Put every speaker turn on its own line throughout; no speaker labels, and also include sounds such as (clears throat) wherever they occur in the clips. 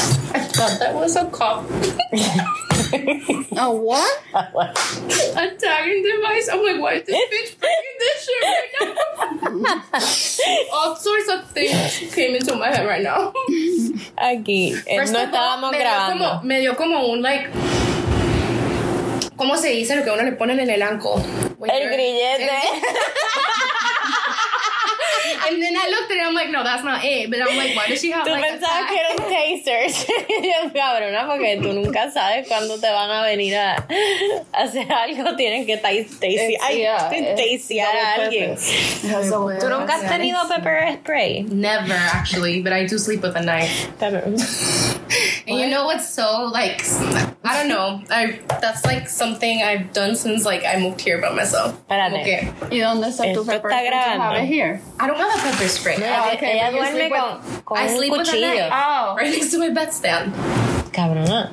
thought that was a cop.
A what?
Attacking device. I'm like, why is this bitch breaking this shit right (laughs) now? All sorts of things came into my head right now.
Aquí, eh,
First
no
of all,
estábamos
me dio Pues Como, me dio
grabando.
como un like. ¿Cómo se dice lo que uno le ponen en el anco? When
El
you're-
grillete.
(laughs) And then I looked at it, I'm like, no, that's not it. But I'm like, why does she have
(laughs) Tú
like a
pensabas
tag?
que eran tasers. (laughs) Yo, Cabrona, porque tú nunca sabes cuándo te van a venir a, a hacer algo. Tienen que tas- tasi-
It's-
ay,
yeah,
t-
it's
tasear a
double
alguien.
Eso
¿Tú nunca has tenido pepper spray?
Never actually, but I do sleep with a knife. And you know what's so like I don't know. I that's like something I've done since like I moved here by myself.
Espérate.
Okay.
¿Y dónde está
Esto
tu
está
pepper spray? Do you have
grabando.
it here?
I don't have a pepper spray.
Yeah.
I
Ah,
Ella-
ok,
Ella
but you
duerme
sleep with-
con, con
pues, I
un
sleep with a
cuchillo.
knife. Ah.
Oh.
Right next to my bedstand.
Cabrona.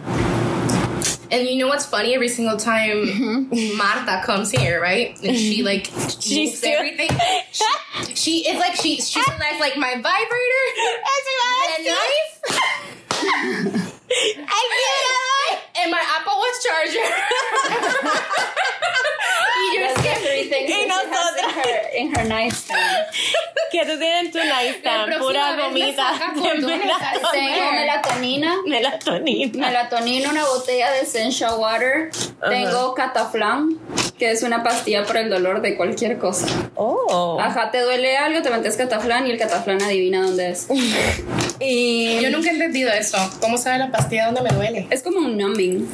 And you know what's funny? Every single time Marta comes here, right? And she like she moves
still-
everything. She, she it's like she she selects like my vibrator, the knife, and my Apple Watch charger. (laughs) you just
That's
get
everything
Y
that she has in her, in her nightstand.
Que tú tienes tu nightstand,
La próxima
pura
vez me
gomita (laughs)
saca
de
condones,
(laughs) Tengo
Where?
melatonina,
melatonina.
melatonina, una botella de essential water. Tengo cataflam, que es una pastilla para el dolor de cualquier cosa.
Oh.
Ajá, te duele algo, te metes cataflán y el cataflán adivina dónde (laughs) es. y
Yo nunca he entendido eso. ¿Cómo sabe la pastilla donde me duele?
es como un numbing.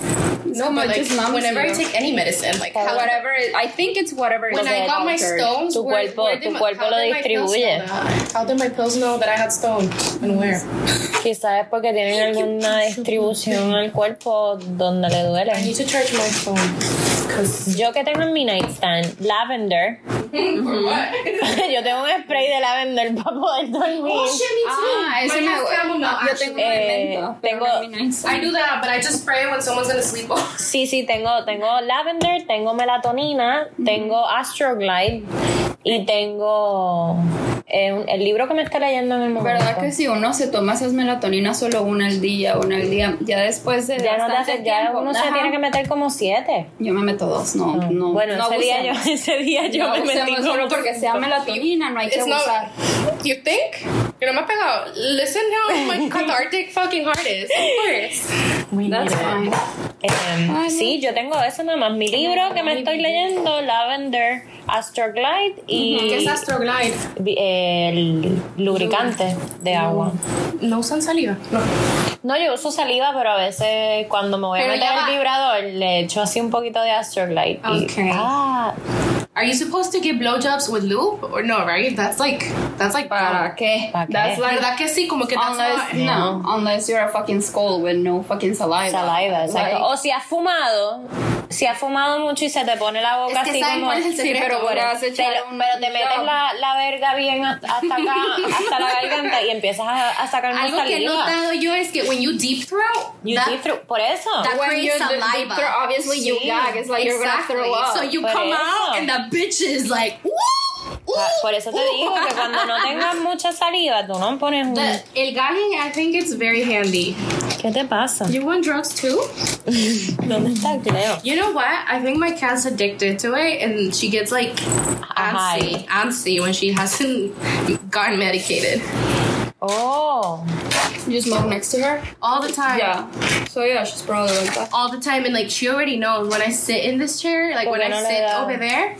Es
No,
como
but like,
just numbs
whenever I
you.
take any medicine, like
Or
how
whatever, it- I think it's whatever.
When
is
I got my
altered.
stones,
Tu
where,
cuerpo-
where did
tu
my-
cuerpo
how
lo
did my pills
distribuye.
know that? How did my pills know that I had stone and where?
Quizás es porque tienen alguna distribución en el cuerpo donde le
I
duele.
need to charge my phone. Cause
Yo que tengo en mi nightstand lavender. (laughs) Yo tengo un spray de lavender para poder dormir.
Oh shit, me too.
Ah, ese
Mine
me
has chamomile,
Yo tengo un
actually.
Eh,
elemento,
tengo-
pero no mi nice.
I do that, but I just spray it when someone's gonna sleep. off.
Sí, sí, tengo, tengo lavender, tengo melatonina, tengo astroglide
Eh.
y tengo eh, un- el libro que me está leyendo en el momento.
¿Verdad que si uno se toma esas melatoninas solo una al día, una al día, ya después de
Ya, no te
bastante
hace- ya
tiempo,
uno se
ajá,
tiene que meter como siete.
Yo me meto dos, no, no.
bueno,
no
ese, día yo, (laughs)
abusemos.
ese día yo
No
me
abusemos,
metí
solo
como
porque sea melatonina, no hay que
It's not.
abusar.
You think? You know, me pegado. Listen how my cathartic fucking heart is. Of course.
That's fine.
Em,
Ah,
sí, yo tengo eso nada más. Mi libro que me estoy leyendo, Lavender, Astroglide y
Astroglide?
vi- el lubricante de agua.
No usan saliva.
No, yo uso saliva, pero a veces cuando me voy a
Pero
meter
ya va.
el vibrador le echo así un poquito de Astroglide. y-
Okay.
ah,
Are you supposed to give blowjobs with lube or no? Right? That's like that's like um,
¿Para qué?
¿Para qué?
That's like
verdad que sí, como que that's
unless
not-
no, unless you're a fucking skull with no fucking saliva.
saliva, exacto.
Like,
o si has fumado, si has fumado mucho y se te pone la boca
Es que
así
¿saben
como...
cuál es
(laughs)
el
sí,
secreto?
pero podrás
Te
echar
lo-
un
pero te metes
job.
la, la verga bien hasta hasta acá, hasta la garganta y empiezas a, a sacar más
(laughs) Algo
saliva.
que he notado yo es que when you deep throat,
You
that-
see through- por eso.
that
when
creates
you d-
saliva.
deep throat, obviously you
Sí,
gag. It's like you're gonna
Exactly.
throw up.
So you
Por
come
eso.
out and the bitch is like, "Woo! Ooh,
Pa- Por eso te
ooh."
digo que
(laughs)
cuando no tengas mucha saliva, tú no pones un...
The- el gagging, I think it's very handy.
¿Qué te pasa?
You want drugs too?
¿Dónde está Cleo?
You know what? I think my cat's addicted to it, and she gets like antsy, antsy when she hasn't gotten medicated
Oh.
You smoke next to her?
all the time.
Yeah. So yeah, she's probably like that.
all the time and like she already knows when I sit in this chair, like when
Porque
I
no le
sit
da-
over there.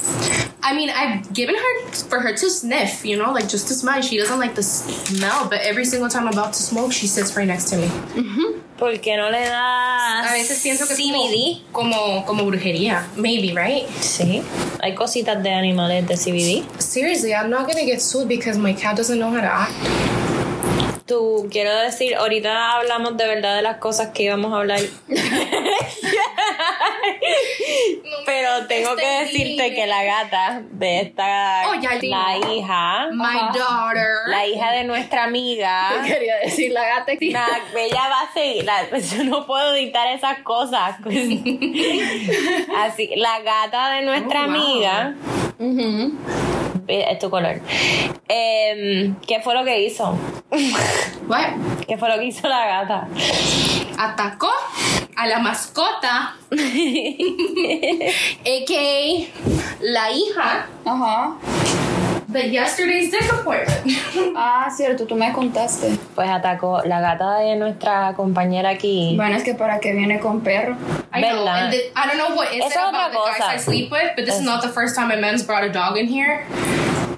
I mean, I've given her for her to sniff, you know, like just to smell. She doesn't like the smell, but every single time I'm about to smoke, she sits right next to me.
¿Por qué no le das
A veces pienso que es
CBD?
como, como como brujería, maybe, right?
Sí. Hay cositas de animales de CBD.
Seriously, I'm not gonna get sued because my cat doesn't know how to act.
Tú, quiero decir, ahorita hablamos de verdad de las cosas que íbamos a
(laughs)
hablar. Pero tengo que decirte que la gata de esta...
Oh, ya,
la hija...
My daughter.
La hija de nuestra
(laughs)
amiga...
(laughs) Quería decir la gata
La bella va a seguir. la- pues, yo no puedo editar esas cosas.
(laughs)
Así, la gata de nuestra
Oh, wow.
amiga es tu color. Em, ¿Qué fue lo que hizo?
What?
¿Qué fue lo que hizo la gata?
Atacó (laughs) a la mascota, a.k.a. la hija
Ajá.
de yesterday's disappointment.
Ah, cierto, tú me contaste.
Pues atacó la gata de nuestra compañera aquí.
Bueno, es que para qué viene con perro.
I know,
¿Verdad?
and the- I don't know what is
Esa
it
otra
about the guys
cosa.
I sleep with, but this is not the first time a man's brought a dog in here to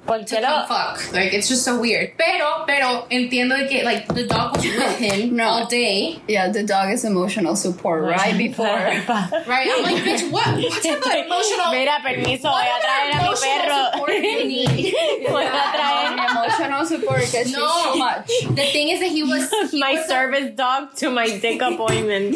Porque
come
lo,
fuck. Like it's just so weird. Pero, pero entiendo de que like the dog was
(laughs)
with him
No.
all day,
Yeah, the dog is emotional support
(laughs)
right before.
right? I'm like, bitch,
(laughs)
what? What type of emotional?
Mira, permiso,
what
voy a
other
traer a mi
emotional support do you
perro.
need?
(laughs) Voy a traer
emotional support because
No.
she's too much.
The thing is that
(laughs)
he was he
my
was a-
service dog to my dick
(laughs)
appointment.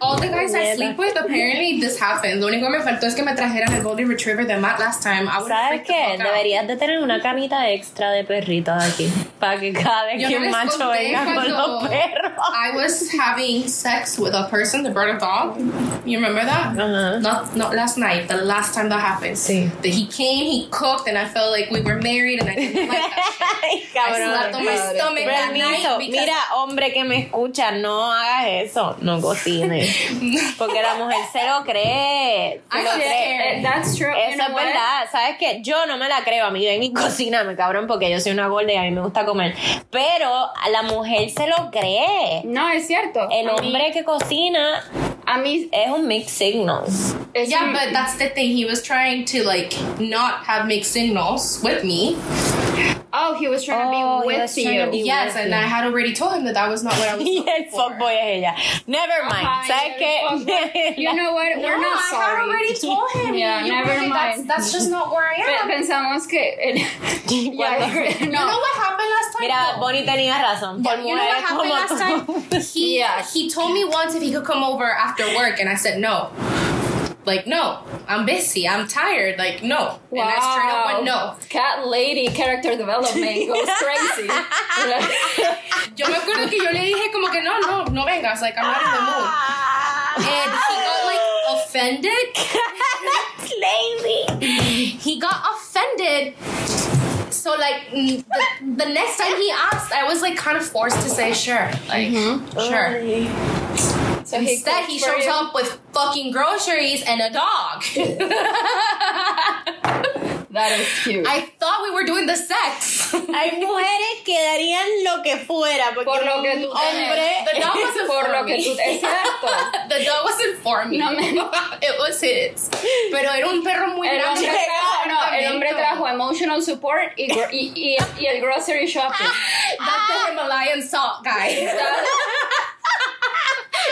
All the guys I sleep with, apparently this happened. Lo único que me faltó es que me trajeran el golden retriever de Matt last time. I would
¿Sabes qué? Deberías de tener una camita extra de perritos aquí. Para que cada vez
Yo
que
no
un
les
macho
conté
venga con
cuando
los perros. (laughs)
I was having sex with a person that brought a dog. You remember that?
Uh-huh.
Not not last night. The last time that happened.
Sí.
That he came, he cooked, and I felt like we were married, and I didn't like
(laughs)
that.
Ay,
I slept on my
cabrón.
madre.
stomach that night
Permiso,
because
mira, hombre que me escucha, no hagas eso, no cocines.
(laughs)
Porque la mujer se lo cree. Se
I
lo
don't
cree.
care.
Eh, That's true. You
Eso
know
es
what?
verdad, ¿sabes qué? Yo no me la creo, a mí ven y (laughs) cocíname, cabrón, porque yo soy una gorda y a mí me gusta comer. Pero a la mujer se lo cree.
No, es cierto.
El
A mí-
hombre que cocina
A mí.
es un mix
(laughs)
signal.
es
Yeah,
un-
but that's the thing. He was trying to like not have mixed signals with me.
Oh, he was trying
Oh,
to
he
be
was
with
trying to
you.
be-
Yes, and I had already told him that that was not what
(laughs)
I was.
(laughs) Y el
looking for.
fuckboy es ella. Never mind.
Ajá,
¿Sabes qué? (laughs)
You know what?
No,
We're not
I
sorry.
had already told him.
Yeah,
You
never
really- That's,
mind.
that's just not where I
Pe-
am.
Pensamos que.
(laughs)
Cuando-
yeah,
You know what happened last time?
Mira, Bonnie tenía razón. Por
Yeah, you know
mujeres
what happened last
como tú. (laughs)
time? He
Yeah.
he told me once if he could come over after work, and I said no. Like no, I'm busy. I'm tired. Like no, and I straight up went no.
Cat lady character development
(laughs)
goes crazy.
Yo me acuerdo que yo le dije como que no, no, no vengas. Like I'm not in the
(laughs)
mood.
Eh,
And he got like offended.
Lady.
He got offended. So like mm, the, the next time he asked, I was like kind of forced to say sure, like
Mm-hmm.
sure.
Oh,
so he
Instead, he
cooks for
shows
you.
up with fucking groceries and a dog.
That is cute.
I thought we were doing the (laughs) sex.
Hay mujeres que darían lo que fuera porque
Por lo que
un
tú
hombre
(laughs)
The dog wasn't
Por
for
lo que
me.
tú.
(laughs)
Es cierto.
the dog wasn't for me.
No me-
It was his. Pero era un perro muy
El
grande. Ah,
hombre, trajo, no, el hombre
Apartamento.
trajo emotional support y, gro- y, y, y el grocery
(laughs)
shopping.
That's the Himalayan salt guy.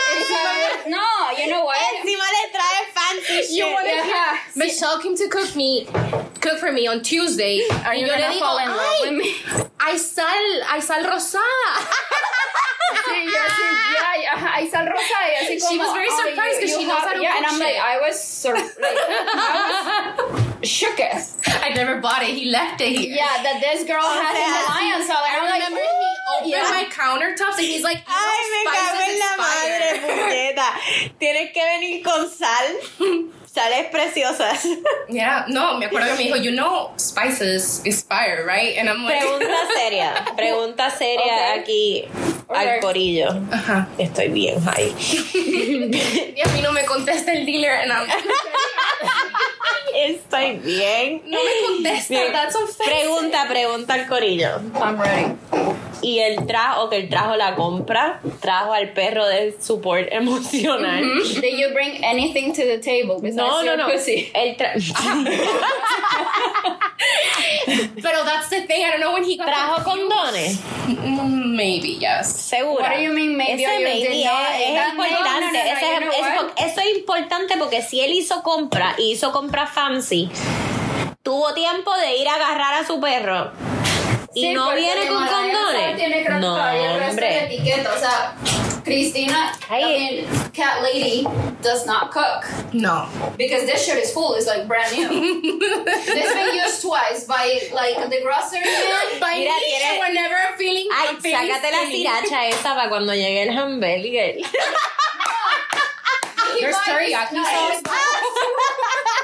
Esa- no, you know what? Eh,
encima le trae fancy shit.
Ajá.
(laughs) Michelle came to cook me, cook for me on Tuesday.
Are
y
you
yo le
gonna
digo,
fall in love with
ay,
me?
hay sal, hay sal rosada.
Sí, yo así, yeah, yeah, ajá, ahí sal rosa y así
She
como.
was very
oh,
surprised
you-
'cause
you
she knows
have-
how to
Yeah, and
cook
I'm like,
shit.
I was sur- like, I was shookest.
(laughs) I never bought it. He left it here.
Yeah, that this girl has an alliance. So like,
Oh, I
I'm like,
remember he opened
yeah.
my countertops and he's like,
Ay, me cago en la madre, puñeta. Tienes que venir con sal. Sales preciosas.
Yeah, no, me acuerdo que me dijo, you know, spices expire, right? And I'm like,
Pregunta seria. Pregunta seria
Ok.
aquí al
Ok.
corillo.
Ajá.
Estoy bien high.
(laughs) Y a mí no me contesta el dealer, and I'm
Estoy bien.
no me contesta.
Bien.
That's offensive.
Pregunta, pregunta al corillo.
I'm ready.
Y él trajo, que él trajo la compra, trajo al perro de support emocional.
Did you bring anything to the table besides
No, no,
your
no.
pussy?
Él tra-
(laughs)
Pero that's the thing. I don't know when he got
trajo
confused.
condones.
Mm, maybe yes.
Seguro.
What do you mean, maybe
Ese
you
maybe
did
es,
not?
es
That- no, no,
importante.
no, no,
Ese
you
es-
know
es
what?
porque- eso es importante porque si él hizo compra y hizo compra fancy, tuvo tiempo de ir a agarrar a su perro. Y
Sí,
no
porque
viene
la
con
Mariana
condones.
Sara Tiene creo que
no,
todavía el resto de
hombre.
etiqueta. O sea, Cristina,
Ay.
I mean, Cat Lady does not cook
No.
because this shirt is full. It's like brand
(laughs)
new. this been used twice by like the grocery man.
By
Mira,
me,
tiene-
whenever I'm feeling
Ay,
I'm feeling
sácate la
silly.
tiracha esa para cuando llegue el
(laughs)
hamburger.
He
There's
buy this-
teriyaki
no,
sauce.
he buy-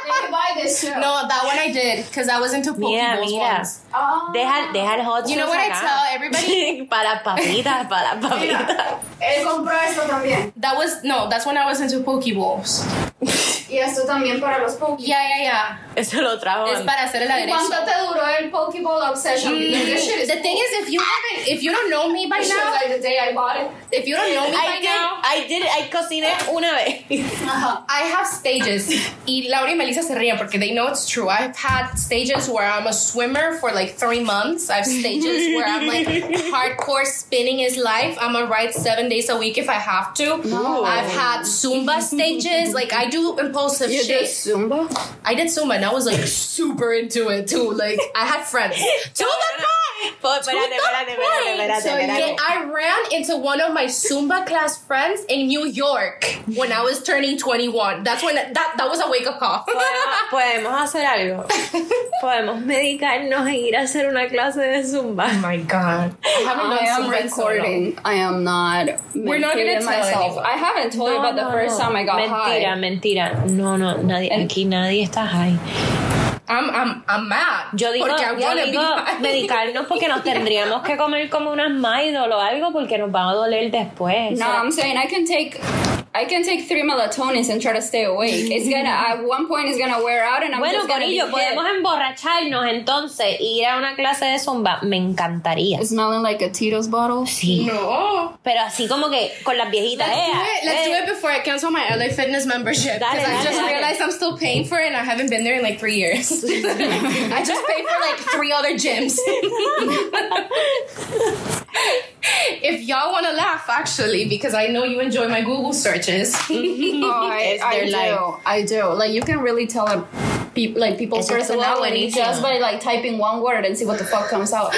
They buy
(laughs)
tried this show.
No, that one I did because I was into
Mira,
Pokeballs
mira.
once.
Oh.
Deja, deja el hot
You know
sauce
what I
acá.
tell everybody?
(laughs) para papitas, para papitas.
Mira, él compró esto también.
That was no. That's when I was into Pokeballs.
Y esto también para los Pokémon.
Yeah, yeah, yeah.
Eso lo trajo.
Es para hacer el aderezo.
¿Cuánto te duró el Pokeball obsession?
Mm.
Because this shit is
The thing is, if you haven't, if you don't know me by
this shit is
now,
like the day I bought it.
if you don't know me by
I did,
now,
I did, I cociné una (laughs) vez.
I have stages. y Laura y Melissa se ríen porque they know it's true. I've had stages where I'm a swimmer for like three months. I have stages where I'm like hardcore spinning is life. I'm a ride seven days a week if I have to. I've had Zumba stages. Like I do impulsive shit.
Zumba?
I did Zumba and I was like super into it too. Like I had friends. to the point!
Espérate, espérate, espérate, espérate,
So,
espérate.
yeah, I ran into one of my Zumba class friends in New York when I was turning 21. That's when that that was a wake up call.
Podemos, podemos hacer (laughs) algo. Podemos medicarnos e ir a hacer una clase de zumba.
Oh
my god. I haven't
I
done
am
Zumba in so long.
recording. I am not.
We're not gonna
medicating
tell
myself.
anyone.
I haven't told you
No,
about the
no,
first
no.
time I got
mentira,
high.
mentira. No, no, nadie, aquí nadie está high.
I'm I'm I'm mad.
Yo digo,
Porque I
yo
wanna
digo
(laughs) be high.
medicarnos porque nos tendríamos que comer como unas Maidol o algo porque nos van a doler después.
No, I'm saying I can take. I can take three melatonins and try to stay awake. It's gonna at one point it's gonna wear out and I'm
Bueno,
just gonna be
Corillo,
hit.
podemos emborracharnos entonces e ir a una clase de zumba. Me encantaría.
smelling like a Tito's bottle. (laughs)
Sí.
No.
Pero así como que con las viejitas.
Let's
eh,
do it.
eh.
Let's do it before I cancel my LA Fitness membership.
Dale,
Because I
dale,
just
dale.
realized I'm still paying for it and I haven't been there in like three years. I just paid for like three other gyms. if y'all want to laugh, actually, because I know you enjoy my Google searches.
Oh, I,
It's
I
their
do.
life.
I do. Like you can really tell a peop- like people's
Eso estuvo
personality
buenísimo.
just by like typing one word and see what the fuck comes out.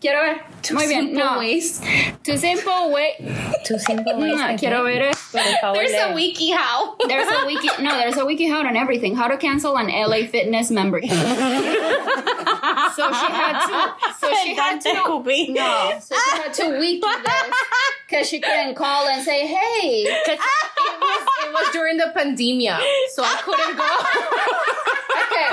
Quiero ver. Muy bien.
Simple
No.
ways.
Too simple. Wait.
Tú cinco
Mm,
veces,
Quiero
¿no?
ver esto.
Por favor,
There's
lee.
a wiki how. (laughs)
There's a wiki. No, there's a wiki out on everything. How to cancel an LA Fitness membership. so she had to. So she had
Te
to.
escupí.
No, so she had to wiki this because she couldn't call and say, "Hey,
'Cause it, was, it was during the pandemia, so I couldn't go.
okay."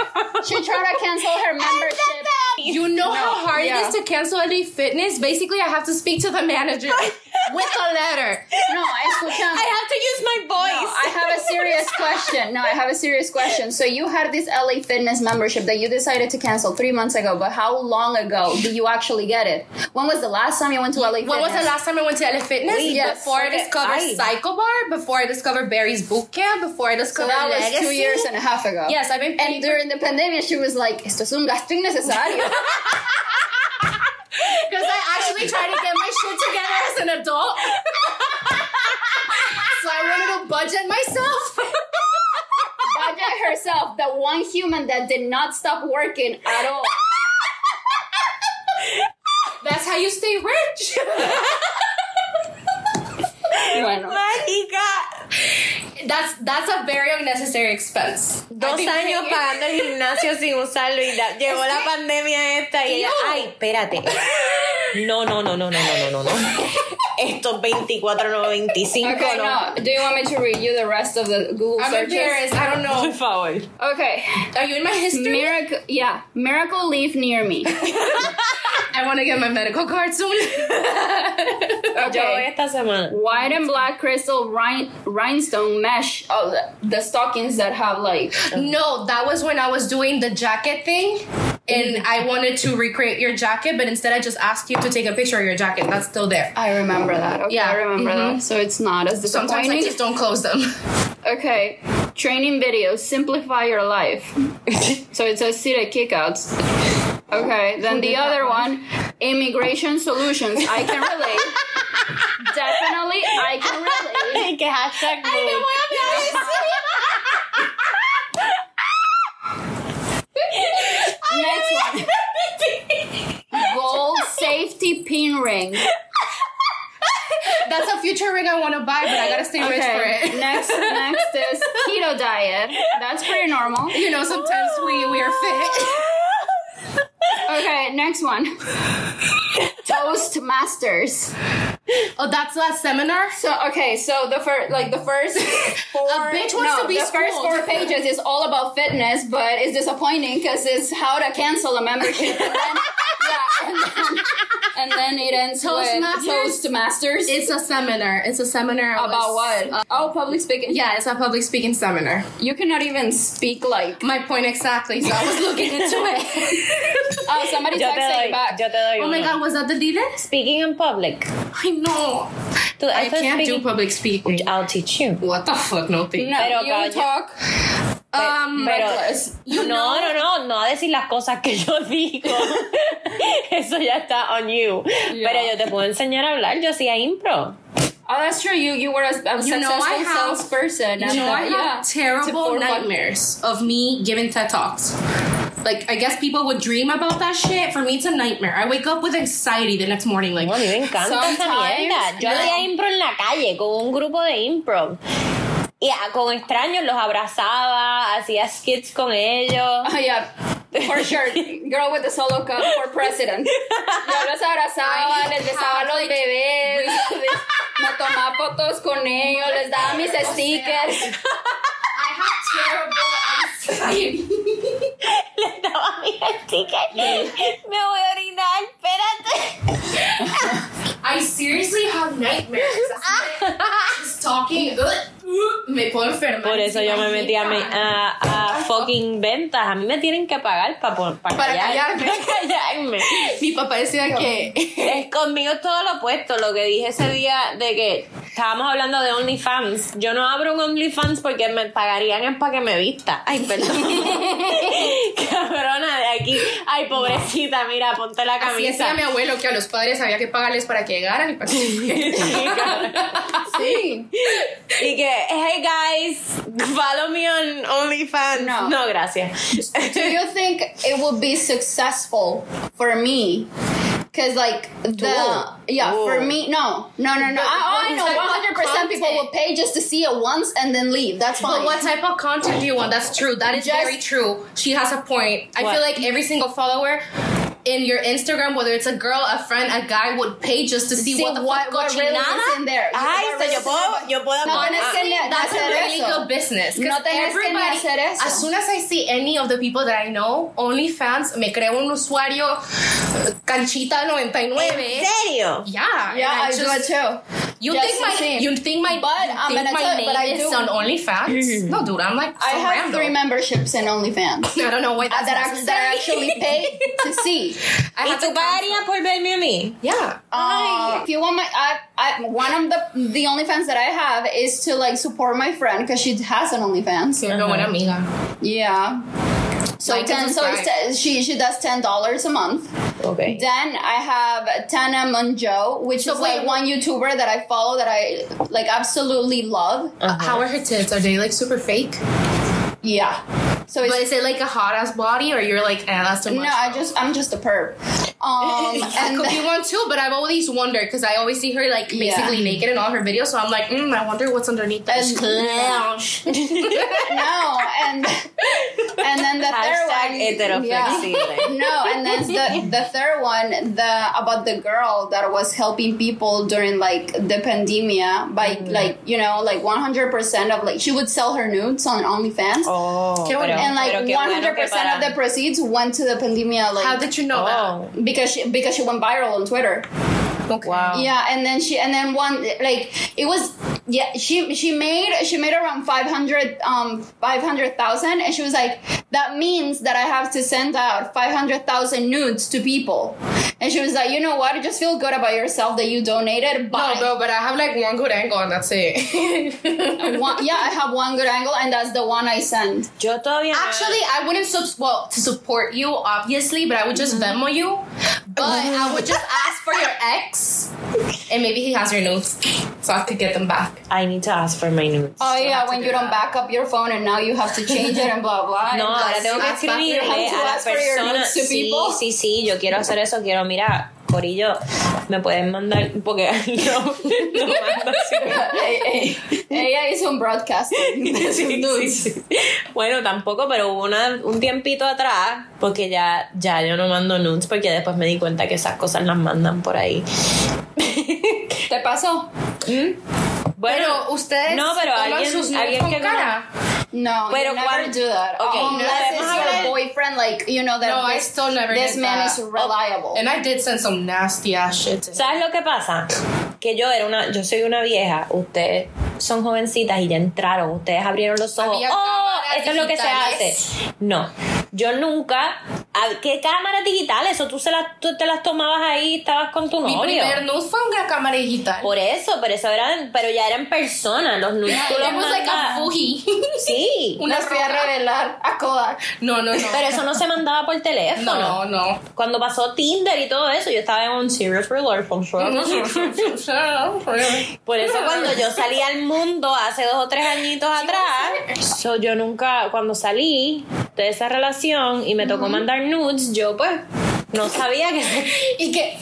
She tried to cancel her membership.
You know how hard
yeah.
it is to cancel LA Fitness? Basically, I have to speak to the (laughs) manager with a letter.
No, escuchando.
I have to use my voice.
No, I have a serious question. No, I have a serious question. So you had this LA Fitness membership that you decided to cancel three months ago, but how long ago did you actually get it? When was the last time you went to LA Fitness?
When was the last time I went to LA Fitness?
Wait,
Yeah,
yes,
before I
okay.
discovered
Ay.
Psycho Bar, before I discovered Barry's Boot Camp, before I
So
discovered
that was
Legacy.
two years and a half ago.
Yes, I've been paying
And during the pandemic, she was like, "Esto es un gasto
(laughs)
innecesario."
because I actually tried to get my shit together as an adult. (laughs) so I wanted to budget
(laughs)
myself.
Baja herself, the one human that did not stop working at all.
That's how you stay
(laughs)
rich.
Bueno.
Mágica.
that's that's a very unnecessary expense. I've
Dos
been
años
paying-
pagando el gimnasio sin usarlo y la- llegó la pandemia esta y ella,
Yo.
ay, espérate. No, no, no, no, no, no, no, no, no. Estos 24, no 25,
Okay,
no.
no. Do you want me to read you the rest of the Google
I'm
searches?
embarrassed. I don't
Por
know.
favor.
Okay.
(laughs) Are you in my history?
Miracle, yeah, miracle leaf near
(laughs)
me.
I want to get my medical card soon.
Yo voy
Okay.
esta semana.
White and black crystal rhin- rhinestone mesh. Oh, the, the stockings that have like.
(laughs) No, that was when I was doing the jacket thing. And I wanted to recreate your jacket, but instead I just asked you to take a picture of your jacket. That's still there.
I remember that. Okay,
Yeah, Mm-hmm.
I remember that. So it's not as
Sometimes Oh, I
disappointing.
just don't close (laughs) them.
Okay. Training videos simplify your
(laughs)
life. so it says city kickouts. Okay.
(laughs)
Then the other one, immigration solutions. I can relate.
(laughs)
Definitely, I can relate.
que hashtag no.
(laughs) Next one. Gold safety pin ring.
That's a future ring I want to buy, but I gotta stay rich for it.
Next, next is keto diet. That's pretty normal.
You know, sometimes we we are
(laughs)
fit.
Okay, next one. Toastmasters.
Oh, that's a seminar?
So okay, so the first like the first four
bitch wants
no,
to be
the first
schooled.
four pages is all about fitness, but it's disappointing because it's how to cancel a membership. And then, yeah, and then, and then it ends
Toastmasters?
with Toastmasters.
It's a seminar. It's a seminar. I
about
was-
what? oh, public speaking.
Yeah, it's a public speaking seminar.
you cannot even speak like. (laughs)
My point exactly. So I was looking into it.
Oh, somebody
Yo te
texted
doy,
you back.
yo te doy
oh my
uno.
god, was that the dealer?
Speaking in public.
I know.
Tú,
I
esto es
can't do
speaking-
public speaking.
I'll teach you.
What the fuck? No thing.
No,
Pero
you
calla.
talk.
Um,
Pero-
reckless.
you
no,
know,
no, no, no a decir las cosas que yo (laughs)
(laughs)
digo. Eso ya está on you. Pero yo te puedo enseñar a hablar. Yo hacía impro.
Oh, that's true. You you were a, a
You
successful
know, I have-
salesperson.
You know, I have
yeah. To
terrible
four-
nightmares of me giving TED Talks. Like, I guess people would dream about that shit. For me, it's a nightmare. I wake up with anxiety the next morning. Like,
No, a mí me encanta esa
Sometimes,
mierda. Yo
no.
hacía impro en la calle con un grupo de impro. Y ah, con extraños los abrazaba, hacía skits con
(laughs)
ellos. (laughs)
Ah, yeah, for sure. Girl with the solo cup for president. Yo los abrazaba, les besaba a los
(laughs)
bebés, les- me tomaba fotos con ellos, les daba mis stickers.
I have terrible anxiety.
Le daba mi sticker. Me voy a orinar, espérate.
I seriously have nightmares. Just talking. (laughs) Ugh, me puedo enfermar.
Por eso yo me metí a, mi- a, a fucking ventas. A mí me tienen que pagar pa- por- para
Para
(laughs) callarme.
callarme.
Para callarme.
Mi papá decía que.
Es conmigo es todo lo opuesto. Lo que dije ese día de que estábamos hablando de OnlyFans. Yo no abro un OnlyFans porque me pagarían es para que me vista. Ay, perdón. Cabrona de aquí. Ay, pobrecita, mira, ponte la
Así decía
camisa.
mi abuelo que a los padres había que pagarles para que llegaran y para que
Sí.
(laughs) Y que, hey guys, follow me on OnlyFans.
No.
no gracias.
Do you think it would be successful for me? Cause like the yeah
Ooh.
for me no no no no I,
But
I
what
know
type of
one hundred percent people
content?
will pay just to see it once and then leave that's fine
But what type of content do you want? That's true. That is
Just-
very true. She has a point. I
What?
feel like every single follower in your Instagram, whether it's a girl, a friend, a guy, would pay just to see,
see
what the fuck
what really
cochinada.
is in there
Ay, so
What
yo
really-
puedo, yo puedo
No,
poner-
honestly,
Honestly,
Tenía que
that's a
hacer
really
eso.
good business. 'cause
No tenías que ni
everybody-
hacer eso.
As soon as I see any of the people that I know, OnlyFans, me creo un usuario eh,
¿En
canchita99.
serio?
Yeah,
yeah
and
I, do it too
You
Just
think
to
my
see.
you think my
But
you
I'm
think
gonna
my
tell you,
name
but I
is
do-
on OnlyFans? no, dude, I'm like
I
so
have
random.
three memberships in
(laughs)
OnlyFans
I don't know why that's
that are, that are
necessary.
actually pay to
(laughs)
see.
I
¿Y
have
tú
to cancel.
pagarías por verme a (laughs) mí?
Yeah.
Uh, if you want my, I, I, one of the the OnlyFans that I have is to like support my friend because she has an OnlyFans.
Ser una buena amiga.
Yeah. So
Like
ten,
and
so it's
subscribe.
te- she she does ten dollars a month.
Okay.
Then I have Tana Monjo, which
So
is
wait-
like one YouTuber that I follow that I like absolutely love.
How are her tits? Are they like super fake?
Yeah. So it's
But is it like a hot ass body, or you're like, eh, that's too much?
no, I just I'm just a perp.
(laughs)
Um,
I
and
could
(laughs) then-
be one too, but I've always wondered because I always see her like
Yeah.
basically naked in all her videos, so I'm like, mm, I wonder what's underneath that.
And-
clown.
no, and and then
(laughs)
the third one,
Hashtag heteroflexible.
No, and then
(laughs)
the the third one, the about the girl that was helping people during like the pandemia by
Mm-hmm.
like you know like one hundred percent of like she would sell her nudes on OnlyFans.
Oh,
Qué bueno.
And like
pero qué
one
bueno
hundred
que
percent of
para-
the proceeds went to the pandemia, like
How did you know
Oh,
because she because she went viral on Twitter.
that? Okay.
wow.
Yeah, and then she and then one like it was yeah she she made she made around 500 um 500,000 and she was like that means that I have to send out 500,000 nudes to people. And she was like, "You know what? Just feel good about yourself that you donated."
(laughs) No,
But
bro, but I have like one good angle, and that's it.
(laughs) one, yeah, I have one good angle and that's the one I send.
Yo todavía no-
Actually, I wouldn't subs well to support you, obviously, but I would just Venmo you. But I would just ask for your ex, and maybe he has your notes, so I could get them back.
I need to ask for my nudes.
Oh yeah,
have to
when
do
you don't
that.
back up your phone and now you have to change it and blah blah.
(laughs) No,
And
ahora
that's-
tengo que escribirle a la
your hands to ask
ask back
for your
persona.
nudes to
Sí,
people.
sí, sí, yo quiero hacer eso. Quiero, mira, Corillo, me pueden mandar. Porque (laughs) no, no mando así.
Hey, hey. Ella hizo un
(laughs)
broadcasting.
(laughs) Sí, sí, sí. Bueno, tampoco, pero hubo una- un tiempito atrás, porque ya, (laughs) ya yo no mando nudes, porque después me di cuenta que esas cosas las mandan por ahí.
¿Te pasó?
Pero ustedes
No, pero
toman
alguien-
sus notes
alguien
con
que no-
cara.
No,
Pero
you never
cuan-
do that. Oh,
Okay.
Unless
Let's
it's
have
your
it.
boyfriend, like you know that
No, I
this,
still never
this
did
man
that.
is reliable.
(laughs) And I did send some nasty ass shit to him.
¿Sabes lo que pasa? Que yo era una, yo soy una vieja, ustedes son jovencitas y ya entraron, ustedes abrieron los ojos.
Había
¡Oh!
cámaras
Esto es lo que se hace.
digitales.
No, yo nunca. ¿a- ¿Qué cámaras digitales? O tú, se las, tú te las tomabas ahí y estabas con tu
Mi
novio.
primer nude fue una cámara digital.
Por eso, pero eso eran, pero ya eran personas, los nudes tú los
It was like a
mandabas.
fuji.
Sí.
una
Les fui a
roca.
revelar a Kodak.
No, no, no.
Pero eso no se mandaba por teléfono.
(laughs) no, (laughs) no.
Cuando pasó Tinder y todo eso, yo estaba en un serious relationship. Por eso cuando yo salí al mundo hace dos o tres añitos atrás, so, yo nunca, cuando salí de esa relación y me tocó mandar nudes, yo pues no sabía que...
y que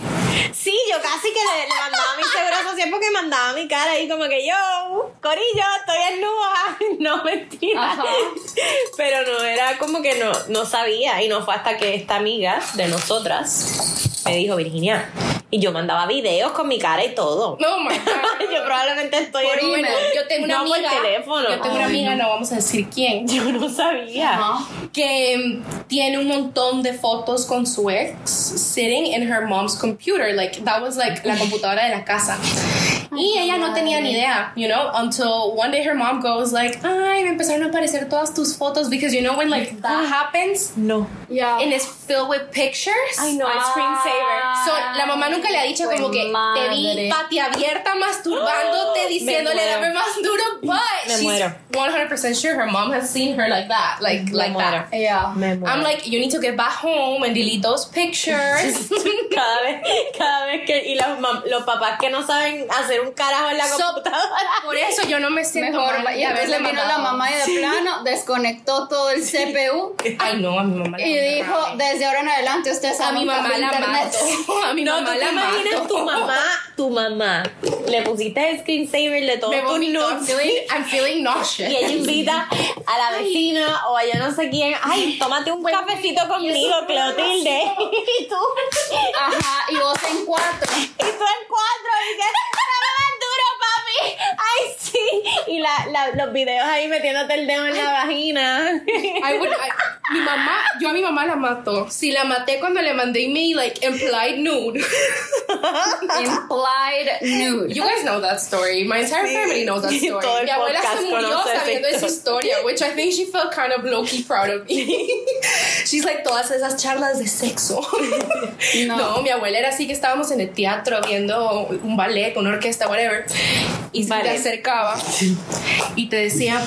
Sí, yo casi que le, le mandaba mi seguro social porque mandaba mi cara ahí como que yo, Corillo, estoy en (laughs) No, mentira.
Ajá.
Pero no, era como que no, no sabía. Y no fue hasta que esta amiga de nosotras me dijo, Virginia. Y yo mandaba videos con mi cara y todo.
no my God.
(laughs) yo probablemente estoy
Por
en un-
email. Yo tengo una
no
amiga.
por teléfono.
Yo tengo una
Ay,
amiga, no vamos a decir
(laughs)
quién,
Yo no sabía.
Ajá.
que mm, tiene un montón de fotos con su ex sitting in her mom's computer. Like, that was like la computadora de la casa. Y ella no tenía ni idea, you know, until one day her mom goes like, ay, me empezaron a aparecer todas tus fotos because you know when like that
Ah.
happens
No.
Yeah.
and it's filled with pictures. Ah,
Ay, no, es screensaver.
So, la mamá nunca le ha dicho como que te vi pati
(gasps)
abierta masturbándote diciéndole
muero.
dame más
(laughs)
duro, but
Me
she's
muero.
100% sure her mom has seen her like that, like
Me
like
muero.
that.
Yeah.
Me muero.
I'm like, you need to get back home and delete those
(laughs)
pictures.
(laughs) cada vez, cada vez que. Y los, mam- los papás que no saben hacer un carajo en la
So-
computadora.
Por eso yo no me
(laughs)
siento
Mejor,
mal.
y a veces vino la mamá y de plano desconectó todo el CPU
(laughs) Ay, no, a mi mamá. la
y
mato.
dijo, desde ahora en adelante usted
a
sabe
mi mamá la mato. A mi
No,
mamá
tú
la
te imaginas
mato.
tu mamá, tu mamá. Le pusiste screensaver de todo
(laughs) Me
tu
vomito. I'm
nudes.
feeling,
(laughs)
I'm feeling
Y
nauseous.
ella invita a la vecina o a yo no sé quién. Ay, tómate
Pues,
un cafecito conmigo, Clotilde. (laughs) Y tú,
(laughs) Ajá, y vos en cuatro.
y tú en cuatro. Y que, dame más duro, papi. Ay, sí. Y la, la- los videos ahí metiéndote el dedo en la vagina.
I would- I- mi mamá, yo a mi mamá la mato. Si la maté cuando le mandé mi like implied nude. (laughs)
Implied nude.
You guys know that story. My entire
Sí.
family knows
(laughs)
that story.
Todo el
Mi abuela se
podcast
murió
conoce esa
sabiendo esa
historia.
historia, which I think she felt kind of low key proud of me. (laughs) She's like todas esas charlas
(laughs)
de sexo.
No.
No. mi abuela era así que estábamos en el teatro viendo un ballet, una orquesta, whatever, y se te
Ballet.
acercaba y te decía.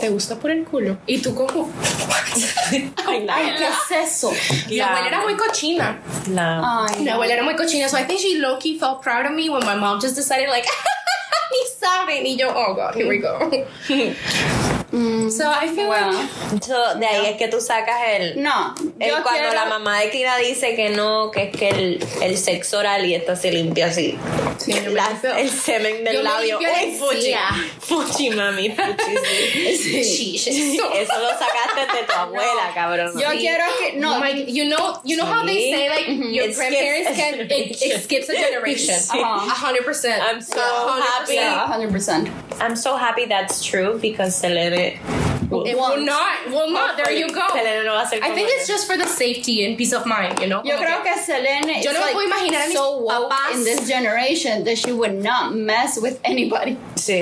¿Te gusta por el culo? Y tú como,
Ay, la-
Ay, ¿qué es eso? Mi
La-
abuela era muy cochina.
(laughs) la-
Ay,
Mi abuela era muy cochina, so I think she low key felt proud of me when my mom just decided like, (laughs) ni saben, y yo, oh god, here we go. so I feel
Bueno,
like
So, de ahí es que tú sacas el.
no.
el
yo
cuando
quiero-
la mamá de Kira dice que no, que es que el, el sexo oral y esta se limpia así.
Sí, yo me
La-
limpio.
el semen del
Yo me
labio.
limpio la
Uy, fuchi.
encía.
Fuchi, mami. Fuchi, sí.
she, she's (laughs) so.
Eso lo sacaste de tu abuela, cabrón.
Yo
Sí.
quiero que. No,
Oh my, Mm-hmm. you know, you know how they
Sí.
say like your
It skips
grandparents
a
can it, it
generation.
skips a (laughs) generation.
Sí.
A hundred percent.
I'm so
A
happy.
yeah, 100%.
I'm so happy that's true because Selene.
It will not, will not. Oh, There you go.
Selene no va a ser
I
como
think it's
yo.
just for the safety and peace of mind, you know.
Yo
Como
creo que Selene
Yo
is
no me
like
puedo imaginar a mis
so woke
papás.
in this generation that she would not mess with anybody.
Sí.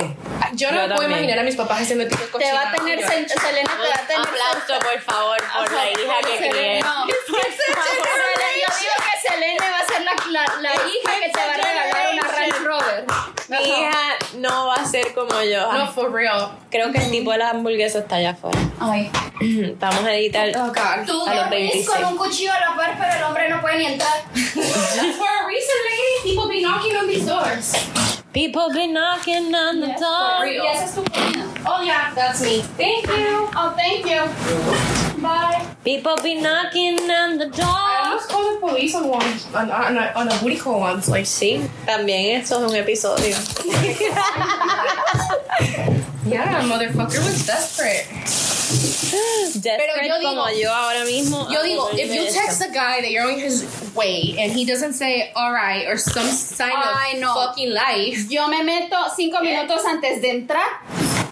Yo no
Yo
me puedo
también.
imaginar a mis papás haciendo tipo de
Te va a
cochinadas,
tener
señor.
sen- Selena te va a
Un
tener
aplauso, por favor, por la hija que crié.
No, por favor, Selena, yo digo que Selene va a ser la, la, la hija que te va a regalar una Range Rover.
Mi hija no va a ser como yo.
No, Oh, for real.
Creo que el tipo de las hamburguesas está allá afuera. (clears throat)
Ay.
Vamos a editar.
Oh, God.
Tú
A los
dormís
26.
con un cuchillo a la par, pero el hombre no puede ni entrar. (laughs)
for a reason, ladies, people be knocking on these doors.
People be knocking on the
Yes,
For
door.
real.
Ya haces tu comida.
Oh, yeah, that's me. Thank you.
Oh, thank you. Bye.
People be knocking on the
I
door.
almost called the police on one, on, on, a, on a booty call once. Like,
Sí, también eso es un episodio.
yeah, motherfucker was desperate. Pero yo
desperate
digo-
como yo ahora mismo.
Yo
a
Oh,
digo,
morirme
if you
de
text
eso.
a guy that you're on his way and he doesn't say all right or some sign
Ay,
of
no.
fucking life,
Yo me meto
¿Eh?
cinco minutos antes de entrar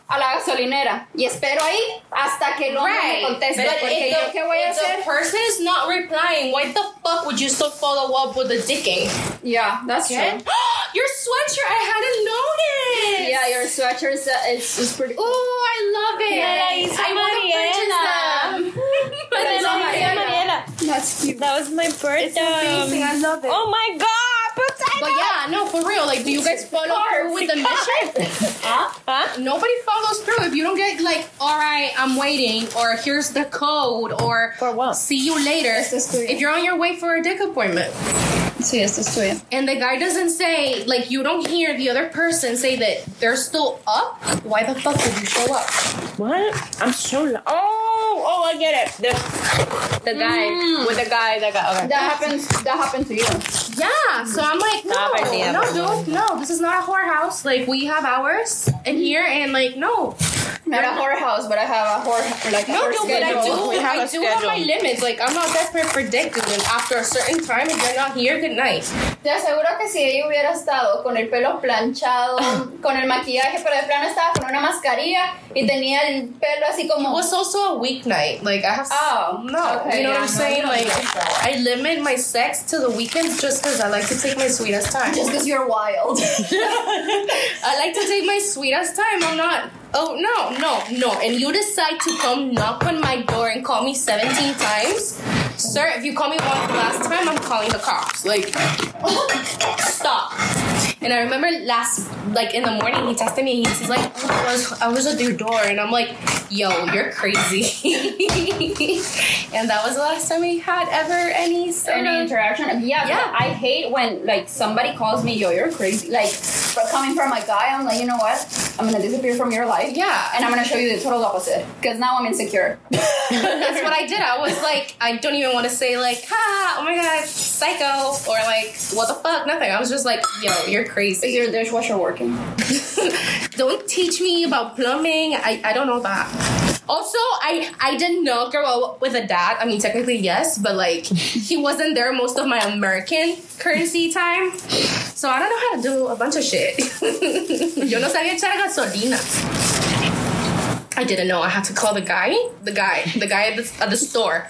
a la gasolinera y espero ahí hasta que el hombre
Right.
me conteste.
But
porque
if
yo,
the-
¿qué voy a
if the
hacer?
person is not replying, why the fuck would you still follow up with the dicking?
Yeah, that's
Okay?
true.
(gasps) your sweatshirt, I hadn't noticed.
Yeah, your sweater is, uh, is, is pretty
Ooh, I love it.
Me la hizo
I want to purchase them. But
Me (laughs) la hizo
then I'm
Ay,
like,
Mariana.
Mariela,
That's cute.
that was my birthday.
I love it.
Oh my god, but I
But
know-
yeah, no, for real. Like, do you guys follow through
(laughs)
with the mission? Ah.
Huh?
Nobody follows through. If you don't get like, all right, I'm waiting, or here's the code, or
For what?
see you later.
Esto es tuyo.
If you're on your way for a dick appointment,
Sí, esto es tuyo.
and the guy doesn't say, like, you don't hear the other person say that they're still up, why the fuck would you show up?
What? I'm so loud. Oh, oh, I get it. The, the guy
Mm.
with the guy, the guy. Okay.
That happens. That happened to you.
Yeah, so I'm like,
Stop, I see
no, no, dude, no, this is not a whorehouse. Like, we have ours in here, and like, no,
Not a whorehouse, but I have a whore like a
No,
whore
no, but I
schedule.
do.
We have
I
a
do have my
schedule.
limits. Like I'm not desperate for dick, dude. And after a certain time, if you're not here, good night.
Te aseguro que si ella hubiera estado con el pelo
(sighs)
planchado, con el maquillaje, pero de plano estaba con una mascarilla y tenía el pelo así
It
como.
was also a weeknight. Like I have.
Oh,
no,
okay,
you know
yeah,
what I'm
no,
saying?
no,
like
no, no.
I limit my sex to the weekends just because I like to take my sweetest time.
Just because you're wild.
I like to take my sweetest time. I'm not. Oh no, no, no! And you decide to come knock on my door and call me 17 times, sir. If you call me one last time, I'm calling the cops. Like, stop. And I remember last, like in the morning, he texted me. and He's like, oh, I was, I was at your door, and I'm like, yo, you're crazy. (laughs) and that was the last time we had ever any sort
Any
of-
interaction? Yeah,
Yeah.
yeah. I hate when like somebody calls me, yo, you're crazy. Like, for coming from a guy, I'm like, you know what? I'm gonna disappear from your life.
Yeah.
And I'm gonna show you the total opposite. Because now I'm insecure.
That's what I did. I was like, I don't even want to say like, ha, oh my god, psycho, or like, what the fuck, nothing. I was just like, yo, you're
Is
crazy. (laughs)
your dishwasher working?
don't teach me about plumbing. I, I don't know that. Also, I I did not grow up with a dad. I mean, technically yes, but like he wasn't there most of my American currency time, so I don't know how to do a bunch of shit. (laughs) Yo no sabía echar gasolina. I didn't know. I had to call the guy, the guy, the guy at the, at the store,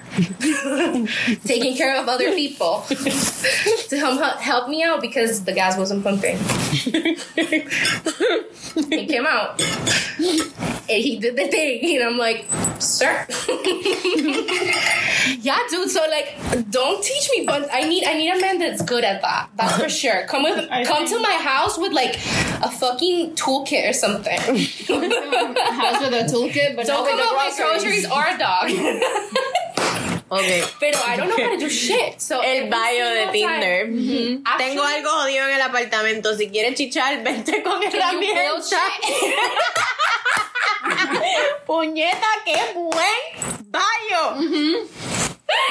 taking care of other people (laughs) to help, help me out because the gas wasn't pumping. he came out and he did the thing, (laughs) and I'm like,
(laughs)
sir, yeah, dude. So like, don't teach me, but I need I need a man that's good at that. That's for sure. Come
(laughs)
with, come to my house with like a fucking toolkit or
(laughs)
something.
House with a toolkit, but
Don't come up with groceries or a
(laughs)
dog.
Okay.
Pero I don't know how to do shit. So
El
every
bio de
single
Tinder.
time- Actually,
Tengo algo jodido en el apartamento. Si quieres chichar, vente con el
can you build
ambiente.
shit?
(laughs) Puñeta, qué buen baño.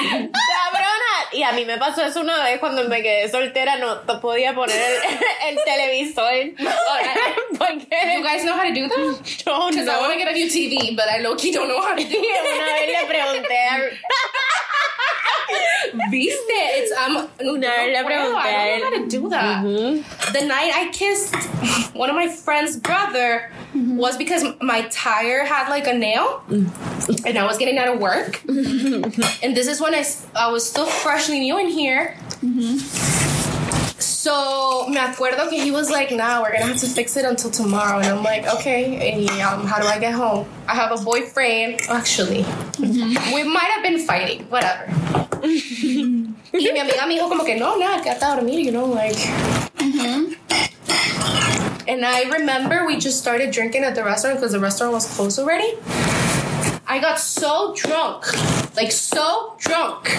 Cabrona. Y a mí me pasó eso una vez cuando me quedé soltera, no t- podía poner el, (laughs) el televisor.
You
(laughs) Porque
guys know how to do that?
yo
Because I want
no.
to get a new TV, but I low key don't know how to do
(laughs)
Una vez
it.
le pregunté a,
Viste, it's I'm.
Una vez le
no puedo, I don't know how to do that. The night I kissed one of my friend's brother was because my tire had like a nail, and I was getting out of work. and this is when I, s- I was still freshly new in here. So me acuerdo que he was like, "Nah, we're gonna have to fix it until tomorrow." And I'm like, "Okay, and, um, how do I get home? I have a boyfriend, actually. We might have been fighting, whatever." y mi amiga me dijo como que no, nada, quédate a dormir, you know, like. And I remember we just started drinking at the restaurant because the restaurant was closed already. I got so drunk, like so drunk.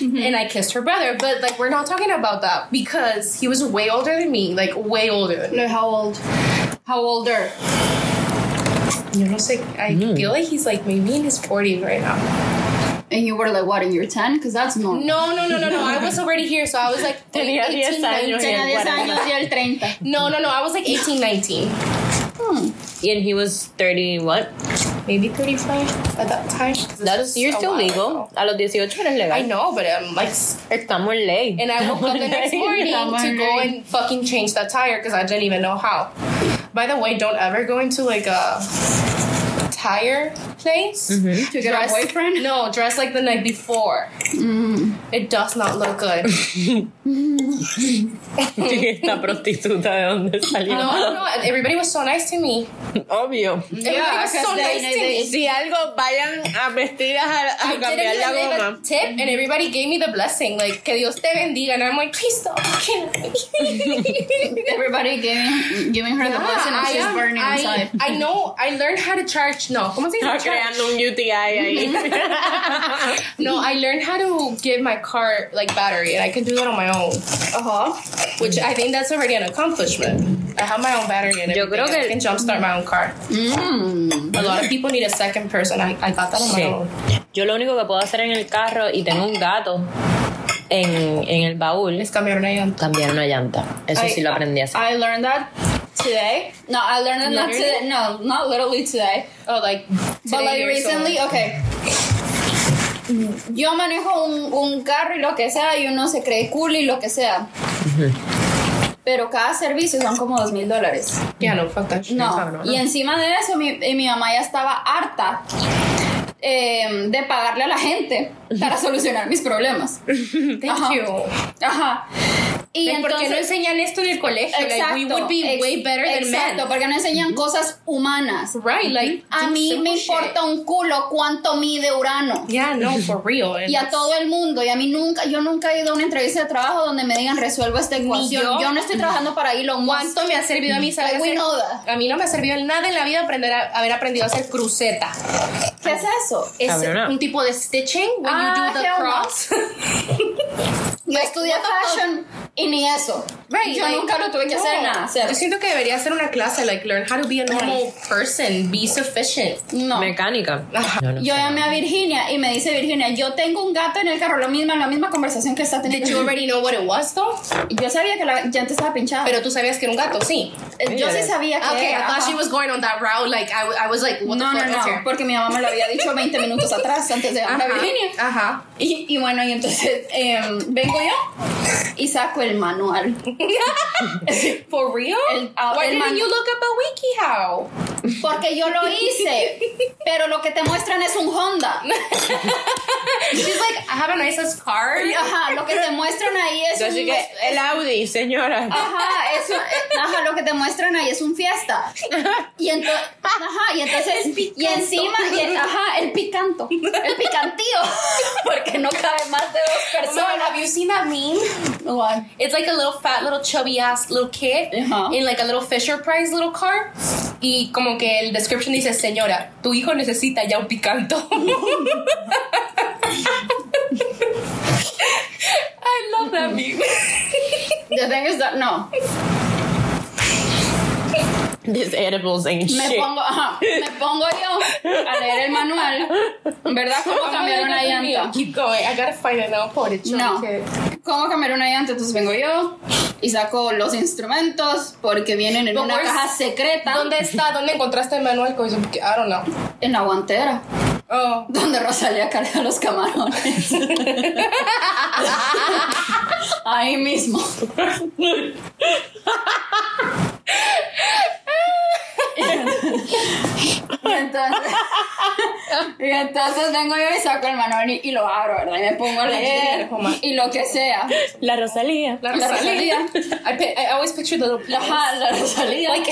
And I kissed her brother, but like we're not talking about that because he was way older than me, like way older.
No, how old? How older?
You know, so I feel like he's like maybe in his 40s right now.
And you were like, what, in your 10? Because that's normal.
No, no, no, no, no. I was already here, so I was like
Tenía 10 años.
19.
Tenía 10 años y el 30.
No, no, no. I was like 18, 19.
Hmm.
And he was 30, what?
maybe 35 at that time. 'cause
That
it's
is, you're
a
still
while
legal.
ago.
A los 18 eres legal.
I know, but I'm like, s-
Estamos en ley.
(laughs)
and I woke up the next morning to go and fucking change that tire because I didn't even know how. By the way, don't ever go into like a tire place
Mm-hmm.
to get
Dress-
a boyfriend. No, dress like the night before.
Mm.
It does not
(laughs)
look good.
Esta prostituta de dónde salió.
No, no, everybody was so nice to me.
Obvio.
Everybody was
'cause
so
they-
nice to me.
Si algo, vayan a vestidas a,
I
a
didn't
cambiar
even
la
leave
goma.
a tip,
Mm-hmm.
and everybody gave me the blessing, like que Dios te bendiga, and I'm like, please stop fucking me."
(laughs) Everybody giving giving her the blessing and
I
she's
am-
burning
I,
inside.
I know. I learned how to charge. No, ¿cómo se dice
Estaba
charge?
creando un UTI ahí.
No, I learned how to give my car like battery, and I can do that on my own. Uh huh. Which I think that's already an accomplishment. I have my own battery and
Yo
everything.
creo
and I
que-
can jumpstart my own car.
Mm.
A lot of people need a second person. I, I got that on
Sí.
my own.
Yo lo único que puedo hacer en el carro y tengo un gato en, en el baúl
Les
es
cambiaron a ella.
cambiar una llanta. Eso sí lo aprendí a hacer.
I learned that today. No, I learned it not
Literally?
today. No, not literally today.
Oh, like.
But
today
like
years old.
recently, okay. Yo manejo un, un carro y lo que sea, y uno se cree cool y lo que sea. Pero cada servicio son como dos mil dólares.
Yeah, no, fuck that shit.
No. Y encima de eso, mi, y mi mamá ya estaba harta eh, de pagarle a la gente para
(laughs)
solucionar mis problemas.
Thank
Ajá.
you.
Ajá. Y
Like, ¿Por qué no
entonces-
enseñan esto en el colegio? like, we would be
ex-
way better than
exacto,
men.
porque no enseñan cosas humanas.
Right, like.
A
do
mí me
simple shit.
importa un culo cuánto mide Urano.
Yeah, no, for real. And
Y a todo el mundo, y a mí nunca, yo nunca he ido a una entrevista de trabajo donde me digan resuelvo esta ecuación.
yo.
Yo. no estoy trabajando para Elon Musk.
¿Cuánto me ha servido a mí saber
Like, we
hacer-
know that.
A mí no me ha servido en nada en la vida aprender a- haber aprendido a hacer cruceta.
¿Qué es eso?
Es
Cabrona.
un tipo de stitching when
Ah,
you do the
hell no.
(laughs) cross.
Yo estudié
what the
fashion y ni eso.
Right,
yo
like,
nunca lo tuve que hacer
no.
nada. o sea,
Yo siento que debería hacer una clase, like learn how to be a normal person, be sufficient.
no.
Mecánica.
Ajá.
Yo no
Yo
sé.
llamé a Virginia y me dice Virginia, yo tengo un gato en el carro, lo mismo, la misma conversación que está
Did you
teniendo.
already know what it was though?
Y Yo sabía que la llanta estaba pinchada.
Pero tú sabías que era un gato, sí.
Eh, yo sí sabía que
Okay,
era,
I thought
ajá.
she was going on that route. Like I, w- I was like,
No,
what
no,
the
no,
fuck is here?
porque mi mamá me lo había dicho 20 minutos atrás antes de llamar a Virginia. (laughs)
Ajá.
Y, y bueno, y entonces em, vengo yo y saco el manual.
For real?
El- ah,
Why
el
didn't
man-
you look up a WikiHow?
Porque yo lo hice, pero lo que te muestran es un Honda.
She's like, I have a nice ass car.
Ajá, lo que te muestran ahí es
Yo
un...
así que el Audi, señora.
Ah. Ajá, eso, ajá, lo que te muestran ahí es un fiesta. Y entonces, ajá, y entonces, y encima, y el- ajá, el picanto, el picantío, (laughs) porque no cabe más de dos
Oh my God,
personas.
have you seen that meme?
Why?
It's like a little fat, little chubby ass little kid
Ajá.
in like a little Fisher Price little car. Y como que el description dice, señora, tu hijo necesita ya un picanto. (laughs) I love that
(laughs)
meme.
The thing is that- no,
These edibles ain't
me
shit.
pongo, ajá, me pongo yo a leer el manual, ¿verdad? ¿Cómo cambiar una llanta?
Keep going. I gotta find it now. Pobre
(laughs)
chubby
No.
kid.
¿Cómo cambiar una llanta? Entonces vengo yo y saco los instrumentos porque vienen en
But
una
where's-
caja secreta
¿Dónde está? ¿Dónde encontraste el manual? Because I don't know.
en la guantera.
Oh.
donde Rosalía carga los camarones. Ahí mismo. Y entonces, y entonces vengo yo y saco el manual y, y lo abro, ¿verdad? Y me pongo a leer y lo que sea.
La Rosalía.
La
La
Rosalía.
Rosalía.
I, pi- I always picture the little (laughs)
Ajá, la Rosalía.
like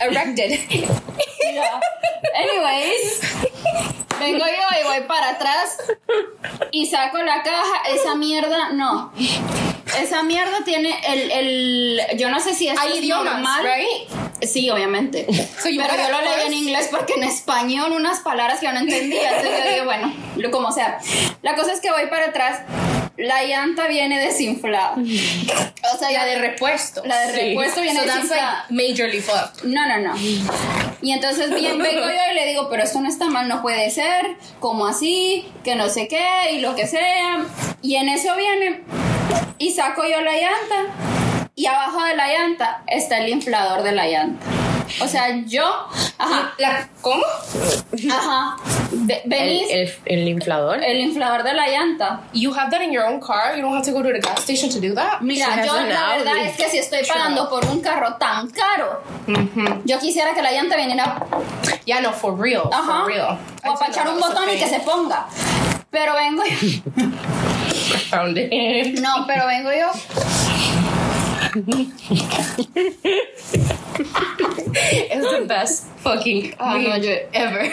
erected.
Ya. Anyways, vengo yo y voy para atrás y saco la caja. Esa mierda, no. Esa mierda tiene el. el yo no sé si es
Hay idiomas,
normal.
right?
Sí, obviamente.
So you
Pero
gotta
yo lo leí en
first-
inglés porque en español unas palabras que yo no entendía. Entonces yo dije, bueno, lo- como sea. La cosa es que voy para atrás. La llanta viene desinflada. O sea,
La
ya
de
de
repuesto.
La de
Sí.
repuesto viene
So that's
desinflada.
like majorly fucked.
No, no, no. Y entonces bien vengo yo y le digo, pero esto no está mal, no puede ser, como así, que no sé qué, y lo que sea. Y en eso viene, y saco yo la llanta, y abajo de la llanta está el inflador de la llanta. O sea, yo, ajá,
La, ¿Cómo?
Ajá. Ve-
El,
Venís, el,
el- el
(laughs)
inflador. (laughs)
inflador de la llanta.
You have that in your own car. You don't have to go to the gas station to do that.
Mira,
She
yo
has an
la verdad
Audi.
es que si estoy pagando por un carro tan caro, yo quisiera que la llanta viniera
Yeah, no, for real.
Ajá.
For real.
Uh-huh. O apachar un botón y que se ponga. Pero vengo
se found it.
No, pero vengo yo.
(laughs) It's the best fucking
(laughs) Ah, no,
meme
yo- (laughs)
ever.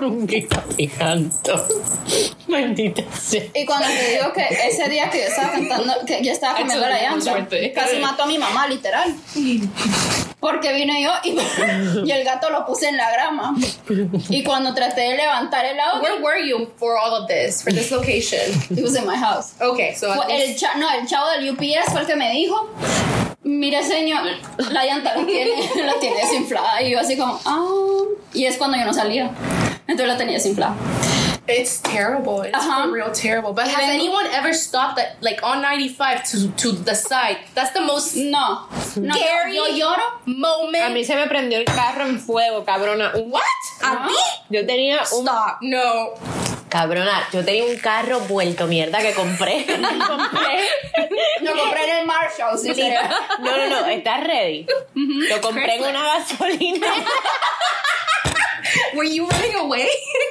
Maldita santo. Maldita sea.
Y cuando te digo que ese día que yo estaba cantando, que yo estaba comiendo la
Excelente,
llanta,
suerte.
casi mató a mi mamá, literal. Porque vine yo y, (laughs) y el gato lo puse en la grama. Y cuando traté de levantar el audio,
Where were you for all of this? For this location?
it was in my house.
Okay, so at
Fue
least-
el cha- no, el chavo del UPS fue el que me dijo, mire señor, la llanta la tiene, la tiene desinflada. Y yo así como, ah. Y es cuando yo no salía. Entonces la tenía desinflada.
It's terrible. It's
Uh-huh.
for real terrible. But has
Then-
anyone ever stopped at like on 95 to to the side? That's the most
No, no
Gary.
yo lloro.
moment.
A mí se me prendió el carro en fuego, cabrona. What?
¿A ti?
Uh-huh.
Yo tenía un
Stop. No.
Cabrona, yo tenía un carro vuelto mierda que compré. (laughs)
(laughs)
compré.
Lo compré en el Marshall, sí, señor.
No, no, no, estás ready. Lo compré en una
(laughs)
gasolina.
Were you running away?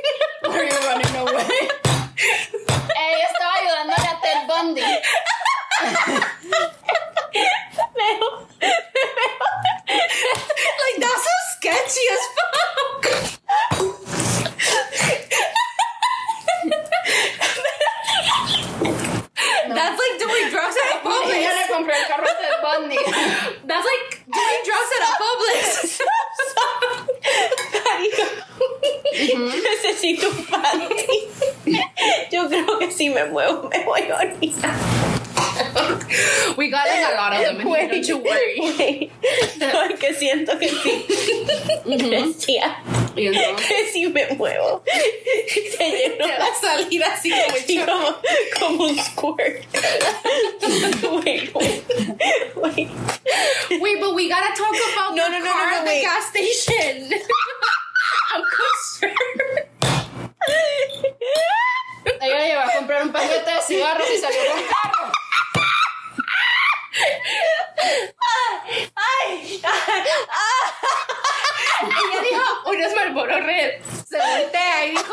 (laughs) Were you running away? Ella Eh, estaba ayudándole a Ted Bundy.
Leo.
like that's so sketchy as fuck. (laughs) That's like doing drugs at a
Ella
public.
le compró el carro a Ted Bundy.
That's like doing drugs at a public.
(laughs) Necesito un panty. Yo creo que si me muevo me voy a orinar.
we got like a lot of them.
Wait.
Don't you worry.
Güey, Porque siento que sí. Decía
Y entonces,
que si me muevo se llenó (laughs) la
salir así (laughs)
así como, como un squirt. Wait, wait, wait.
Wait, but we gotta talk about
No,
the
no, no,
car
no, no,
at the
wait.
gas station. I'm concerned.
ella le llevó a comprar un paquete de cigarros y salió con carro.
Ay,
Ella dijo unos Marlboro Red. Se voltea y dijo,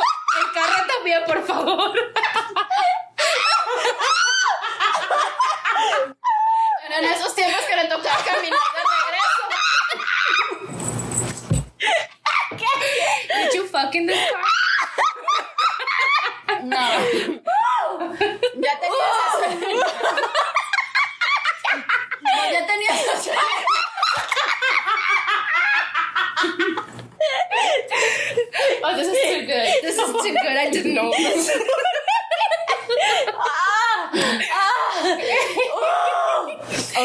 el carro también, por favor.
Eran esos tiempos que le tocaba caminar de regreso.
Did you fuck in this car?
No. Ya tenía esa sueño. Ya tenía esa sueño.
Oh, this is too good. This is too good. I didn't know. this.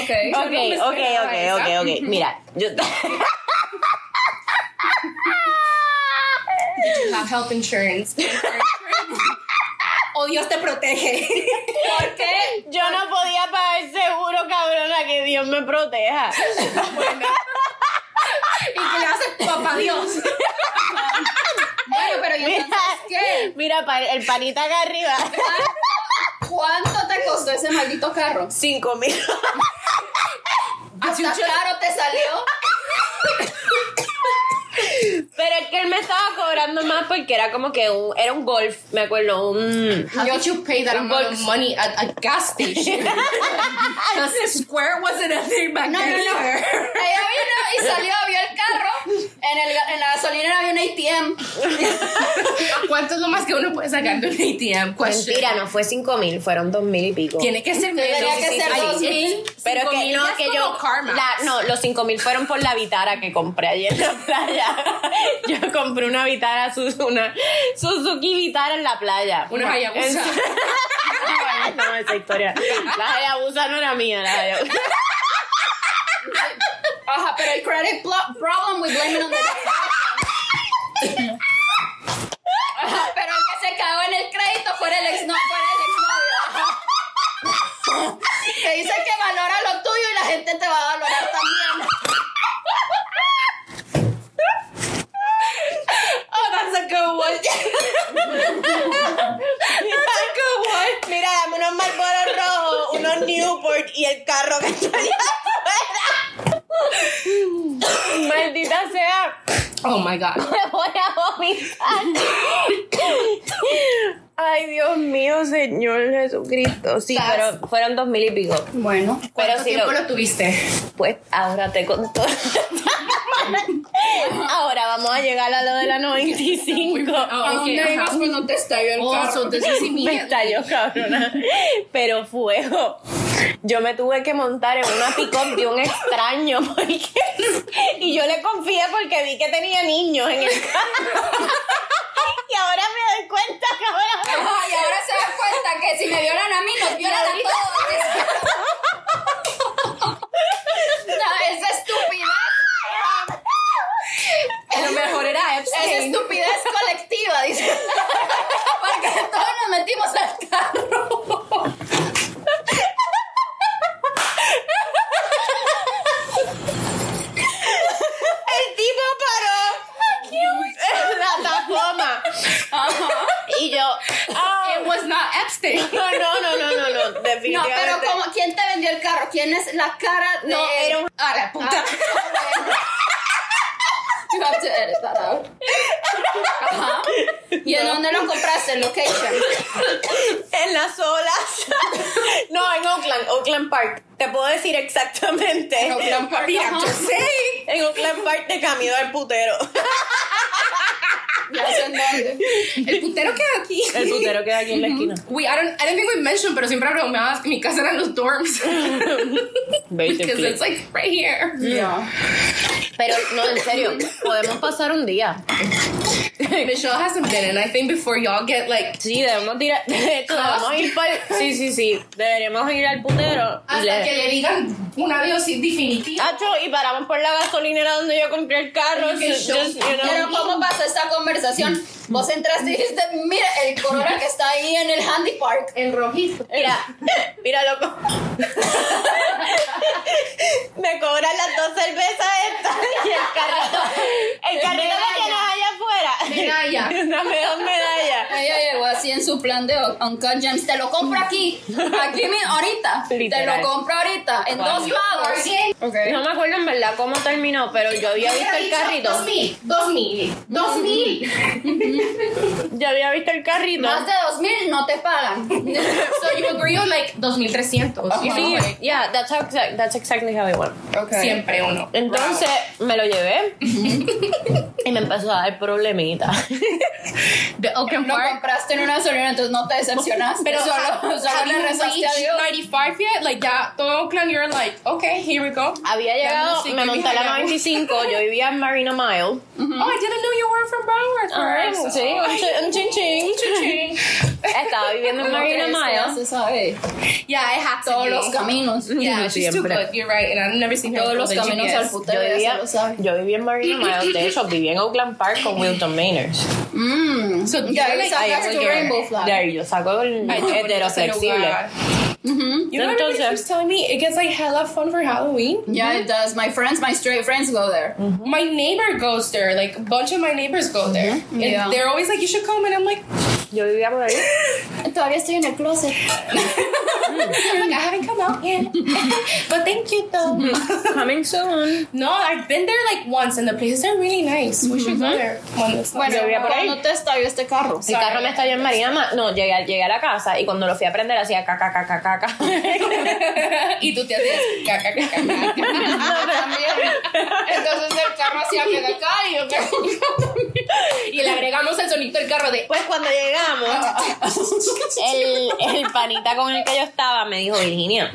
okay.
Ok, ok, ok, ok, ok. Mira, yo.
You have health insurance. oh, Dios te protege.
¿Por qué?
Yo no podía pagar seguro, cabrona, que Dios me proteja.
y que le hace papá Dios.
Bueno, pero ¿y entonces qué?
Mira, pa- el panita acá arriba.
¿Cuánto te costó ese maldito carro?
Cinco mil.
Hasta caro te salió.
Pero es que él me estaba cobrando más porque era como que un, era un golf, me acuerdo, un...
How did you pay that amount of money at a gas station? the square wasn't a thing back
No, no,
then
no.
either.
Ella vino y salió, vio el carro. En, el, en la gasolinera había un ATM.
¿Cuánto es lo más que uno puede sacar de un ATM? Question.
Mentira, no fue cinco mil, fueron dos mil y pico.
Tiene que ser menos.
Tendría que ser
Ay,
dos mil.
Pero
cinco
que
mil
no,
ya es
que
como
yo...
karma.
la- no, los cinco mil fueron por la vitara que compré ayer en la playa. (laughs) Yo compré una vitara, Suzu- una Suzuki vitara en la playa.
Una
En-
hayabusa.
(laughs) no, esa historia. La Hayabusa no era mía, la Hayabusa.
Ajá, pero el credit plo- problem we blame it on the Ajá, pero el que se cagó en el crédito fue el ex no, fue el exnovio. ajá. Que dice que valora lo tuyo y la gente te va a valorar también.
short y el carro que está allá afuera. Maldita sea,
Oh my god.
(laughs) me voy a vomitar. Ay, Dios mío, Señor Jesucristo. Sí,
Estás-
pero fueron dos mil y pico.
Bueno.
¿Cuánto
Pero si
tiempo
lo,
lo, tuviste?
pues ahórrate con
(laughs)
todo. Ahora vamos a llegar a lo de la 95.
Oh, ok, ajá.
cuando te estalló el
Oh, so this
(laughs)
is
Me
immediate.
estalló, cabrona. Pero fuego. Yo me tuve que montar en una pick-up de un extraño porque y yo le confié porque vi que tenía niños en el carro. Y ahora me doy cuenta, cabrona.
Ay, ahora se da cuenta que si me violan a mí, nos violan a todos. No, esa estupidez.
Lo mejor era
Esa
Epstein.
estupidez colectiva, dice. Porque todos nos metimos al carro.
El tipo paró. La tacoma. Y yo. ah,
It was not Epstein.
No, no, no, no, no, no. Definitivamente.
No, pero como, ¿quién te vendió el carro? ¿Quién es la cara de.?
No, era un-
A la puta. You have to edit that out. Ajá. ¿Y en dónde lo compraste? ¿En location?
En las olas. No, en Oakland, Oakland Park. Te puedo decir exactamente. En
Oakland Park, ajá.
sí. En Oakland Park te camino al putero.
Ya sé en dónde.
El putero queda aquí.
El putero queda aquí en la esquina.
We, I don't, I don't think we mentioned, pero siempre bromeabas que mi casa eran los
(laughs)
dorms. Because it's like right here.
Yeah.
Pero no, en serio, podemos pasar un día.
Michelle hasn't been, and I think before y'all get like.
Sí, debemos ir. a- (laughs) de hecho, debemos ir para. Sí, sí, sí. Deberíamos ir al putero. Y
Hasta que le digan un adiós definitivo.
Acho, y paramos por la gasolinera donde yo compré el carro.
You can
Just,
show-
just, you know.
Pero ¿cómo pasó esta conversación? Vos entraste y dijiste, mira el Corona que está ahí en el Handy Park.
En rojito.
Mira, (laughs) mira loco. Me cobran las dos cervezas estas (laughs) y el carrito. El carrito que tienes allá afuera.
Medalla.
(laughs) Dame dos medallas.
Ella llegó así en su plan de Uncut Gems. Te lo compro aquí. Aquí mi- ahorita. Te
Literal.
lo compro ahorita. En
Wow.
dos pagos.
No me acuerdo en verdad cómo terminó, pero yo había visto el carrito.
2000, 2000, 2000.
Yo había visto el carrito.
Más de dos mil no te (laughs) pagan.
So you agree on like 2300. you know,
Sí,
like,
yeah, that's, how exact- that's exactly how it went.
Siempre uno.
Entonces me lo
(laughs)
llevé y me empezó a dar problemita.
The Oakland
Lo compraste en una solera, entonces no te decepcionaste.
Pero
solo,
ha-
solo
have
le
you
rezaste a
reached
Dios.
95 yet? Like ya todo Oakland, you're like, okay, here we go.
Había llegado, me monté a la 95, yo vivía en Marina Mile.
Oh, I didn't know you were from Broward.
Ah,
first.
sí,
Oh,
un, chi- un chin chin.
ching, ching.
(laughs) Estaba viviendo
(laughs)
en
¿Cómo
Marina
crees que ya
Mile.
se sabe
Yeah, I had to
todos
be.
los
(laughs)
caminos.
Yeah, she's too
Siempre.
good. You're right, and I've never seen her.
Todos
with
los
the
caminos
GPS.
al
Yo
putero ya
vivía,
se lo sabe.
yo vivía en Marina Mile, de hecho viví en Oakland Park con Wilton Mayners.
Mm.
So
Ya
you're
ahí
like,
sacas
I
tu
agree.
rainbow flag.
De ahí yo saco el
Ay, qué bonito
heteroflexible.
ese lugar.
Ujú.
You know what everybody
Entonces-
keeps telling me? It gets like hella fun for Halloween.
Yeah, it does. My friends, my straight friends go there.
My neighbor goes there. Like a bunch of my neighbors go there, and
Yeah.
they're always like, "You should come," and I'm like,
Yo vivía por ahí.
Todavía estoy en el closet.
I'm like, I haven't come out yet, but thank you though.
(laughs) Coming soon.
No, I've been there like once, and the places are really nice. We should go there one that's not-
Bueno,
Yo vivía por ahí.
cuando te estalló este carro.
El carro me estalló en Marina Mile. No, llegué, a- llegué a la casa y cuando lo fui a prender hacía caca, caca, caca. (laughs)
y tú te haces caca, caca,
(laughs)
caca.
Entonces el carro hacía que acá
(laughs)
y yo
y le agregamos el sonido del carro de.
Pues cuando llegamos, el, el panita con el que yo estaba me dijo, Virginia,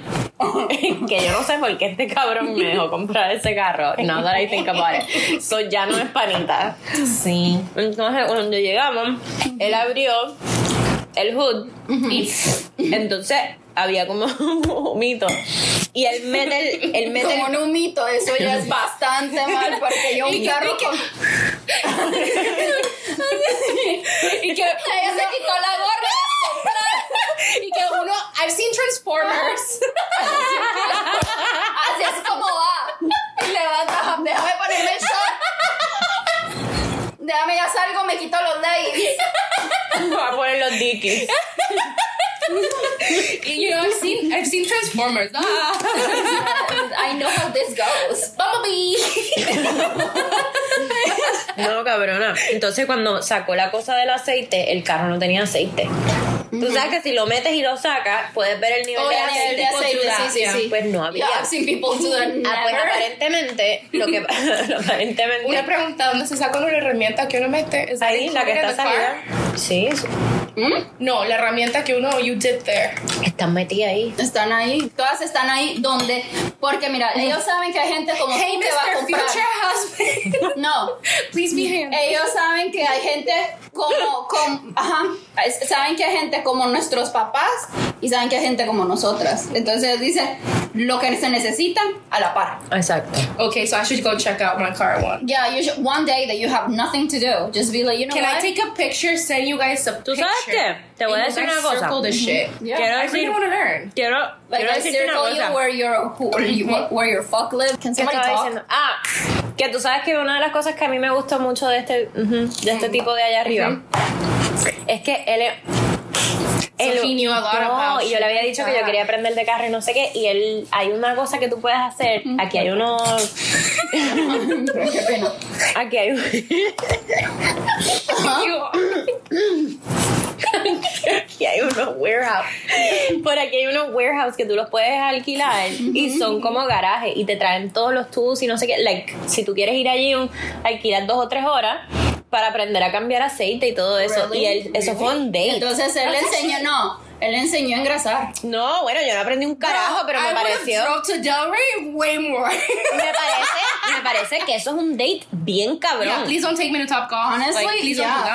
(laughs) que yo no sé por qué este cabrón me dejó comprar ese carro. Now that I think about it. So ya no es panita. Sí. Entonces cuando llegamos, él abrió el hood. Entonces había como (laughs) un humito. Y él mete el, él mete el
Como un humito, eso ya es bastante mal porque
(laughs)
yo un carro con...
y que
Ella se quitó la gorra.
y que uno, I've seen Transformers.
Así es como va. Y levanta, déjame ponerme el short. Déjame, ya salgo, me quito los leggings.
Voy a poner los dickies.
you know, I've seen I've seen Transformers. Ah.
I know how this goes.
Bumblebee.
No, cabrona. Entonces, cuando sacó la cosa del aceite, el carro no tenía aceite. Tú sabes que si lo metes y lo sacas, puedes ver el nivel
Oh,
de
ya,
aceite.
el de
tipo
aceite,
ciudad.
sí, sí, sí.
Pues no
Yeah,
había.
I've seen people do that.
Ah, pues
Never.
aparentemente, lo
(laughs)
que aparentemente
Una pregunta, ¿dónde se saca una herramienta que uno mete? Is that
ahí la que
included
está
in the car?
salida. Sí, sí.
No, la herramienta que uno you did there.
están metidas ahí.
Están ahí.
Todas están ahí donde, porque mira, ellos saben que hay gente como
Hey,
tú que va a
Mr.
comprar.
Future
(laughs)
Husband.
No,
Please be handy.
ellos saben que hay gente como, como ajá, es- saben que hay gente como nuestros papás y saben que hay gente como nosotras. Entonces dicen lo que se necesita a la par.
Exacto.
Okay, so I should go check out my car one.
Yeah, you should, one day that you have nothing to do, just be like, you know
Can I
what?
take a picture? Send you guys a
¿Tú
picture.
sabes qué? Te voy a
And you
decir
guys
una cosa.
Circle the shit.
Yeah.
Quiero
I really
decir,
want to learn.
quiero,
like
quiero
I
decirte una
circle you
cosa.
where your who- where you where your fuck live. Can
¿Qué
somebody
estaba
(laughs) talk?
diciendo? Ah, que tú sabes que una de las cosas que a mí me gusta mucho de este, ujú, de este tipo de allá arriba es que él es. él-
So he knew a lot
no,
about
y yo le había
shit
dicho
like
que yo
that.
quería aprender de carro y no sé qué. Y él, hay una cosa que tú puedes hacer. Aquí hay uno.
Qué pena.
Aquí hay un. (laughs) aquí hay unos warehouse. Por aquí hay unos warehouse que tú los puedes alquilar y son como garajes y te traen todos los tubos y no sé qué. Like, si tú quieres ir allí, un- alquilar dos o tres horas para aprender a cambiar aceite y todo eso.
Really?
Y él- eso fue un date.
Entonces él le enseñó, no, él le enseñó a engrasar.
no, bueno, yo no aprendí un carajo, pero me
I would've
pareció.
drove to Delray way more.
Me parece, me parece que eso es un date bien cabrón.
yeah, please don't take me to Top Golf.
Honestly,
like, please
yeah.
don't do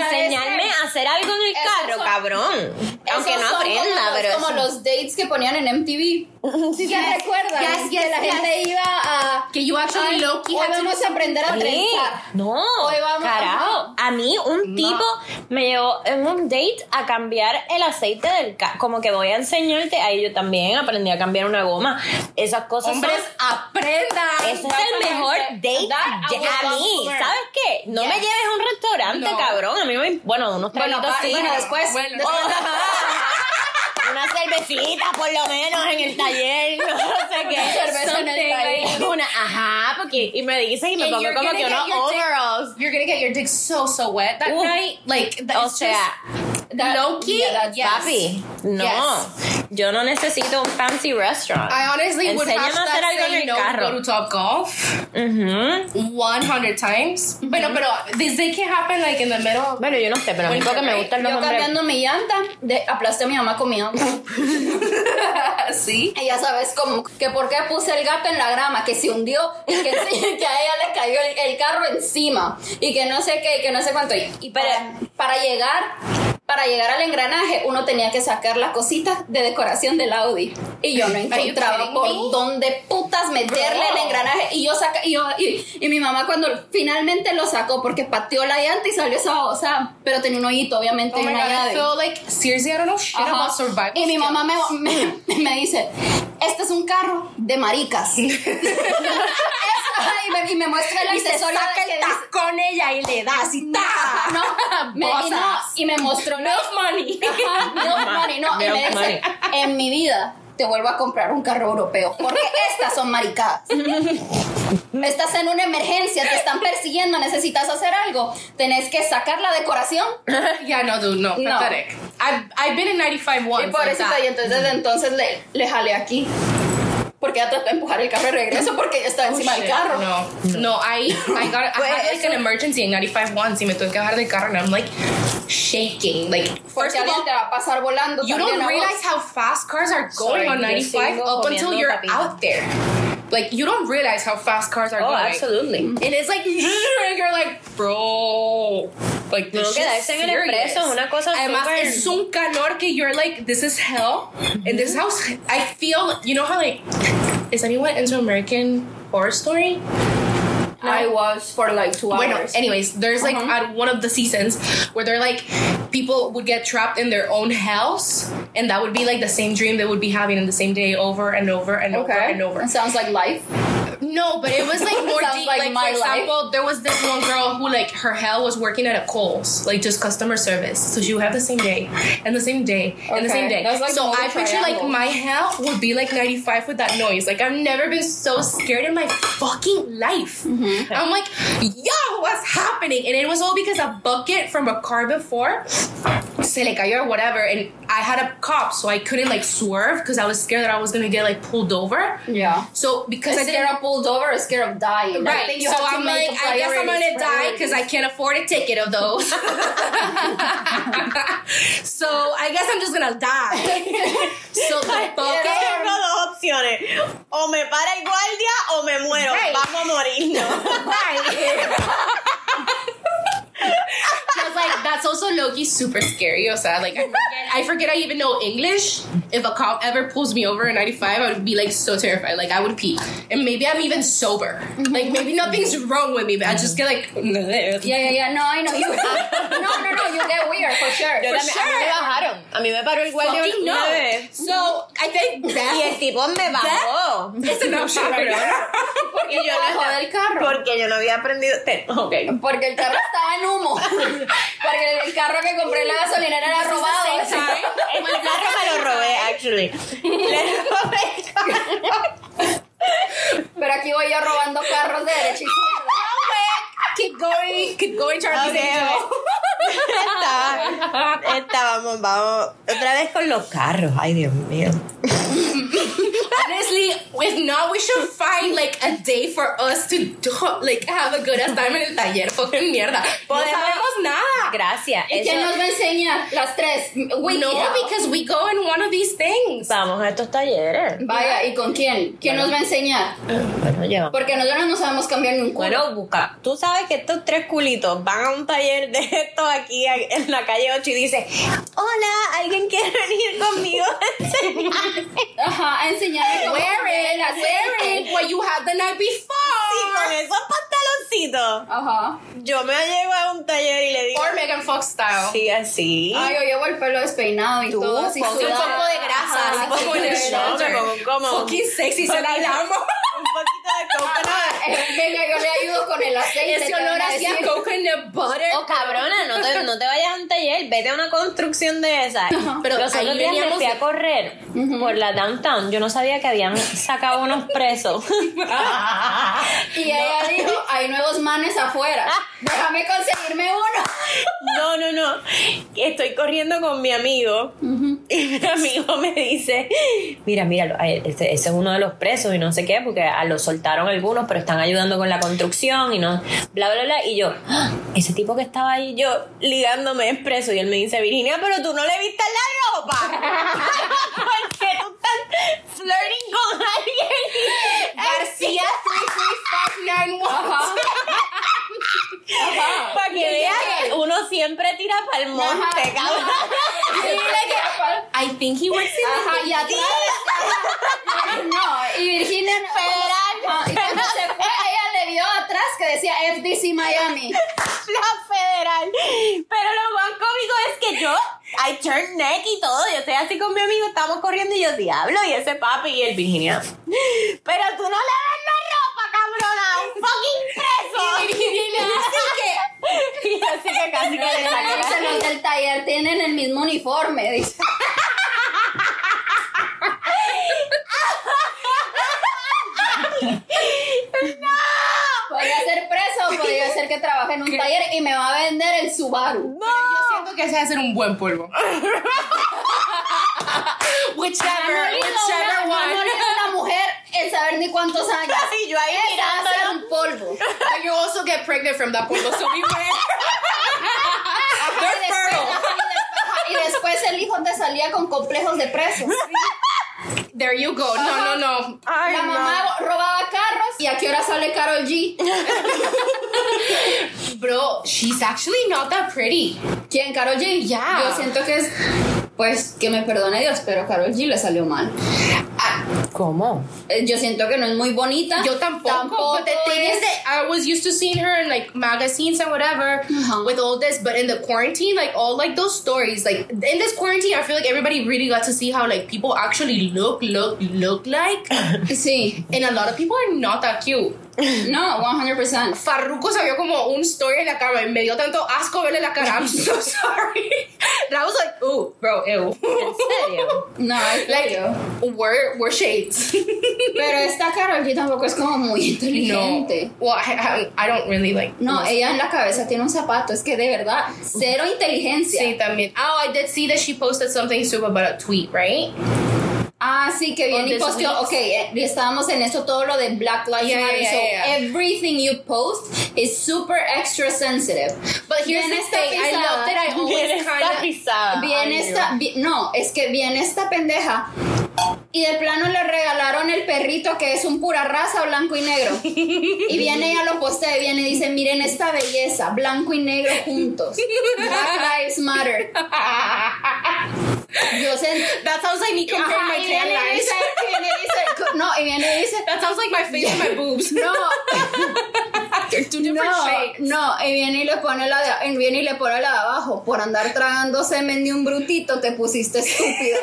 that.
Enseñarme
¿Sabes
a hacer algo en el
Esos
carro,
son-
cabrón. (laughs) Aunque
Esos
no
son como
aprenda,
los-
pero
como
eso-
los dates que ponían en MTV.
Sí, sí.
¿Ya recuerdan?
Yes,
que
yes,
la
yes.
gente iba a
Que you actually low key
hoy
had to
vamos a aprender a
Sí.
trenzar.
No,
Hoy vamos a-
carajo. A mí un tipo me llevó en un date a cambiar el aceite del carro. Como que voy a enseñarte. Ahí yo también aprendí a cambiar una goma. Esas cosas son-
Hombres, aprendan.
Ese es el mejor date
That I
de-
would
a
love
mí.
to learn.
¿Sabes qué? No me
Yes.
lleves a un restaurante,
No.
cabrón. A mí me... Bueno, unos
Bueno,
traguitos
pa-
sí.
bueno, después.
Bueno.
(laughs) después-
(laughs) Una cervecita, por lo menos, en el taller. (laughs) No sé qué.
Una cerveza en el
Something like- Una, ajá, porque... Y me dices y me
And
pongo
you're
como
gonna
que
get
unos
your dick-
overalls.
You're gonna get your dick so so wet that
Ooh.
night. Like
O
that's
sea,
just low key.
yeah, that's
yes.
papi, no. Yo no necesito un fancy restaurant.
I honestly would
Enséñame
have
a hacer
that
algo en
say
el
no
carro.
go to Top Golf
Ujú.
100 times. Bueno, pero this day can happen like in the middle of
Bueno, yo no sé, pero a mí
Bueno,
porque me
right.
gustan los
Yo
hombres.
cambiando mi llanta, de, aplasté a mi mamá con mi
(laughs)
llanta.
sí.
Y ya sabes como que por qué puse el gato en la grama, que se hundió y que, enseñó (laughs) que a ella le cayó el, el carro encima y que no sé qué y que no sé cuánto. Y, y para, para llegar para llegar al engranaje uno tenía que sacar las cositas de decoración del Audi y yo no encontraba
kidding
por
me?
dónde putas meterle el engranaje y yo saca y, yo- y, y mi mamá cuando finalmente lo sacó porque pateó la llanta y salió esa cosa, pero tenía un hoyito obviamente
Oh
y
my
una
god, I
llave.
feel like seriously I don't know shit
Ajá.
about survival.
(laughs) Y mi mamá me, me, me dice, este es un carro de
(laughs)
maricas. Eso, y, me, y me muestra el accesorio de que dice-
con ella y le das y
(laughs) No, me, y, no,
Bozas.
y me mostró la-
Milk money.
(laughs)
Ajá, milk money, no, y me
Milk money.
dice, en mi vida te vuelvo a comprar un carro europeo porque estas son maricadas. Estás en una emergencia, te están persiguiendo, necesitas hacer algo, tenés que sacar la decoración
yeah, no, dude, no,
No.
pathetic. I've I've been in 95 once.
Y por
like
eso,
that.
y entonces desde entonces le, le jalé aquí. Porque ella trató de empujar el carro de regreso porque ella estaba encima del
Oh, Shit,
carro.
No, no, I, I got, I had like
eso-
an emergency in 95 once y me tuve que bajar del carro and I'm like shaking. Like,
Porque
first of
alguien
all,
te va a pasar volando.
you
también
don't
a vos.
realize how fast cars are going
Sorry,
on
yo
95
sigo
up until
comiendo
you're
papita.
out there. Like, you don't realize how fast cars are
Oh,
going.
absolutely.
And it's like, (laughs) and you're like, bro. Like,
No,
this shit's
quedarse en el
serious.
expreso es una cosa
Además,
súper-
es un calor que you're like, this is hell. And this house, I feel, you know how like, is anyone into American Horror Story?
I was for like two
Bueno,
hours.
anyways, there's like
Uh-huh.
at one of the seasons where they're like people would get trapped in their own house, and that would be like the same dream they would be having in the same day over and over and over and over.
It sounds like life.
No, but it
(laughs)
was like more
Sounds
deep.
like
Like,
my
for example, there was this one girl who like her hell was working at a Kohl's, like just customer service. So she would have the same day and the same day and the
Okay,
same day.
that's like
so
another
I picture
triangle.
like my hell would be like 95 with that noise. Like I've never been so scared in my fucking life.
Mm-hmm.
I'm like, yo, what's happening? And it was all because a bucket from a car before se le cayó or whatever, and I had a cop, so I couldn't like swerve because I was scared that I was gonna get like pulled over.
Yeah.
So because I didn't
Scared of pulled over or scared of dying. I
Right.
think you
so
have to
I'm
make
like,
a
I guess I'm gonna
priorities,
die because I can't afford a ticket of those. (laughs) so I guess I'm just gonna die. so
(laughs)
the bucket.
Tengo dos opciones. O me para el guardia o me muero.
Right.
Vamos a (laughs) morirnos.
Right. I was like, that's also Loki super scary. O sea, like I forget, I forget I even know English. If a cop ever pulls me over in 95, I would be like so terrified. Like I would pee. And maybe I'm even sober.
Mm-hmm.
Like maybe nothing's wrong with me, but I just get like
Yeah, yeah, yeah. No, I know. You,
(laughs)
no, no, no. You get weird for sure.
Yo
For
también- a mí me bajaron. A mí me paró el guardia
fucking
una
no.
vez.
So I (laughs) think
Y
that
el tipo me bajó.
is an option right now.
Porque
(laughs)
Y yo
se
no-
bajó del carro.
Porque yo no había aprendido. Ten- Ok.
Porque el carro estaba en
(laughs)
humo. Porque el carro que compré en la gasolinera era robado.
At the
(laughs)
same time,
El carro me lo robé, actually. Le robé el carro.
Pero aquí voy yo robando carros de derecha y
(laughs)
izquierda.
Keep going, keep going, Charlie.
Ok, a ver. Está- está, vamos, vamos. Otra vez con los carros. Ay, Dios mío.
Honestly, if not, we should find like a day for us to do, like have a good ass time en el taller. Fucking mierda. No
Podemos-
sabemos nada.
Gracias.
¿Y quién
Eso-
nos va a enseñar? Las tres. Wiki.
No, because we go in one of these things.
Vamos a estos talleres.
Vaya, ¿y con quién? ¿Quién nos va a enseñar?
Bueno, llevamos.
Porque nosotros no sabemos cambiar ni un culo.
Bueno, busca. Tú sabes que estos tres culitos van a un taller de estos aquí a- en la calle 8 y dice, hola, ¿alguien quiere venir conmigo? a enseñar?"
Ajá, enseñar.
Wear it,
las
wear it, what you had the night
y con
before.
esos pantaloncitos,
Ajá.
yo me llego a un taller y le digo,
Or Megan Fox style.
sí, así.
Ay, yo llevo el pelo despeinado y
Tú,
todo así.
ponte un
sudada.
poco de grasa,
Ajá,
así como en el
sí,
yo me pongo como un,
Fucking sexy, se la amo.
(laughs) un poquito de coconut.
Ah, eh, Venga, yo le ayudo con el aceite.
Ese
te
olor
van a
hacia
decir.
coconut butter.
Oh, cabrona, no te, no te vayas a un taller, vete a una construcción de esa.
Pero
Los
ahí
otros días me
veníamos
fui
de-
a correr por la downtown. Yo no sabía que habían sacado unos (laughs) presos. Ah,
Y ella dijo, hay nuevos manes afuera.
Ah.
Déjame conseguirme uno.
No, no, no. Estoy corriendo con mi amigo (laughs) y mi amigo me dice, mira, mira, a- este- ese es uno de los presos y no sé qué, porque a los soltaron algunos, pero están ayudando con la construcción y no, bla, bla, bla. Y yo, "Ah, ese tipo que estaba ahí yo ligándome es preso y él me dice, Virginia, pero tú no le viste la ropa. (laughs) ¿Por qué tú estás flirting con
(laughs)
alguien?
García 33591.
Ajá. Ajá.
Para que veas que uno siempre tira para el monte,
Ajá.
cabrón.
(laughs)
I think he works in
Ajá, y atrás. Ay, (laughs) No, y Virginia no- Ajá, Y cuando se fue, ella le vio atrás que decía FDC Miami.
la federal. Pero lo más cómico es que yo, I turn neck y todo. Yo estoy así con mi amigo, estamos corriendo y yo, diablo, y ese papi y el Virginia. Pero tú no le das la ropa, cabrona, a un fucking preso.
(laughs)
(laughs) Y así que casi que le saqué la-
Dice, los
(laughs)
del taller tienen el mismo uniforme. Dice. Podría ser preso, podría ser que trabaje en un taller y me va a vender el Subaru.
Yo Oh, siento que ese va a ser un buen polvo. whichever, whichever
No
one.
morir una mujer en saber ni cuántos
(laughs)
años.
Y yo ahí
Esa va a ser
mirándolo.
un polvo.
And you also get pregnant from that polvo, so beware.
Y después-
They're fertile.
ajá, Y después el hijo te salía con complejos de preso.
There you go. No, no, no.
Ay,
La
no.
mamá robaba carros y a qué hora sale Carol G.
Bro, she's actually not that pretty.
¿Quién? Carol G.
Ya.
Yo siento que es. Pues que me perdone Dios, pero Carol G le salió mal.
Ah,
¿Cómo?
Eh, Yo siento que no es muy bonita.
Yo tampoco. pues, But the
Tampoco
thing
es-
is that I was used to seeing her in like magazines and whatever
Uh-huh.
with all this, but in the quarantine, like all like those stories, like in this quarantine, I feel like everybody really got to see how like people actually look, look,
(coughs)
look like,
Sí.
and a lot of people are not that cute.
No, 100%.
Farruko se vio como un story en la cama y me dio tanto asco verle
(laughs)
la cara. I'm so sorry. (laughs) And I was like, ooh, bro, ew.
¿En serio?
No, es
Like,
serio.
(laughs) we're, we're shades.
Pero esta Karol G tampoco es como muy inteligente.
(laughs) No. Well, I, I, I don't really like.
No, ella en la cabeza tiene un zapato. Es que de verdad, cero inteligencia.
Sí, también. Oh, I did see that she posted something stupid about a tweet, right?
Ah, sí, que
On
bien y
this
posteó.
week's-
Ok, eh, estábamos en esto todo lo de Black Lives
Yeah,
Matter.
yeah,
so
yeah, yeah.
everything you post is super extra sensitive.
But here's
Bien
the thing. I
estapizada.
love that I always
está
kind of.
pisada.
Bien
Ay,
esta, vi- no, es que bien esta pendeja. Y de plano le regalaron el perrito que es un pura raza blanco y
(laughs)
negro. Y viene ella lo postea y viene y dice, miren esta belleza, blanco y negro juntos. Black Lives Matter. Yo sentí...
That sounds like me comparing
Ajá,
my
y
tan
viene y
lines.
dice, y viene y dice, no, y viene y dice,
That sounds like my face
(laughs)
and my boobs.
no,
They're two different
no,
shades.
no, y viene y le pone la de, y viene y le pone la de abajo, por andar tragando semen de un brutito te pusiste
(laughs)
estúpido.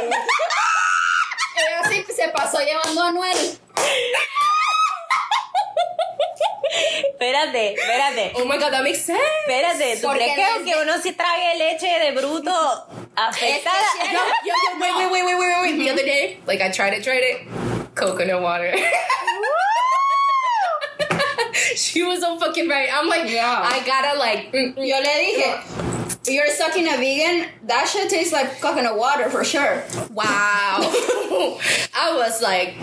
Ella sí se pasó llevando a Noel.
Espérate, espérate.
Oh my god, that makes sense.
Espérate, ¿tú
Porque
crees que
desde-
aunque uno si trague leche de bruto afecta?
Es que sí,
Yo, yo, yo, wait, wait, wait, wait, wait, wait. The other day, like I tried it, tried it. Coconut water. (laughs) she was so fucking right. I'm like,
Yeah.
I gotta like. mm, mm.
Yo le dije, you're sucking a vegan, that shit tastes like coconut water for sure.
Wow. I was like,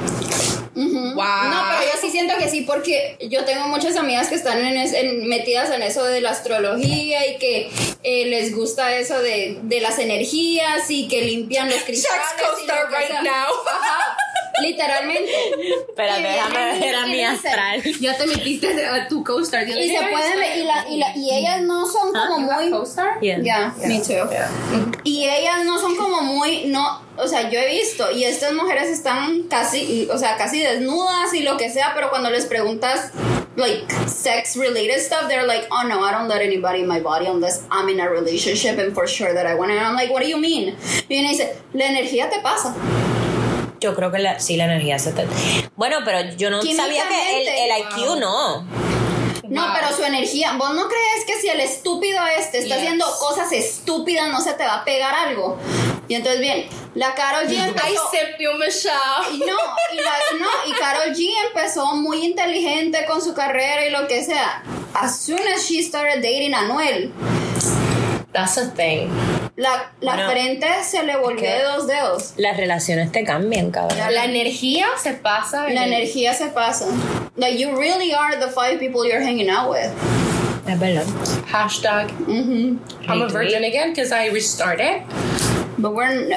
Mm-hmm. ah. wow.
No, pero yo sí siento que sí, porque yo tengo muchas amigas que están en es- en- metidas en eso de la astrología y que eh, les gusta eso de, de las energías y que limpian los cristales.
Jack's
y lo
co-star
que
right
sea.
now.
Ajá, literalmente.
Espérate, déjame ver a mi astral.
Ya te metiste a tu co-star.
Y se pueden ver- y, la- y, la- y ellas no son como muy...
co-star?
Ya, me too. Y ellas no son como muy, no, o sea, yo he visto y estas mujeres están casi, o sea, casi desnudas y lo que sea, pero cuando les preguntas like sex related stuff, they're like, oh no, I don't let anybody in my body unless I'm in a relationship and for sure that I want it. And I'm like, what do you mean? Y viene y dice, la energía te pasa.
Yo creo que la, sí, la energía se te... Bueno, pero yo no sabía que el, el IQ no.
No,
Wow.
pero su energía, ¿vos no crees que si el estúpido este está
Yes.
haciendo cosas estúpidas no se te va a pegar algo? Y entonces bien, la Carol G empezó-
I sip you,
Y
Michelle.
No, y, la- no, y Carol G empezó muy inteligente con su carrera y lo que sea. As soon as she started dating a Noel,
That's a thing.
la, la
Bueno.
frente se le volvió de dos dedos.
Las relaciones te cambian, cabrón.
La energía se pasa.
La
en-
energía se pasa. Like, you really are the five people you're hanging out with.
Es verdad.
Hashtag. I'm a virgin again because I restarted.
But we're... n-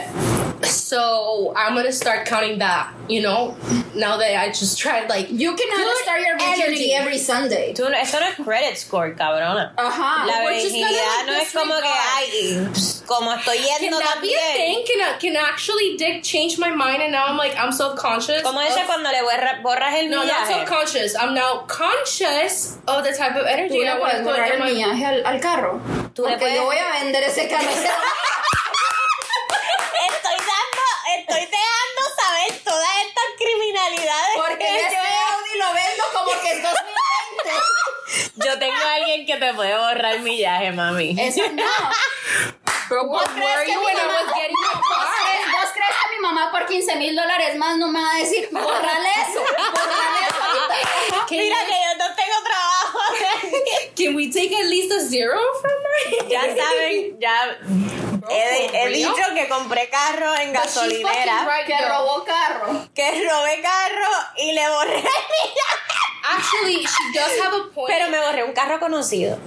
So I'm gonna start counting that, you know? Now that I just tried, like,
You cannot
Good
start your virginity
energy.
every Sunday.
Tú no- eso no es credit score, cabrona.
Ajá.
La
we're just gonna,
virginidad
like,
no es como que,
disregard.
ay, pss, como estoy
can
yendo
that be a
también.
thing? Can, I, can actually dick change my mind and now I'm like, I'm self conscious?
Como dice cuando le borra- borras el
No, not
millaje.
self conscious. I'm now conscious of the type of
Tú
energy
le
I want to
puedes
put
borrar
in
el
my
millaje al, al carro.
Tú le
Porque
puedes-
yo voy a vender
(laughs)
ese carro.
Estoy dando, estoy dejando saber todas estas criminalidades.
Porque
que
yo este Audi lo vendo como que es 2020.
(laughs) yo, yo tengo a alguien que te puede borrar el millaje, mami.
Eso
(laughs)
no.
Bro,
¿Vos
what
crees
were
que
you
mi
when I
mamá-
was getting my
¿Vos
car?
crees- vos crees que mi mamá por 15 mil dólares más no me va a decir, borrale eso, borrale eso ahorita"?
Mira que yo no tengo (laughs) trabajo.
Can we take at least a zero from
(laughs)
her?
ya saben, ya he, he
for real?
dicho que compré carro en gasolinera,
Right,
Que
girl.
robó carro.
que robé carro y le borré el millaje.
Actually, she does have a point.
Pero me borré un carro conocido.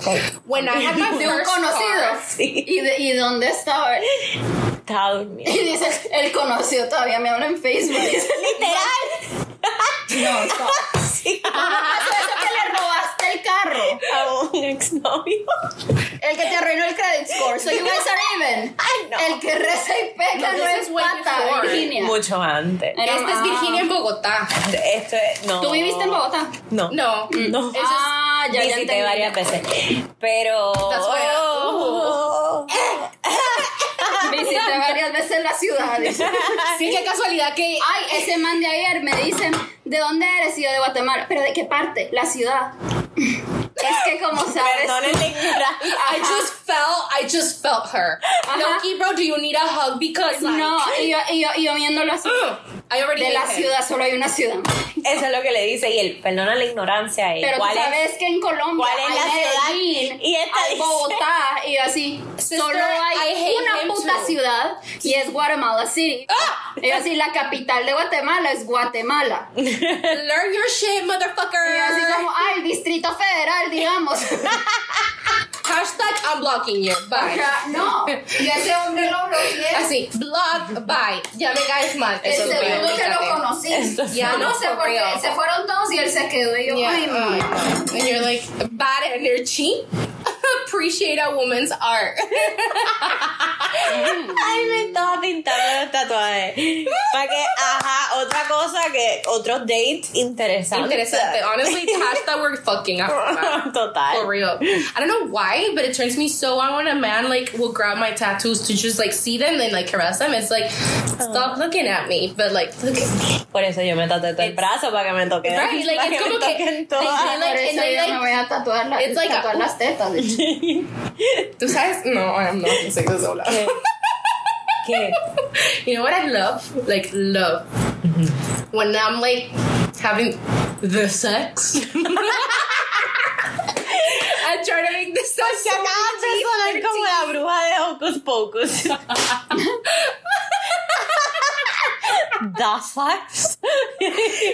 when I
(laughs)
had my
De un
first
conocido.
car,
Sí.
¿Y, de- y dónde estaba?
Estaba durmiendo.
Y dice, el conocido todavía me habla en Facebook. Dice,
Literal.
no, no.
(laughs) Sí.
¿Cómo pasó eso que le robaste el carro?
A un exnovio.
El que te arruinó el credit score. So you guys are even.
Ay, no.
El que reza y peca no,
this
es
is way
pata,
before. Ah.
Virginia. Virginia.
Mucho antes.
Era-
Esta es Virginia en Bogotá.
Este, no.
¿Tú viviste en Bogotá?
No.
No.
No.
Eso es-
ah, ya, ya
Visité
entendí.
varias veces. Pero.
That's why I-
Oh.
Visité varias veces la ciudad.
(laughs)
dice.
Sí, qué casualidad que.
Ay, ese man de ayer me dicen, ¿de dónde eres? Y yo de Guatemala. ¿Pero de qué parte? La ciudad. (laughs) Es que
(laughs)
como sabes...
Perdonen la ignorancia.
I
Uh-huh.
just felt, I just felt her.
Ajá.
Loki, bro, do you need a hug? Because like,
No, (sniffs) y yo, y yo, y yo viéndolo así.
Ugh, I already
De
(laughs)
hate
la
him.
ciudad, solo hay una ciudad.
Eso es lo que le dice. Y él, perdona la ignorancia. eh,
Pero tú
¿Cuál es?
sabes que en Colombia
cuál es
hay
la ciudad?
Medellín,
Y esta
hay
dice- (laughs)
Bogotá, y yo así,
Sister,
solo
I hate
hay
him
una puta
too.
ciudad y es
(laughs)
Guatemala City.
Ah.
Y yo así, la capital de Guatemala es Guatemala. Y
Learn your shit,
yo así
motherfucker.
como, ay, Distrito Federal, digamos.
(laughs)
Hashtag I'm blocking you. Bye.
Ajá, no, y ese hombre lo bloqueé.
Así, block, bye. Ya me caes mal.
El
Eso es
segundo
bueno,
que lo
fíjate.
conocí.
Esto
Ya,
no
no,
sé
for
por qué.
real.
Se fueron todos y él se quedó. Y yo,
Yeah,
ay,
oh my
mamá.
God. And you're like, bad energy. (laughs) Appreciate a woman's
(laughs)
art.
Ay, me estaba pintando los tatuajes. Para que, ajá, otra cosa que otros dates interesantes.
Interesante. Honestly, hashtag we're fucking after
(laughs)
that. For
Total.
real. I don't know why, but it turns me so on when a man like will grab my tattoos to just like see them and like caress them. It's like
Oh.
stop looking at me, but like look at me. (laughs)
Por eso yo me tatué todo el
It's-
brazo para que me (laughs) toquen.
Right, like,
para
it's
que me
como que-
toquen
like,
todas.
like-
Por
and
eso
they,
yo
like-
me voy a tatuar, la-
It's like a-
tatuar las tetas. de hecho.
(laughs) Tú sabes? No, I'm not gonna say this out loud.
¿Qué? ¿Qué?
You know what I love? Like love.
Mm-hmm.
When I'm like having
(laughs)
the sex. (laughs) I try to make the sex.
Se acaban de sonar como la bruja de Hocus
(laughs)
Pocus. Das facts.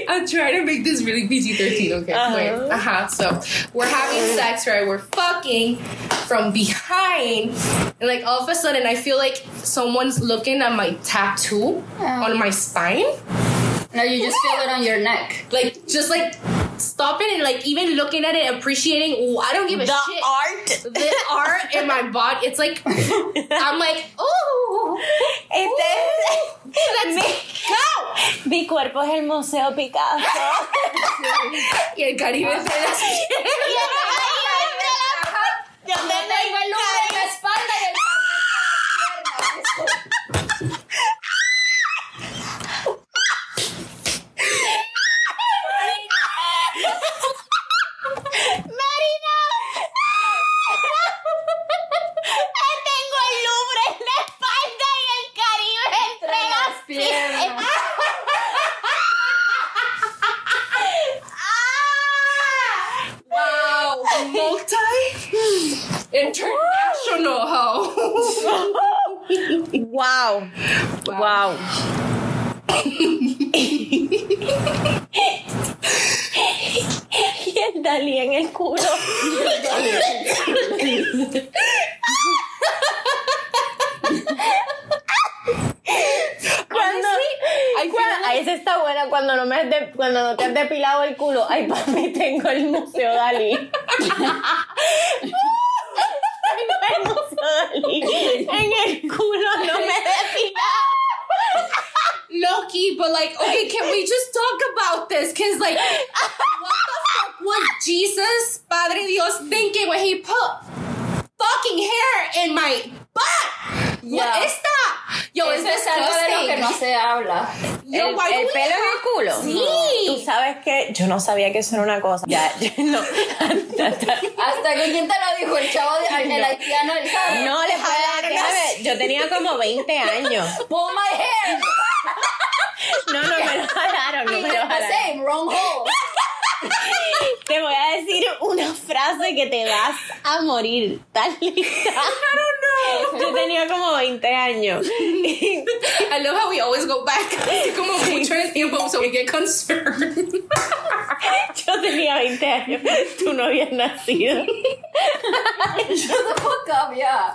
I'm trying to make this really PG 13, okay?
Uh-huh.
Wait. Uh huh. So we're having sex, right? We're fucking from behind. And like all of a sudden, I feel like someone's looking at my tattoo on my spine.
No, you just feel it on your
(laughs)
neck.
Like, just like stopping and like even looking at it, appreciating. "Ooh, I don't give a
The
shit.
art.
the art in my body. It's
(laughs)
like, I'm like, oh,
Este
that's me. Uh,
es- (laughs) Mi cuerpo es el Museo Picasso.
(laughs) Y el Caribe se
(laughs)
las
Yo te tengo el lugar
la espalda y el
(laughs) Tengo el Louvre en la espalda y el Caribe entre las à.
piernas.
Wow, multi international hoe.
Wow. Wow. y el Dalí en el culo. cuando, cuando- ay, esa está buena cuando no me has de- cuando no te has depilado el culo. Ay, papi, tengo el museo (laughs) Dalí. Tengo el museo Dalí en el culo, no me he depilado.
Loki, but like, okay, can we just talk about this? Cause like, what the fuck was Jesus, Padre Dios, thinking when he put fucking hair in my butt?
Yeah.
What is that? Yo, is
Eso
this
es algo de lo que no
disgusting?
se habla.
Yo,
el,
why do
el
we
pelo
have-
en el culo. Tú
Sí.
sabes que yo no sabía que eso era una cosa. Ya, no.
Hasta que quién te lo dijo, el chavo, de- el haitiano, el chavo.
No, le pagaron. Déjame, yo tenía como 20 años.
Pull my hair.
No, no me lo jalaron, no me lo
The
jalaron.
same, wrong hole. (laughs)
Te voy a decir una frase que te vas a morir. ¿Estás (laughs) lista? No, no. Yo tenía como 20 (laughs) años.
I love how we always go back. (laughs) Como mucho en el tiempo, so we get concerned.
Yo tenía 20 años. Tú no habías nacido.
Shut the fuck up, yeah.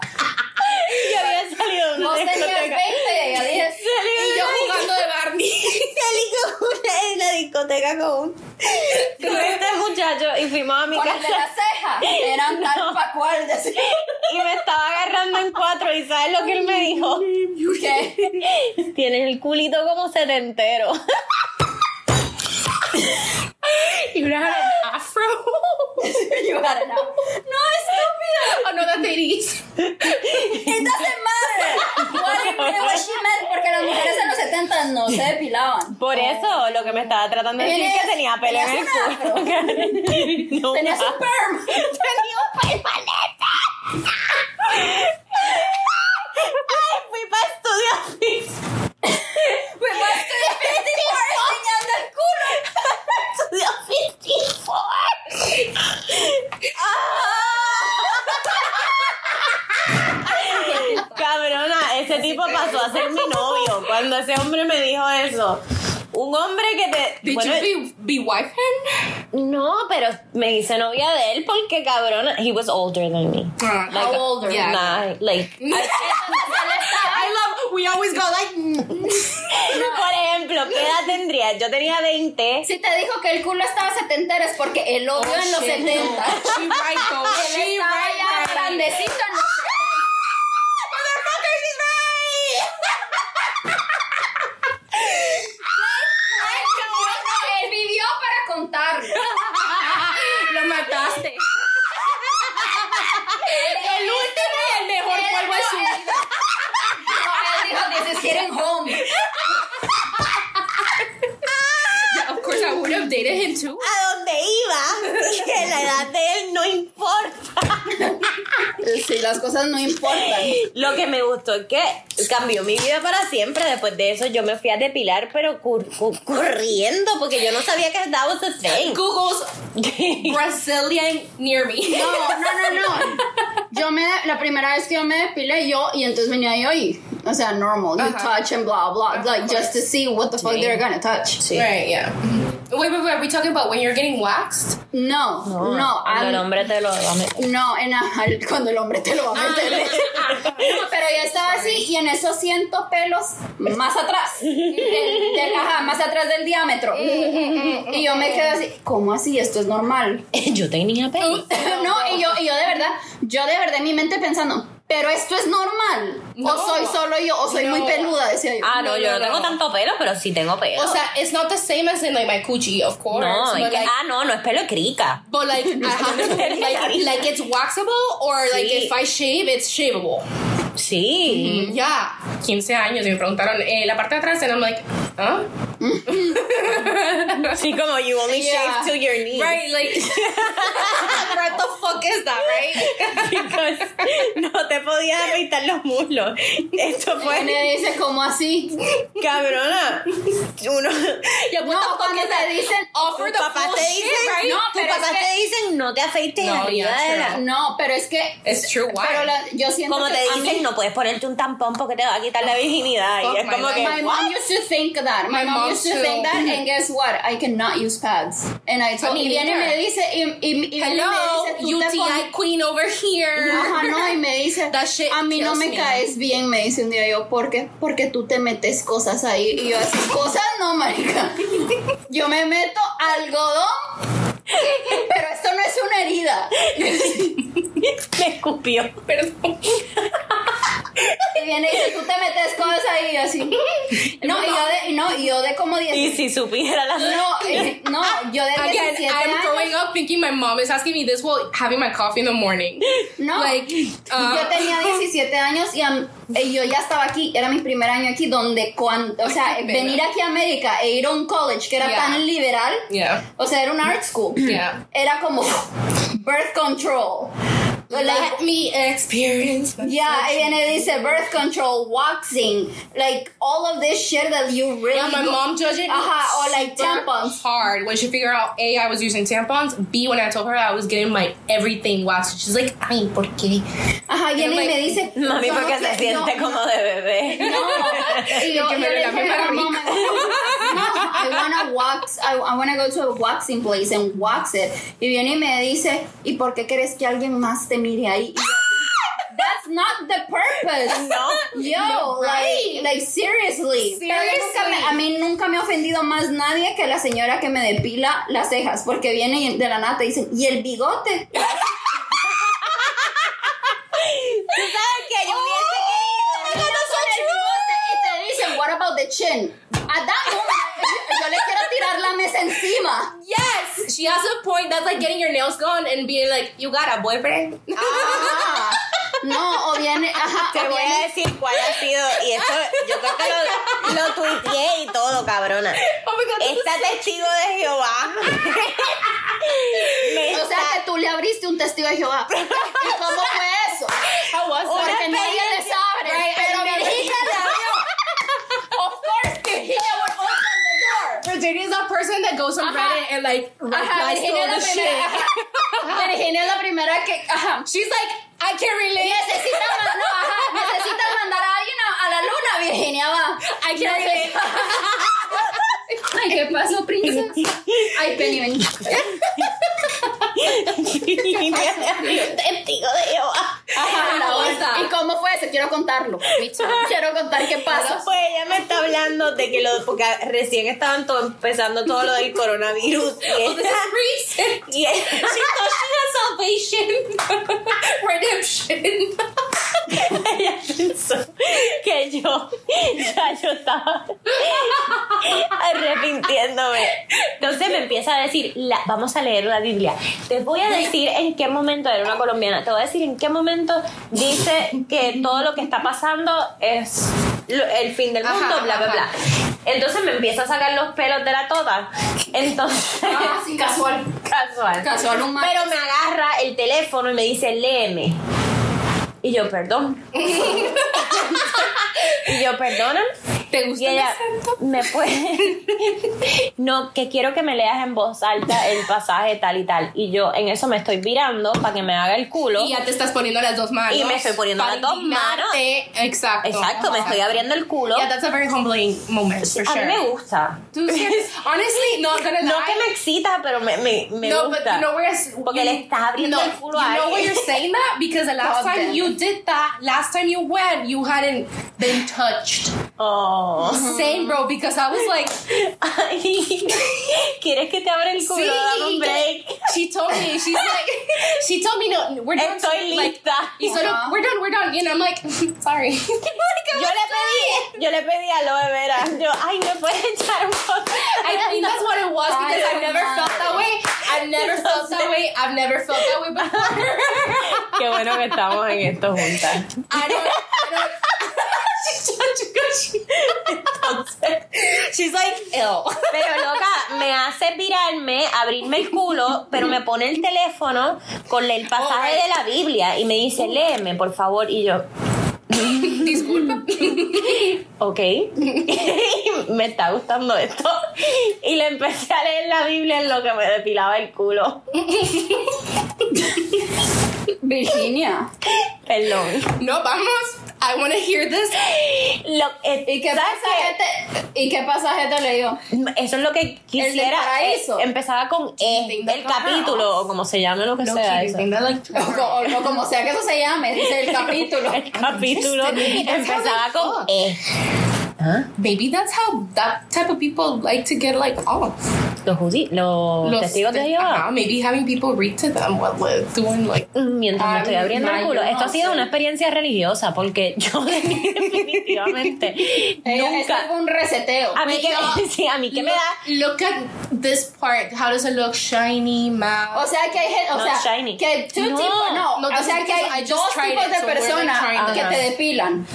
Yo había salido de una
Vos tenías
discoteca.
20 y yo (laughs) dije,
Salí de
Yo
una
jugando de
(laughs)
Barney.
(laughs) Salí con una en la discoteca con un- con este muchacho y fuimos a mi
con el de
casa.
la ceja. Eran tal pa' cual. decía.
Y (laughs) y me estaba agarrando en cuatro y ¿sabes lo que él me dijo?
¿Qué? (laughs)
Tienes el culito como setentero.
You had an afro.
You had enough. No, estúpida.
oh no, that they is.
It doesn't matter. What you mean, what she meant, porque las mujeres en los 70 no se depilaban.
Por eso lo que me estaba tratando de decir es que tenía pelo en el
tenías un
(laughs) culo. No,
Tenía su
ma.
perm.
Tenía un permanente. Ay, fui para estudiar física.
Pues va a estudiar 54 enseñando el culo.
Estudiar física. Cabrona, ese tipo pasó a ser mi novio cuando ese hombre me dijo eso. Un hombre que te.
Did
bueno,
you be, be wife him?
No, pero me hice novia de él porque cabrona. He was older than me.
How old are you?
yeah. Nah, like.
I love. We always go
(laughs)
like. (laughs)
Por ejemplo, ¿qué edad tendría? Yo tenía 20.
Si te dijo que el culo estaba setentero es porque el odio en los 70.
She right (laughs) though. She
Estaba
right.
ya
right.
grandecito en los 70.
Motherfucker, she's
Él vivió para (laughs) contarlo.
Lo mataste.
El último y el
mejor polvo de su
vida. (laughs) Él dijo, this is getting home.
Yeah, of course, I would have dated him too.
A donde iba, y que la edad de él no importa.
Sí, las cosas no importan.
Lo que me gustó es que cambió mi vida para siempre. Después de eso, yo me fui a depilar, pero cur- cu- corriendo, porque yo no sabía que that was a thing. (laughs)
Google's Brazilian near me.
No, no, no, no. Yo me, la primera vez que yo me depilé, yo, y entonces venía yo y, o sea, normal, you
Ajá.
touch and blah, blah, like, just to see what the fuck they're gonna touch.
Right, yeah. Wait, wait, wait. Are we talking about when you're getting waxed?
No, no, no,
cuando el
I'm-
hombre te lo va a meter.
no, en a- cuando el hombre te lo va a meter. No, pero yo estaba así y en eso siento pelos más atrás, del, del- ajá, más atrás del diámetro. Y yo me quedo así, ¿cómo así? Esto es normal.
Yo tenía pelo.
(laughs) No, y yo, y yo de verdad, yo de verdad en mi mente pensando, pero esto es normal.
No.
o soy solo yo, o soy muy
No.
peluda, decía yo.
Ah, no,
No,
yo
no,
no, tengo
no.
tanto pelo, pero sí tengo pelo.
O sea, it's not the same as in like my coochie, of course.
no, es
but
que-
like,
ah, no, no es pelo crica.
but (laughs) like, I have to, like, like it's waxable or like
Sí.
if I shave, it's shaveable.
(laughs) Sí.
Yeah. 15 Mm-hmm. años y me preguntaron eh, la parte de atrás and I'm like, huh?
Sí, como you only
Yeah.
shave to your knees. (laughs)
Right, like, (laughs) what the fuck is that, right?
Because no te podías afeitar los muslos. Esto
Y
pues.
fue,
me dice, ¿cómo así?
cabrona. Uno,
Yeah, what
No,
the fuck
cuando
is that?
te dicen,
Offer
tus
the
papás
full
te
shit,
dicen,
right?
No,
tus
pero es
papás
que-
te dicen no te afeites
No,
arriba
yeah,
de
true.
la...
no, pero es que.
It's true, why?
Pero la- yo siento
Como
que
te
a
dicen,
mí-
no puedes ponerte un tampón porque te va a quitar la virginidad.
Oh, Fuck
Y es
my
como
life.
que...
My mom used to think that. My,
My
mom,
mom
used to
too.
think that, and guess what? I cannot use pads. And I told.
I
y
mean,
viene y me
neither.
dice, y, y, y viene y
Hello,
me dice, tú te
UTI
pones-
queen over here.
Ajá, no, y me dice,
That shit
a mí no
kills
me
me.
caes bien, me dice un día yo, ¿por qué? Porque tú te metes cosas ahí. Y yo, esas cosas no, marica. (laughs) Yo me meto algodón, pero esto no es una herida.
(laughs) Me escupió.
Perdón.
Y viene y dice, tú te metes cosas ahí, y yo así. No, y yo de, y no, y yo de como 10
Y si supiera la...
No, eh, no, yo de
Again,
17
I'm
años.
growing up thinking my mom is asking me this while having my coffee in the morning.
No,
Like, uh,
yo
(laughs)
tenía 17 años y am- eh, yo ya estaba aquí, era mi primer año aquí, donde cuando, o sea,
Ay, qué (laughs) pena.
venir aquí a América e ir a un college que era
Yeah.
tan liberal,
Yeah.
o sea, era un art school,
Yeah.
era como (laughs) birth control. Like,
Let me experience. the
yeah, y viene dice birth control, waxing, like all of this shit that you really
Yeah, my
go-
mom judged it.
Ajá, or like
super
tampons.
Hard when she figured out A, I was using tampons. B, when I told her I was getting my everything waxed, she's like, ay, ¿por qué?
Ajá, viene y
like,
me dice,
Mami,
yo no
porque se
quiero-
siente
no,
como de bebé.
No, (laughs) y yo,
Que
yo
me
le dije,
lo lame más
"No,
rico".
mamá, no, I wanna wax, I, I wanna go to a waxing place and wax it. Y viene y me dice, ¿y por qué crees que alguien más te mire ahí? Y yo, (laughs) That's not the purpose.
No.
Yo, like, like seriously. Pero yo nunca me- a mí nunca me ha ofendido más nadie que la señora que me depila las cejas, porque viene y de la nata y dice, ¿y el bigote?
¡Oh! este
the chin. At that moment, yo- yo le quiero tirar la mesa encima.
Yes, Oh. she has a point. That's like getting your nails gone and being like, "You got a boyfriend."
Ah, no, o bien, ajá,
Te
o
voy
bien-
a decir cuál ha sido, y esto yo creo que lo, lo tuiteé y todo, cabrona.
Oh my god, this
Esta testigo de Jehová. Me
O sea
está-
que tú le abriste un testigo de Jehová. ¿Y cómo fue eso?
is- how was
Una
Porque nadie les
experiencia-
abre.
Right,
pero
I mean-
Virginia le abrió.
Of course, Virginia would open the door. Virginia is that person that goes on
Ajá.
Reddit and like
Ajá,
replies to
Virginia
all the
es la
shit.
primera. ajá. Virginia es la primera que. Ajá.
She's like, I can't relate.
Necesita, ma- no, ajá, necesita mandar a alguien a, a la luna, Virginia va.
I can't relate.
Ay, ¿qué pasó, princesa? Ay, Penny, ven.
testigo de Jehová.
Ajá, la bolsa. ¿Y cómo fue eso? Quiero contarlo. Quiero contar qué pasó.
Pues ella me está hablando de que lo, porque recién estaban todo- empezando todo lo del coronavirus. Y ella-
pues,
This is
(laughs)
recent.
y ella-
She thought she had salvation, redemption.
ella pensó que yo ya yo estaba arrepintiéndome. Entonces me empieza a decir, la- vamos a leer la Biblia. Te voy a decir en qué momento era una colombiana. Te voy a decir en qué momento dice que todo lo que está pasando es lo- el fin del
Ajá,
mundo, bla, bla,
ajá.
bla. Entonces me empieza a sacar los pelos de la toda. Entonces,
Ah, sí, casual.
(laughs) casual.
Casual un mar-
Pero me agarra el teléfono y me dice, léeme. Y yo,
(laughs)
perdón. y yo, perdona.
¿Te
Y
gusta mi
ella,
acento?
me puede. (laughs) no, que quiero que me leas en voz alta el pasaje tal y tal. Y yo, en eso me estoy virando para que me haga el culo.
Y ya te estás poniendo las dos manos.
Y me estoy poniendo
para
las dos manos.
indignarte. Exacto.
Exacto, me estoy abriendo el culo.
Yeah, that's a very humbling moment for
A
sure.
mí me gusta. (laughs)
Dude, serious- honestly, not gonna
No
lie.
que me excita, pero me, me, me
no,
gusta.
but you know where it's-
Porque
you-
le estás abriendo
no,
el culo a
You know why
alguien.
you're saying that because the last
Condom.
time you did that, last time you went, you hadn't been touched.
Oh. (laughs)
Same, bro. Because I was like,
Ay, ¿Quieres que te abra el culo?
Sí.
Dame un
(laughs)
break.
she told me,
(laughs)
she's like, she told me, no, we're done.
Estoy
like,
lista.
y solo,
Ajá.
we're done, we're done. And I'm like, (laughs)
(laughs)
sorry.
Yo le pedí, yo le pedí aloe vera. Yo, ay, me puedes echar un poco.
(laughs) I think that's what it was because
Ay,
I've never felt that
madre.
way. I've (laughs) never felt that way. I've never felt that way before.
Qué bueno que estamos en esto juntas.
I don't. I don't she's such a good. She, she's like ill.
Pero loca, me hace virarme, abrirme el culo, pero me pone el teléfono con el pasaje de la Biblia y me dice, léeme, por favor. Y yo,
Disculpa.
ok, (laughs) me está gustando esto. Y le empecé a leer la Biblia en lo que me depilaba el culo.
Virginia.
Perdón.
(laughs) No, vamos. I want to hear this.
Lo, eh,
¿Y qué
¿sabes qué?
pasaje te, ¿y qué pasaje te le dio?
Eso es lo que quisiera.
del paraíso.
eh, empezaba con E,
Think
el
that the
capítulo, o como se llame lo que
No
sea.
kidding.
eso.
think that (laughs) like
O, co- o- o como sea que eso se llame, dice el capítulo. (laughs)
El capítulo
interested. That's how
empezaba
they
con
fuck.
E.
maybe that's how that type of people like to get like off.
Los, judí, los,
Los-
testigos de
Uh-huh,
Jehová.
maybe having people read to them while we're doing like.
mm, Mientras me
Ay,
estoy abriendo el
ay,
culo.
yo
Esto
no
ha sido
sé.
una experiencia religiosa porque (laughs) yo definitivamente
Ella- Esto fue
nunca...
un reseteo.
A mí, que, (laughs) sí, a mí que me
look,
da...
look at this part. How does it look? Shiny mouth.
O sea que hay gente, o
Not
sea,
shiny.
que two
No,
tipos, no,
no,
o sea que
I
hay
just
dos
tried
tipos
it,
de
so we're like
personas
trying
que
to-
te depilan.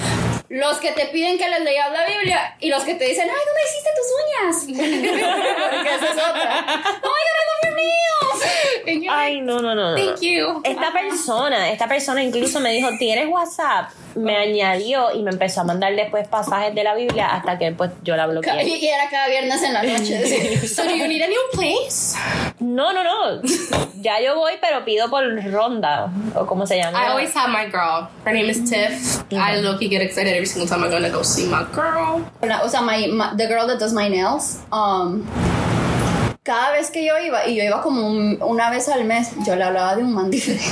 Los que te piden que les leas la Biblia y los que te dicen, ay,
(laughs)
no me hiciste tus uñas. Porque esa es otra. Ay, no mío.
And you're
Ay, no, no, no. no.
Thank you.
Esta persona, esta persona incluso me dijo, ¿tienes WhatsApp? Me añadió y me empezó a mandar después pasajes de la Biblia hasta que pues yo la
Ca-
bloqueé.
Y era cada viernes en la noche. sí.
So do you need a new place?
No, no, no. Ya yo voy, pero pido por ronda o como se llama.
I always have my girl. Her name is Tiff. I low key get excited every single time I'm gonna go see my girl.
Una- o sea, my, my- the girl that does my nails, um, cada vez que yo iba, y yo iba como un- una vez al mes, yo le hablaba de un man (laughs) diferente.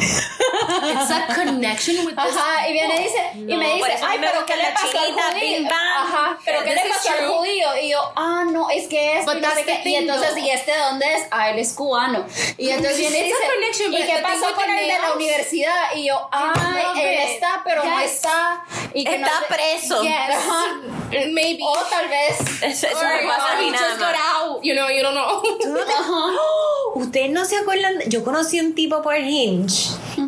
It's that connection with this.
Ajá, y viene y dice, y
No,
me
por
dice,
eso a mí
ay,
me
pero
gusta
¿qué le
la
pasó al
chiquita,
judío?
pim, pam.
Ajá, pero ¿qué
This
le
is
pasó al
true.
judío? Y yo, ah, no, es que es,
But
y no
that's
sé
the
qué. Y
thing,
entonces,
though. Mm,
¿y este de dónde es? Ah, él es cubano. Y entonces viene y
It's a
dice,
connection,
¿y
but
qué
the thing
pasó
with
con
the
el de la
nails-
universidad? Y yo, ay,
love
él
it.
está, pero no
Yes.
está. Y que no
Está
sé-
preso.
Yes.
Yes. Maybe.
(laughs) O tal vez.
Eso, eso
Or-
no pasa
or
ni
he
nada
just got
más.
out. You know, you don't (laughs) know.
Tú no te- ¡Oh! Ustedes no se acuerdan. Yo conocí un tipo por Hinge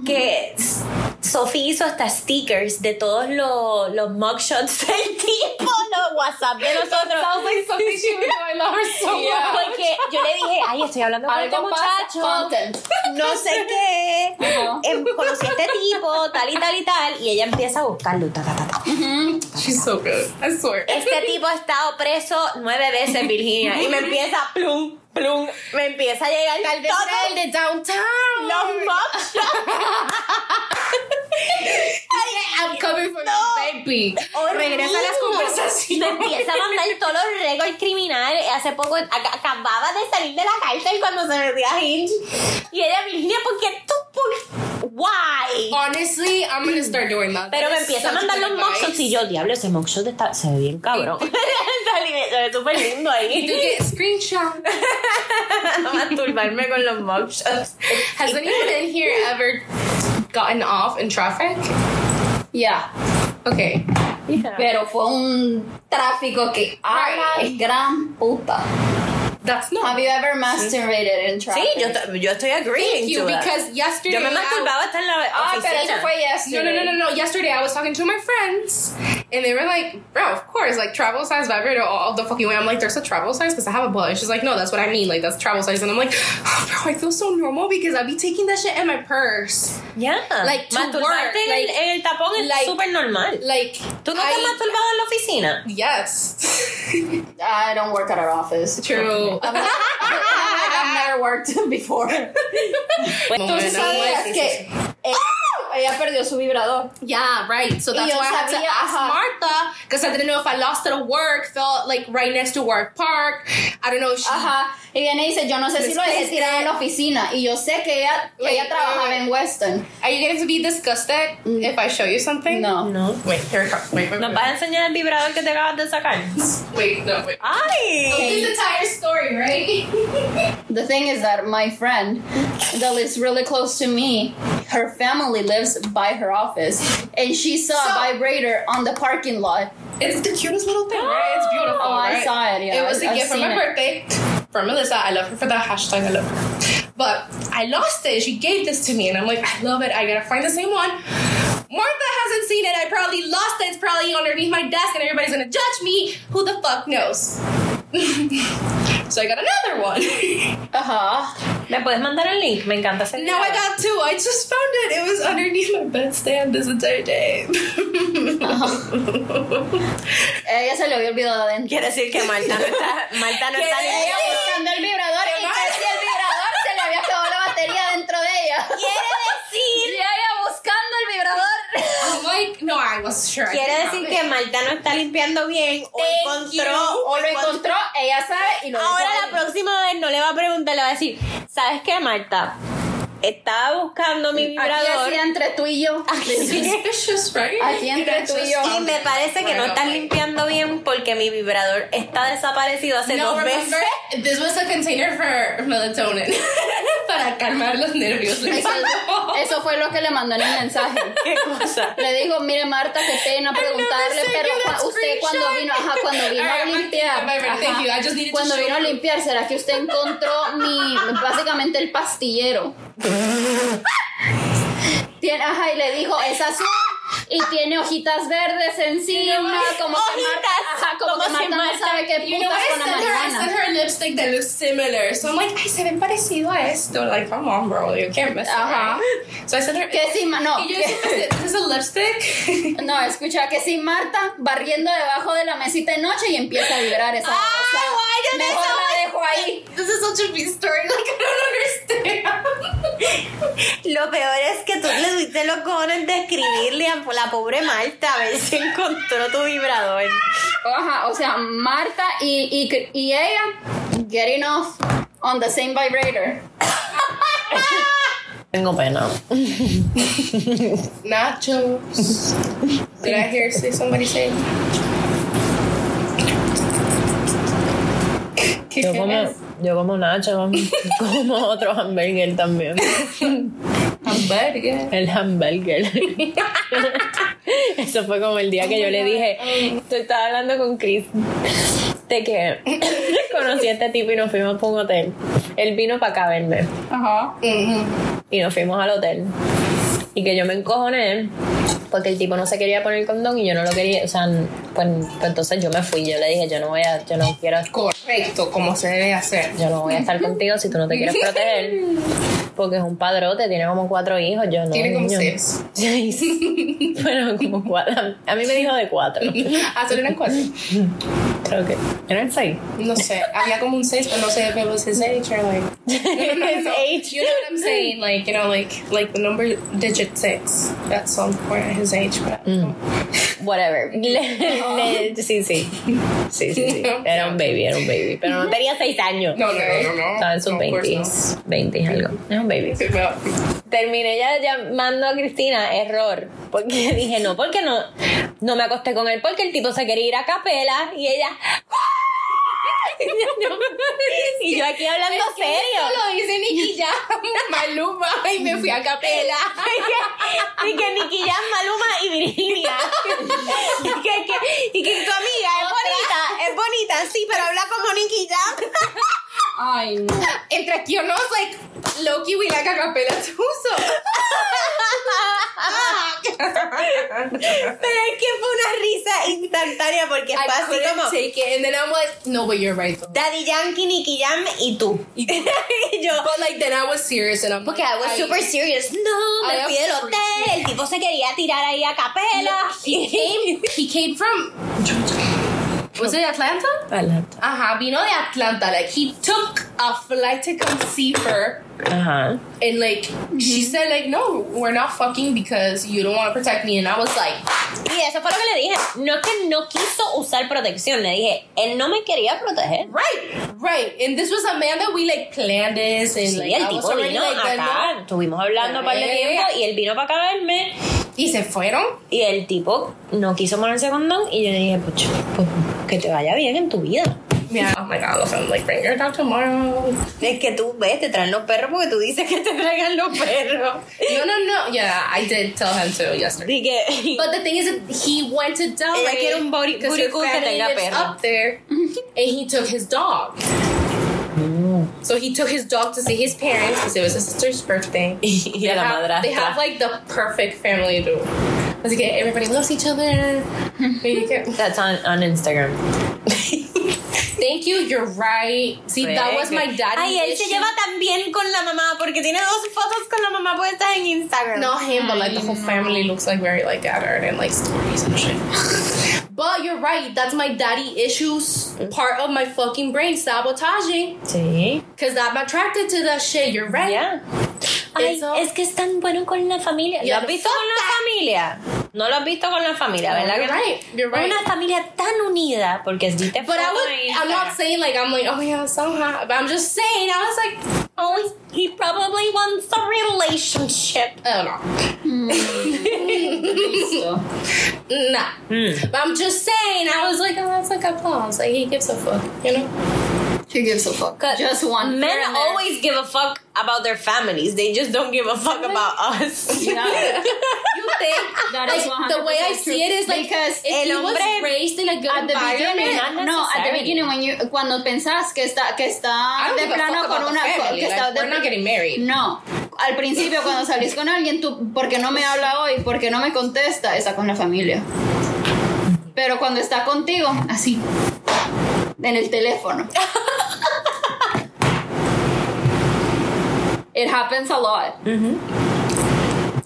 que s- Sophie hizo hasta stickers de todos los, los mugshots del tipo, los WhatsApp de
(laughs)
nosotros.
Sounds like something she would do. I love her (laughs) so
Yeah.
much.
Porque yo le dije, ay, estoy hablando con este
Algo pasa.
muchacho,
Content.
no sé qué. Em, conocí a este tipo, tal y tal y tal. Y ella empieza a buscarlo. ta, ta, ta, ta.
She's so good. I swear.
Este tipo ha estado preso nueve veces, Virginia. Y me empieza, plum, plum, me empieza a llegar
Tal vez
todo
era el de downtown.
los mugshots.
I'm coming for
No.
you, baby.
Horrible.
(laughs) Regresa a las
Me
conversaciones.
empieza a mandar todos los récords criminales. Hace poco ac- acababa de salir de la cárcel cuando se metía a Hinge. Y ella, Virginia, ¿por qué tú? Por... Why?
Honestly, I'm gonna start doing that.
Pero
That
me
is
empieza a
such
mandar
good
los
advice.
mugshots y yo, diablo, ese mugshot está, se ve bien cabrón. (laughs) Salí, se ve súper lindo
(laughs) You do
ahí.
get screenshot.
Masturbarme con los mugshots.
Has anyone in here ever gotten off in traffic?
Yeah.
Okay.
Pero fue un tráfico que. ¡Ay! ¡Gran puta!
That's
Have
not
you ever masturbated in traffic?
Sí, yo, to- yo estoy agreeing
you
to that.
because yesterday.
Yo me masturbaba hasta en la
Ah,
oficina.
pero eso fue
No,
yesterday.
no, no, no, no. Yesterday I was talking to my friends and they were like, bro, of course, like travel size vibrator all the fucking way. I'm like, there's a travel size because I have a butt. And she's like, no, that's what I mean. Like, that's travel size. And I'm like, oh, bro, I feel so normal because I be taking that shit in my purse.
Ya.
Like, to
Masturbarte
work,
en, el-
like-
en el tapón es
like-
súper normal.
Like,
¿Tú no te has
I,
masturbado en la oficina?
(laughs) yes.
I don't work at our
(laughs)
office.
True.
I'm like- I've never worked (laughs) before.
Moment,
Entonces
I'm like,
sabías que ella, ella perdió su vibrador.
Yeah, right. So that's
Y yo
why I had to
sabía,
ask
ajá.
Martha because I didn't know if I lost it at work, felt like right next to work park. I don't know if she.
Ajá. Y viene y dice, yo no sé si lo dejé
Después de-
tirado en la oficina. Y yo sé que ella, que ella
Wait,
trabajaba
wait,
en Western.
Are you going to be disgusted if I show you something?
No.
No.
Wait, here it comes. Wait, wait,
¿Nos
wait.
vas a enseñar el vibrador que te acabas de sacar?
Wait, no, wait.
¡Ay!
This entire story, right?
The thing is that my friend that lives really close to me, her family lives by her office. And she saw
So-
a vibrator on the parking lot.
it's the cutest little thing, right? It's beautiful.
Oh, I
right?
saw it, yeah,
it was a
I've
gift for
seen
my
it.
birthday for Melissa. I love her for that hashtag. I love her. But I lost it. She gave this to me, and I'm like, I love it. I gotta find the same one. Martha hasn't seen it. I probably lost it. It's probably underneath my desk, and everybody's gonna judge me. Who the fuck knows? (laughs) so I got another one. (laughs)
Ajá.
¿Me puedes mandar el link? Me encanta ese
Now I got two. I just found it. It was underneath my bedstand this
(laughs)
entire day.
Ella se le había olvidado adentro.
Quiere decir que Marta no (laughs) está... Marta no está...
Quiere
Ella
decir-
buscando el vibrador y
Qué
casi el vibrador se le había acabado la batería dentro de ella.
decir...
Y ella buscando el vibrador.
I'm like, no, I was sure. I
Quiere
did not.
decir que Marta no está limpiando bien o
Thank you.
encontró...
O lo encontró, ella sabe y lo dejó
Ahora
ahí.
la próxima vez no le va a preguntar, le va a decir, ¿sabes qué, Marta? Estaba buscando mi vibrador
Aquí
(laughs)
así entre tú y yo. (laughs)
suspicious, right?
Aquí entre tú y yo.
y me parece que no
Bueno,
estás
bueno.
limpiando bien porque mi vibrador está desaparecido hace
No,
dos
remember,
meses.
this was a container for melatonin. (laughs) Para calmar los nervios. Le
Eso,
mandó.
eso fue lo que le mandó en el mensaje.
(laughs) ¿Qué
(laughs)
cosa?
Le dijo, mire Marta, qué pena preguntarle,
sent
pero
you that
cua- usted cuando
screenshot.
vino, ajá, cuando vino a
Alright, my-
limpiar,
my- my- thank
ajá,
you, I just needed to
cuando
show
vino a
you.
limpiar, será que usted encontró mi, básicamente el pastillero. Tiene, ajá, y le dijo, es azul y tiene hojitas verdes encima, como que Marta,
Hojitas,
ajá, como,
como
que
si
Marta no
Marta-
sabe qué
You know,
putas
I
con la
sent her, I sent
marihuana.
her a lipstick that looks similar. So I'm like, ay, se ven parecido a esto. Like, come on, bro, you can't mess
Ajá.
up. So I sent her.
Que sí, ma- no.
Y yo,
que-
this is a lipstick. (laughs)
No, escucha que sí, Marta barriendo debajo de la mesita de noche y empieza a vibrar esa
Ah,
cosa.
Ah, guay, yo
Mejor
no
la dejo
(laughs)
ahí.
This is such a big story. Like, I don't understand.
Lo peor es que tú le diste los cojones de escribirle a la pobre Marta a ver si encontró tu vibrador.
(laughs) Ajá, o sea, Marta y, y, y ella getting off on the same vibrator.
Tengo pena.
Nachos. Did I hear say somebody say?
Yo como, yo como nacho, como otro hamburger también.
Hamburger.
El hamburger. Eso fue como el día que yo le dije, tú estaba hablando con Chris de que conocí a este tipo y nos fuimos para un hotel. Él vino para acá a verme
Ajá.
Eh,
y nos fuimos al hotel. Y que yo me encojoné porque el tipo no se quería poner condón y yo no lo quería, o sea, pues, pues entonces yo me fui, yo le dije, yo no voy a, yo no quiero
Correcto, como se debe hacer.
yo no voy a estar contigo si tú no te quieres proteger. Porque es un padrote, tiene como cuatro hijos, yo no.
Tiene como
niño.
seis.
(laughs) Seis. bueno, como cuatro. A mí me dijo de cuatro.
Ah, solo eran cuatro.
Creo que. ¿Eran seis?
No sé, había como un seis, pero no sé if it was his age or like. No, no,
(laughs)
no,
His
no.
age.
You know what I'm saying? Like, you know, like, like the number digit six. That's so important. His age, but.
Mm. Whatever. Le- le- sí, sí. Sí, sí,
(laughs)
sí. Era un baby, era un baby. Pero no tenía seis años.
No, no, no, no.
Estaba en sus
No, of course
20 20 y algo. Es un baby.
no. Well,
Terminé ya llamando a Cristina, error. Porque (laughs) dije, no, porque no, no me acosté con él, porque el tipo se quería ir a capela y ella. ¡ah! (laughs) Y yo, no. Y yo aquí hablando serio.
Lo dice Nicky
(laughs)
Jam, Maluma, y me fui a capela.
(laughs) Y que Nicky Jam, Maluma y Virginia. (laughs) Y que, que- y que tu amiga es bonita, es bonita, sí, pero habla como Nicky Jam. (laughs)
Ay, no.
Entre aquí o no, it's like, Loki, we like a capela too, so.
Pero es que fue una risa instantánea porque fue
I
así
couldn't
como.
take it, and then I'm like, no, but you're right, though.
Daddy Yankee, Nicky Jam y tú. (laughs) Y, yo.
But like, then I was serious, and I'm
Porque I was super serious. No, me
I
fui del hotel. El tipo se quería tirar ahí a (laughs) capela.
He came, he came from. Was it Atlanta? Uh-huh, Ajá, vino de Atlanta. Like he took a flight to come see her,
Ajá.
and like she said, like no, we're not fucking because you don't want to protect me. And I was like,
Y eso fue lo que le dije. No es que no quiso usar protección. Le dije, él no me quería proteger.
right, right. And this was a man that we like planned this, and
Sí,
like
el
I was
tipo
already
vino
like,
acá.
no.
Estuvimos hablando un par de tiempo y él vino para acá a verme.
Y se fueron.
Y el tipo no quiso ponerse condón. Y yo le dije, pues, pues que te vaya bien en tu vida.
Yeah. Oh my god, I'm like bring her down tomorrow.
Es que tú ves, te traen los perros porque tú dices que te traigan los perros.
No, no, no. Yeah, I did tell him to yesterday.
Y
(laughs)
que.
But the thing is, that he went to Delray.
Ella quiere un booty-
because
booty
her
call que
family
tenga
lives
perro.
up there, and he took his dog. So he took his dog to see his parents because it was his sister's birthday.
(laughs) y a
They
la
have-
madrastra.
They have like the perfect family to. Because again, everybody loves each other.
(laughs)
Maybe you can-
That's on, on Instagram.
Thank you. You're right. See, that was my daddy.
Ay, él se
issue.
lleva tan bien con la mamá porque tiene dos fotos con la mamá puestas en Instagram.
Not him, but like the whole family looks like very like gathered and like stories and shit.
(laughs)
but you're right. That's my daddy issues
Mm.
part of my fucking brain sabotaging
Sí.
because I'm attracted to that shit. You're right.
Ya. Ay,
Eso.
es que es tan bueno con la familia. ¿Lo
Ya,
has visto con la familia? No lo has visto con la familia, ¿verdad? que
You're
no?
right. You're right.
Una familia tan unida porque si te
but I
follow
was.
en
I'm
Instagram.
not saying like I'm like oh yeah somehow, but I'm just saying I was like
Oh, he probably wants a relationship.
I don't
Listo.
know, nah. But I'm just saying I was like oh that's like applause like he gives a fuck you know. He gives a fuck.
Just one.
Men
here and there.
always give a fuck about their families. They just don't give a fuck about us.
Yeah.
You think
That
like
is
the way I
100%
see it is like
Because
if he
el hombre
was raised in a good
At the
environment.
beginning,
not
no, at the
necessarily.
beginning when you, cuando pensás que está que está
I don't
de
give a
plano
fuck
con
about
una
the family,
que
like,
está de-
we're not getting married.
no, al principio cuando salís con alguien, tú, ¿por qué no me habla hoy? ¿Por qué no me contesta? Está con la familia. Pero cuando está contigo, así, en el
(laughs)
teléfono. It happens a lot.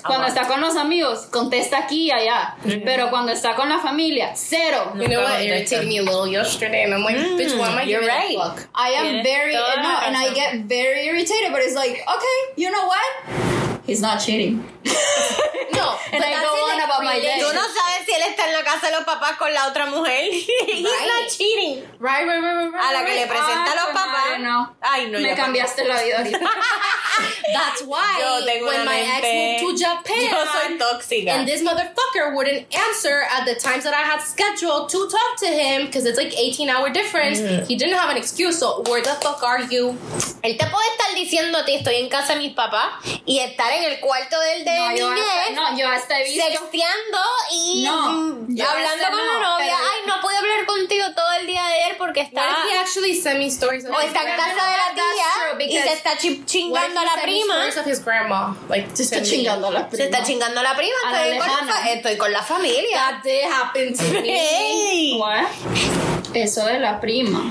Cuando está con los amigos, contesta aquí y allá. Pero cuando está con la familia, cero.
You know
No,
what
that's
irritated
good.
me a little yesterday, and I'm like, bitch, why am I
Mm,
you're
giving
right.
a fuck?
I
Tienes
am very
toda
no,
la
and I
razón.
get very irritated, but it's like, okay, you know what? He's not cheating.
(laughs)
No,
And
but
I
that's
go
in,
on
like,
about my day.
Tú no sabes si él está en la casa de los papás con la otra mujer. (laughs) He's not cheating.
Right, right, right, right, right.
A la que le
right.
presenta a
Ay,
los
pues,
papás.
madre, no.
Ay, no.
Me
ya
cambiaste la vida ahorita.
(laughs) That's why
Yo tengo
when
una
my ex
mente-
moved to Japan,
Yo soy tóxica.
and this motherfucker wouldn't answer at the times that I had scheduled to talk to him because it's like 18 hour difference. He didn't have an excuse. So where the fuck are you?
Él te puede estar diciéndote estoy en casa de mis papás y estar en el cuarto del de
No, yo hasta,
niñez
no, yo hasta he visto.
sexteando y
No,
mm,
yo
hablando
sé
con
no,
la novia.
pero-
Ay, no pude hablar contigo todo el día de él porque está
What if he actually sent me stories of
o está en
grandma?
casa de la
That's true,
tía y
because-
se está chi-
What if
chingando a
he
la
sent me
prima.
stories of his grandma? Like just
Estoy chingando a la
Se está chingando a la prima,
A la
estoy con la,
lejana.
fa- estoy con la familia.
That did happen to me.
Ey.
What? Eso de la prima.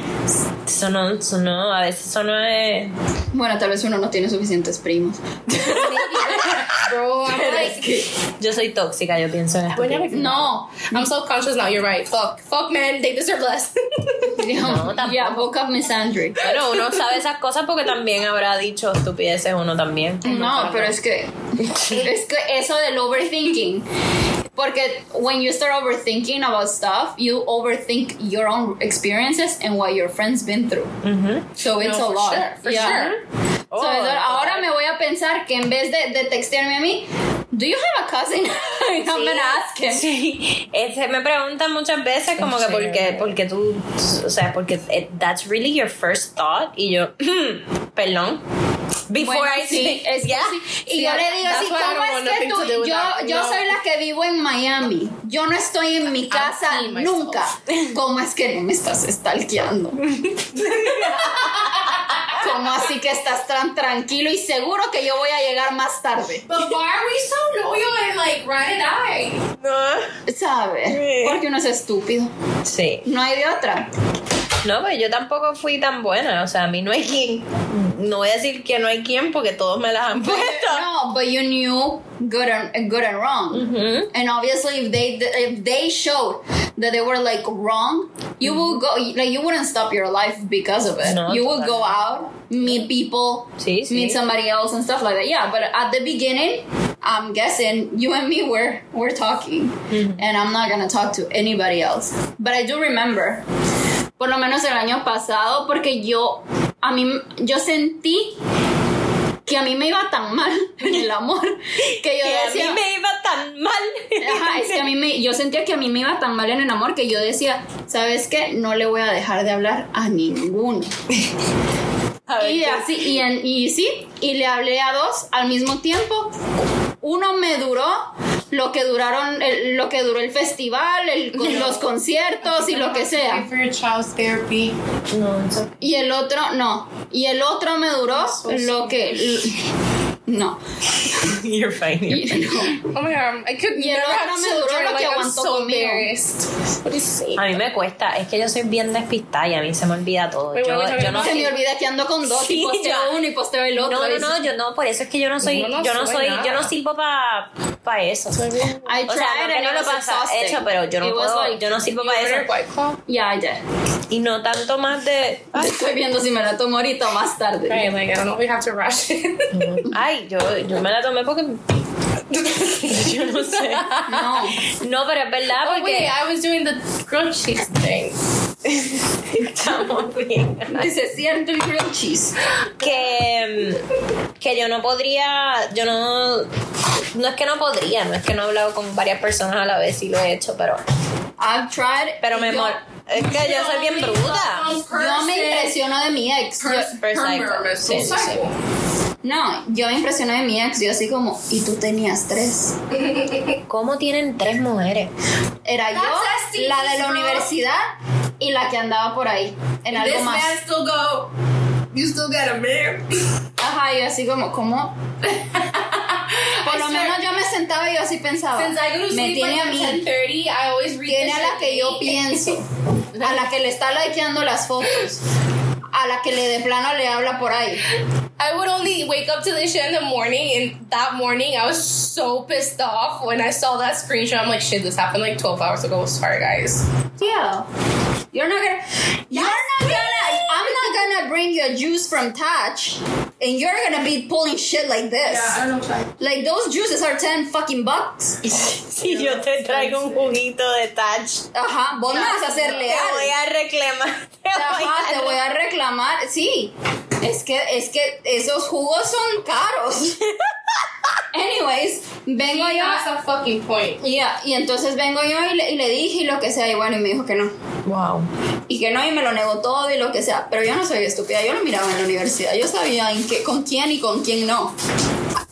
Eso no, eso no, a veces eso no es.
Bueno, tal vez uno no tiene suficientes primos.
(laughs) (laughs) Bro, I'm like,
Yo soy tóxica, yo pienso en eso.
whenever-
No.
I'm self conscious now. You're right. Fuck, fuck, man. They deserve less. (laughs)
No,
tampoco.
Yeah, book of misandry.
Bueno, uno sabe esas cosas porque también habrá dicho estupideces uno también.
No, pero es que (laughs) es que eso del overthinking. Porque when you start overthinking about stuff, you overthink your own experiences and what your friends been through. So it's
No,
a
for
lot.
sure, for
Yeah.
sure.
Oh,
So it's a- ahora
total.
me voy a pensar que en vez de, de textearme a mí, do you have a cousin? (laughs) I'm gonna ask
(laughs)
him.
Sí, este, me preguntan muchas veces como que por qué, por qué tú, o sea, porque eh, that's really your first thought y yo, (clears throat) perdón. Before
Bueno,
I
sí,
say,
es que
yeah.
sí. Y
Sí,
yo le digo
that's
así,
why I don't want
¿cómo es que
nothing to do
tú?
with
Yo,
that.
yo
No.
soy la que vivo en Miami. Yo no estoy en mi casa
seeing myself.
nunca. ¿Cómo es que no me estás stalkeando? (laughs) ¿Cómo así que estás tan tranquilo y seguro que yo voy a llegar más tarde?
But why are we so loyal and like right and I?
No.
¿Sabes?
Sí.
Porque uno es estúpido.
Sí.
No hay de otra.
No, pues yo tampoco fui tan buena, o sea, a mí no hay quien, no voy a decir que no hay quien porque todos me las han puesto.
No, but you knew good and good and wrong.
Mm-hmm.
And obviously, if they if they showed that they were like wrong, you will go like you wouldn't stop your life because of it.
Mm-hmm. No,
you would
totally.
go out, meet people,
Sí, sí.
meet somebody else, and stuff like that. Yeah, but at the beginning, I'm guessing you and me were were talking,
Mm-hmm.
and I'm not gonna talk to anybody else. But I do remember por lo menos el año pasado, porque yo, a mí, yo sentí que a mí me iba tan mal (laughs) en el amor que yo
Que a
decía,
mí me iba tan mal.
Ajá, es que a mí me, yo sentía que a mí me iba tan mal en el amor que yo decía, ¿sabes qué? No le voy a dejar de hablar a ninguno.
(laughs) A ver,
Y
¿qué?
así, y, en- y sí, y le hablé a dos al mismo tiempo. Uno me duró lo que duraron, el- lo que duró el festival,
(laughs)
el- los conciertos y lo que sea.
Pay for your child's therapy.
No, it's okay.
Y el otro, no. Y el otro me duró lo que.
(laughs)
No.
(laughs) You're fine. you're
Y-
fine.
no.
Oh my god, I could
Y el
never
otro
have
me duró
children.
lo que
Like, I'm
aguantó
so
conmigo.
embarrassed. What is saying?
A mí me cuesta, es que yo soy bien despistada y a mí se me olvida todo.
Wait,
yo,
wait, wait,
yo no
wait.
Se me olvida que ando con dos.
Sí,
y posteo
ya.
uno y posteo el
No,
otro.
no,
y-
no, yo no, por eso es que yo no soy,
Yo no
yo no
soy
soy,
nada.
yo no sirvo para pa eso.
I tried
O sea, no que
and
no
it
lo
was
pasa,
exhausting.
hecho, pues. pero yo no
It was
puedo,
like-
yo no sirvo para
Order
eso.
White Claw?
Yeah, I did.
Y no tanto más de,
Estoy viendo si me la tomo ahorita o más tarde.
Right, like I don't know. We have to rush.
ay, yo, yo me la tomé porque (laughs) yo no (laughs) sé.
(laughs)
No.
No, pero es verdad
Oh wait,
porque
I was doing the grilled cheese thing.
(laughs) estamos bien.
Dice cierto el grilled cheese.
que, mm, que yo no podría, yo no, no es que no podría, no es que no he hablado con varias personas a la vez y lo he hecho, pero,
I've tried.
pero
y
me
yo-
mol- es que yo soy bien bruta.
Yo me impresiono de mi ex. Yo-
Per cycle. Sí, sí, sí.
no, yo me impresiono de mi ex. Yo así como, y tú tenías tres.
¿Cómo tienen tres mujeres? (laughs)
Era
That's
yo, la de la
STDs, bro.
universidad y la que andaba por ahí, en algo
This
más.
man still go. You still got a man.
Ajá, yo así como,
(laughs)
¿cómo? Por lo menos yo me sentaba y yo así pensaba,
Since I go
me
to sleep
tiene
like
a
ten
mí,
thirty, I always read.
tiene
this
a la
shit.
que yo pienso, a la que le está likeando las fotos, a la que le de plano le habla por ahí.
I would only wake up to this shit in the morning, and that morning I was so pissed off when I saw that screenshot. I'm like, shit, this happened like 12 hours ago. Sorry, guys.
Yeah. You're not gonna. You're not gonna. I'm not gonna bring your juice from Touch, and you're gonna be pulling shit like this.
don't know.
Like those juices are ten fucking bucks.
Si yo te traigo un juguito de touch,
Ajá. Vos me vas a hacer
te voy
leal.
a reclamar.
Ajá, te voy a reclamar. Sí. Es que, es que esos jugos son caros. Anyways, vengo yo.
That's a fucking point.
ya, y entonces vengo yo y le, y le dije y lo que sea, y bueno, y me dijo que no.
Wow.
Y que no, y me lo negó todo y lo que sea. Pero yo no soy estúpida, yo lo miraba en la universidad. Yo sabía en qué, con quién y con quién no.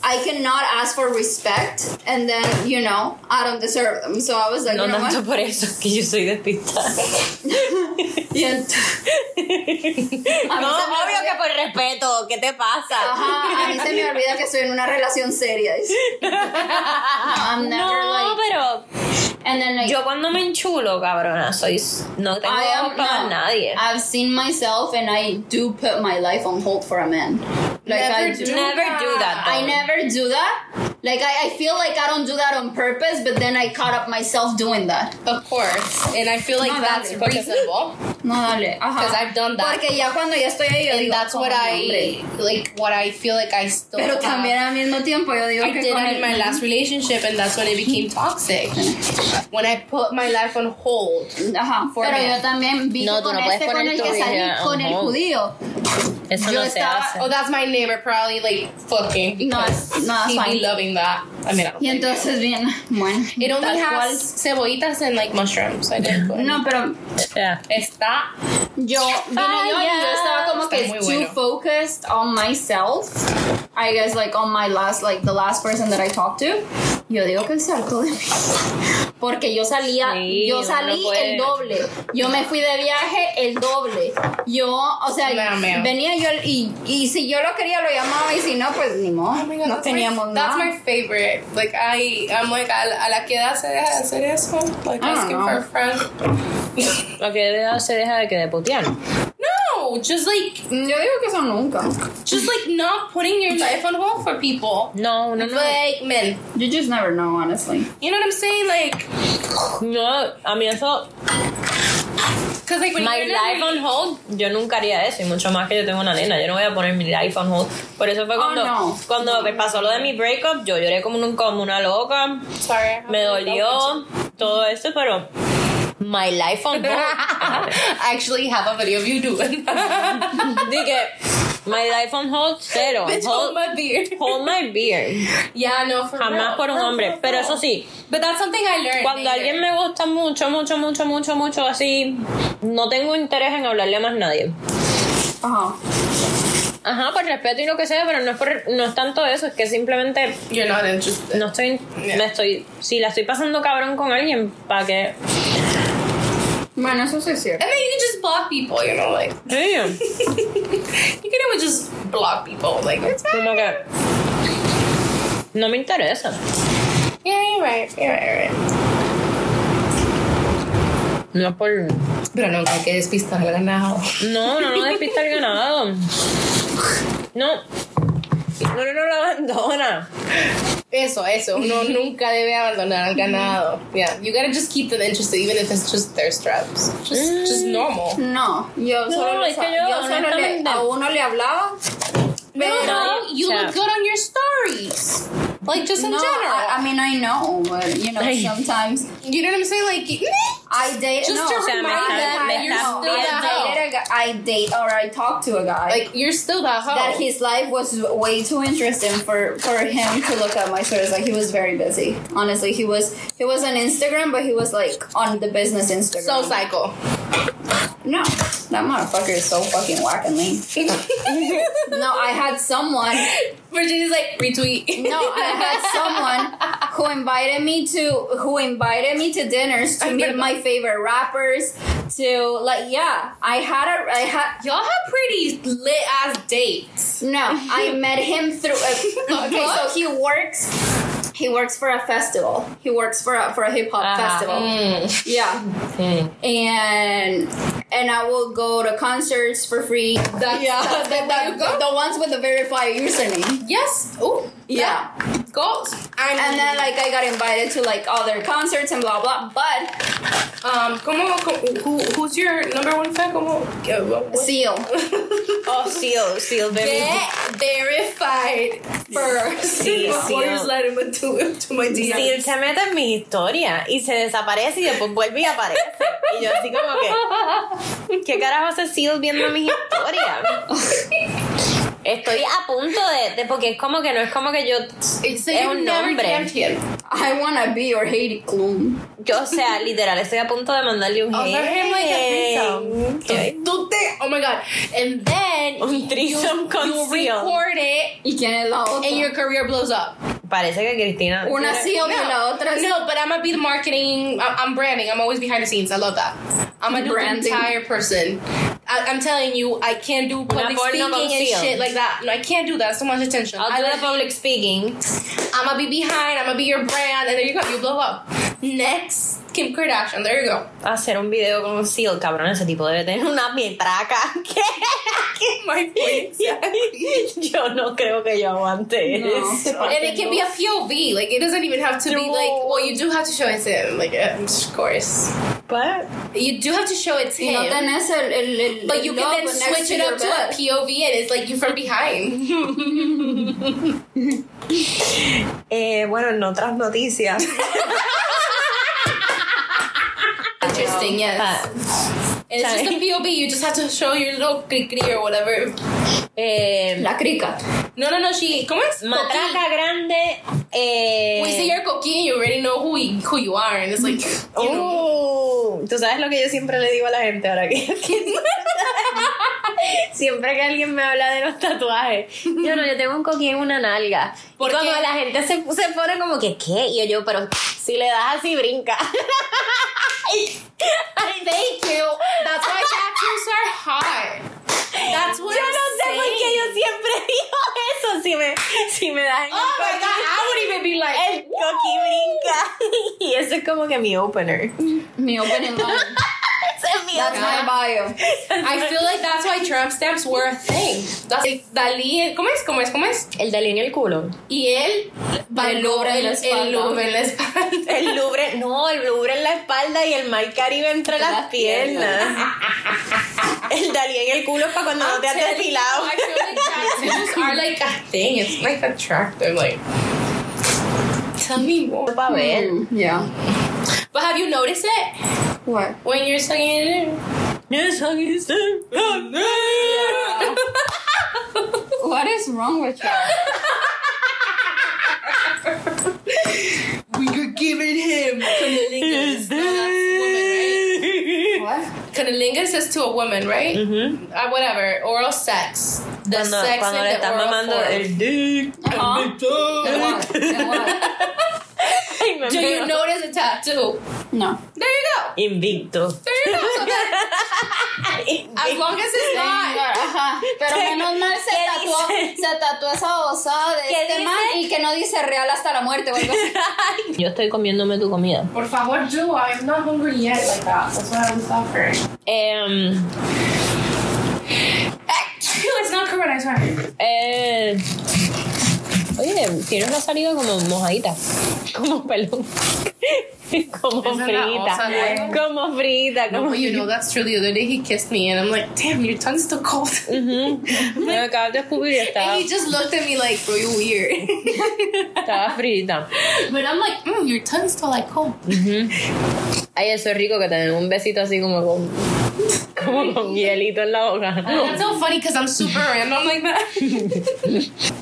I cannot ask for respect, and then, you know, I don't deserve them. So I was like,
No
you know what?
tanto por eso es que yo soy despistada.
Y entonces,
no, obvio que por respeto, ¿qué te pasa?
ajá, a mí se me olvida que estoy en una relación seria. No, I'm never
No,
like-
pero
and then, like,
yo cuando me enchulo, cabrona, soy no tengo
I
ojos
am
para
no.
nadie.
I've seen myself and I do put my life on hold for a man. Like I
Never
do,
do
Never do that.
I
though.
never do that. Like I, I feel like I don't do that on purpose, but then I caught up myself doing that.
Of course. And I feel like
No,
that's
dale.
reasonable.
No, dale.
Because
Ajá.
I've done that.
Porque ya cuando ya estoy ahí, yo
and
digo,
that's what
"Oh,
I
hombre".
like. What I feel like I still.
Pero
have.
también al mismo tiempo yo digo
I
que
did
con
it
el-
in my last relationship, and that's when it became toxic. When I put my life on hold.
Ajá.
For
Pero
me.
yo también vi
No,
que
tú
con
no puedes
este con
poner
el
tu
que
vida
salí,
on
con el
hold.
judío,
Eso
Yo
no se
estaba-
hace.
Oh, that's my neighbor, probably like fucking.
No, it's- no, that's
he'd
fine.
be loving that. I mean, I don't
Y
think
entonces bien, bueno.
it only
tal
has cebollitas and like mushrooms. I did.
cual.
but-
No, pero
Yeah.
Está.
yo, vine yo, y yo estaba como
Está
que
muy
too
bueno.
focused on myself. I guess like on my last, like the last person that I talked to. Yo digo que se hartó de mí. Porque yo salía,
Sí,
yo
uno
salí
no puede.
el doble. Yo me fui de viaje el doble. Yo, o sea,
No, ma'am.
venía yo y, y si yo lo quería lo llamaba y si no, pues ni modo.
Oh my God,
no
that's my-
teníamos nada.
That's my favorite. Like I, I'm like a, la- a la que edad se deja de hacer eso. Like
I don't
asking
know.
for a friend.
Lo que de edad se deja de que de putear.
No, just like,
Yo digo que eso nunca.
just like not putting your life on hold for people.
No, uno no.
Like men,
You just never know, honestly.
you know what I'm saying? Like,
No, a mí eso.
cause like when
My
you're in a
life on hold, yo nunca haría eso. Y mucho más que yo tengo una nena. Yo no voy a poner mi life on hold. Por eso fue cuando,
Oh, no.
cuando me pasó lo de mi breakup, yo lloré como, un- como una loca.
Sorry.
Me dolió todo eso, pero. My life on (laughs) hold.
I actually have a video of you doing that.
(laughs) Dije, my life on hold, cero.
Bitch,
Hold,
hold my beer.
hold oh my beer.
Yeah, no, for
Jamás
real,
por un
for
hombre.
real,
Pero
for
eso
real.
sí,
But that's something I learned.
Cuando
later.
alguien me gusta mucho, mucho, mucho, mucho, mucho, así, no tengo interés en hablarle a más nadie.
Ajá.
Ajá, por respeto y lo que sea, pero no es, por- no es tanto eso, es que simplemente
You're not interested.
no estoy, me estoy, si la estoy pasando cabrón con alguien, ¿para qué?
Bueno, eso sí es cierto.
And then you can just block people, you know, like (laughs)
Sí,
you can always just block people, like it's fine.
como que no me interesa.
Yeah, you're right. You're right. You're right.
No es por,
Pero nunca hay que despistar al ganado.
no, no, no despista el ganado. No, no, no lo abandona.
Eso, eso. (laughs) Uno nunca debe abandonar al ganado. Yeah, you gotta just keep them interested, even if it's just thirst traps. Just, just normal.
No, yo solo,
No,
le-
es que yo,
yo solo le,
honestamente-
a uno le hablaba. Pero
No, you
Yeah.
look good on your stories. Like just in
no,
general.
I, I mean, I know, but you know,
Ay.
sometimes
you know what I'm saying? Like, mm.
I date.
Just
no,
to
o sea, me
remind
estás-
them
me
that you're
estás
still
viendo.
that
I date a gu- I date or I talk to a guy.
like oh. you're still that hoe.
that his life was way too interesting for for him to look at my stories. Like he was very busy. Honestly, he was he was on Instagram, but he was like on the business Instagram.
so psycho.
No, that motherfucker is so fucking whack and
(laughs)
lame. No, I had someone.
Virginia's like (laughs) retweet.
No, I had someone who invited me to who invited me to dinners to
I
meet
know.
my favorite rappers. To like, yeah, I had a I had
Y'all have pretty lit ass dates. (laughs)
no. I met him through. A, okay, so he works. He works for a festival. He works for a, for a hip hop
Ah,
festival.
mm.
Yeah, and and I will go to concerts for free. That's,
Yeah,
that's
(laughs)
the,
that's where you go.
the ones with the verified username.
Yes. Oh.
Yeah.
Goals. I'm,
And then like I got invited to like other concerts and blah blah. But
um, como, como- who, who's your number one fan? Como, que- what- (laughs)
seal
Oh, sí, oh, sí, oh, baby.
get verified first
Sí,
before
sí.
you slide him into to my
Sí,
DM.
él se mete en mi historia y se desaparece y después vuelve y aparece. Y yo así como que, ¿qué carajo hace Seal viendo mis historias? Estoy a punto de, de- porque es como que no es como que yo
So
es
you
un
never
nombre.
DM'd him.
I wanna be your Heidi Klum.
Yo, o (laughs) sea, literal, estoy a punto de mandarle un
Offer him like a threesome.
hey.
Tú te- Oh my god. And (laughs) then
Un threesome con
you
Sion.
record it
¿Y quién es la otra?
and your career blows up.
Parece que Cristina.
Una sí o la otra sí.
No, but I'm gonna be the marketing. I- I'm branding. I'm always behind the scenes. I love that. I'm a brand
Branding.
entire person. I, I'm telling you, I can't do public
porno
speaking and
conceal.
shit like that. No, I can't do that. So much attention.
I'll
I
do
love
the public speaking.
I'm gonna be behind. I'm gonna be your brand, and there you go. You blow up. Next, Kim Kardashian. There you go.
Hacer un video con Seal, cabrón, ese tipo debe tener (laughs) (laughs) una pietraca. ¿Qué?
My point.
Yo no creo que yo aguante
No.
eso.
And it can be a POV. Like it doesn't even have to be
No.
like. Well, you do have to show it's him. Like eh, of course,
But-
you do have to show it's
Y no
him.
tenés el, el, el
But you
el
can then
logo next
switch it
your
up to a
bed.
POV, and it's like you from behind.
Eh, bueno, en otras noticias.
Interesting. Yes.
Ah,
And it's just a
Sorry.
POV. You just have to show your little cri or whatever.
eh,
La crica.
No, no, no. She come on.
matraca grande. Eh,
We see your cookie, and you already know who y- who you are, and it's like. you know.
Oh, tú sabes lo que yo siempre le digo a la gente ahora que, (laughs) que- siempre que alguien me habla de los tatuajes, yo no, yo tengo un coquín en una nalga.
¿Por
Porque cuando
qué?
la gente se, se pone como que qué y yo, pero si le das así brinca. (laughs)
Thank you. That's why tattoos are hot. That's what
yo
I'm
no sé por
saying.
qué yo siempre digo eso si me si me das en el
Oh my god,
coquín.
I would even be like,
El coquí brinca. (laughs) Y eso es como que mi opener.
Mi opening line.
Ese es mi
That's my bio.
I feel like that's why tramp stamps were a thing. That's like, Dalí, ¿cómo es? ¿Cómo es? ¿Cómo es?
El Dalí en el culo.
Y él bailó
Louvre en
el,
la
el
espalda.
Louvre en la espalda.
El Louvre, no, el Louvre en la espalda y el Mar Caribe entre las,
las
piernas. Ah,
piernas.
el Dalí en el culo es para cuando no te has depilado.
I feel like
(laughs)
tattoos are like a thing. It's like attractive. Like, tell me more.
Pa' ver.
Mm, yeah.
But have you noticed it
What?
when you're sucking it in?
What is wrong with you?
We could give it him. Cunnilingus. No, that's
(laughs)
woman,
What?
right? Cunnilingus is to a woman, right?
Ujú.
Uh, whatever. Oral sex. The
Mm. Cuando,
sex
cuando
in
le
the
estás
oral
mamando
form.
el dick.
Ajá.
el pito.
Then what? Then what?
Ay, me (laughs)
Do
veo.
you notice a tattoo?
(laughs) No.
There you go.
Invicto.
There you go. So that, as long as it's not.
Ajá. Pero menos mal se
¿Qué
tatuó,
dice?
se tatuó esa osada de
¿Qué
este
dice?
man y que no dice real hasta la muerte o algo así.
Yo estoy comiéndome tu comida.
Por favor, do. I'm not hungry yet like that. That's why I'm suffering.
Em,
it's not corona, I swear.
eh, oye, tienes la salida como mojadita. (laughs) Como pelón. (laughs) como
Esa es la osa,
frita.
¿no?
Como frita.
No, pues.
Como
but you know, that's true. The other day he kissed me and I'm like, damn, your tongue's still cold.
Ujú. Me acabas de descubrir y estaba,
And he just looked at me like, bro, you weird. (laughs)
estaba frita.
But I'm like, mm, your tongue's still like cold.
Ay, eso es rico que te den un besito así como con, (laughs) como con hielito en la boca.
That's so funny because I'm super random like that.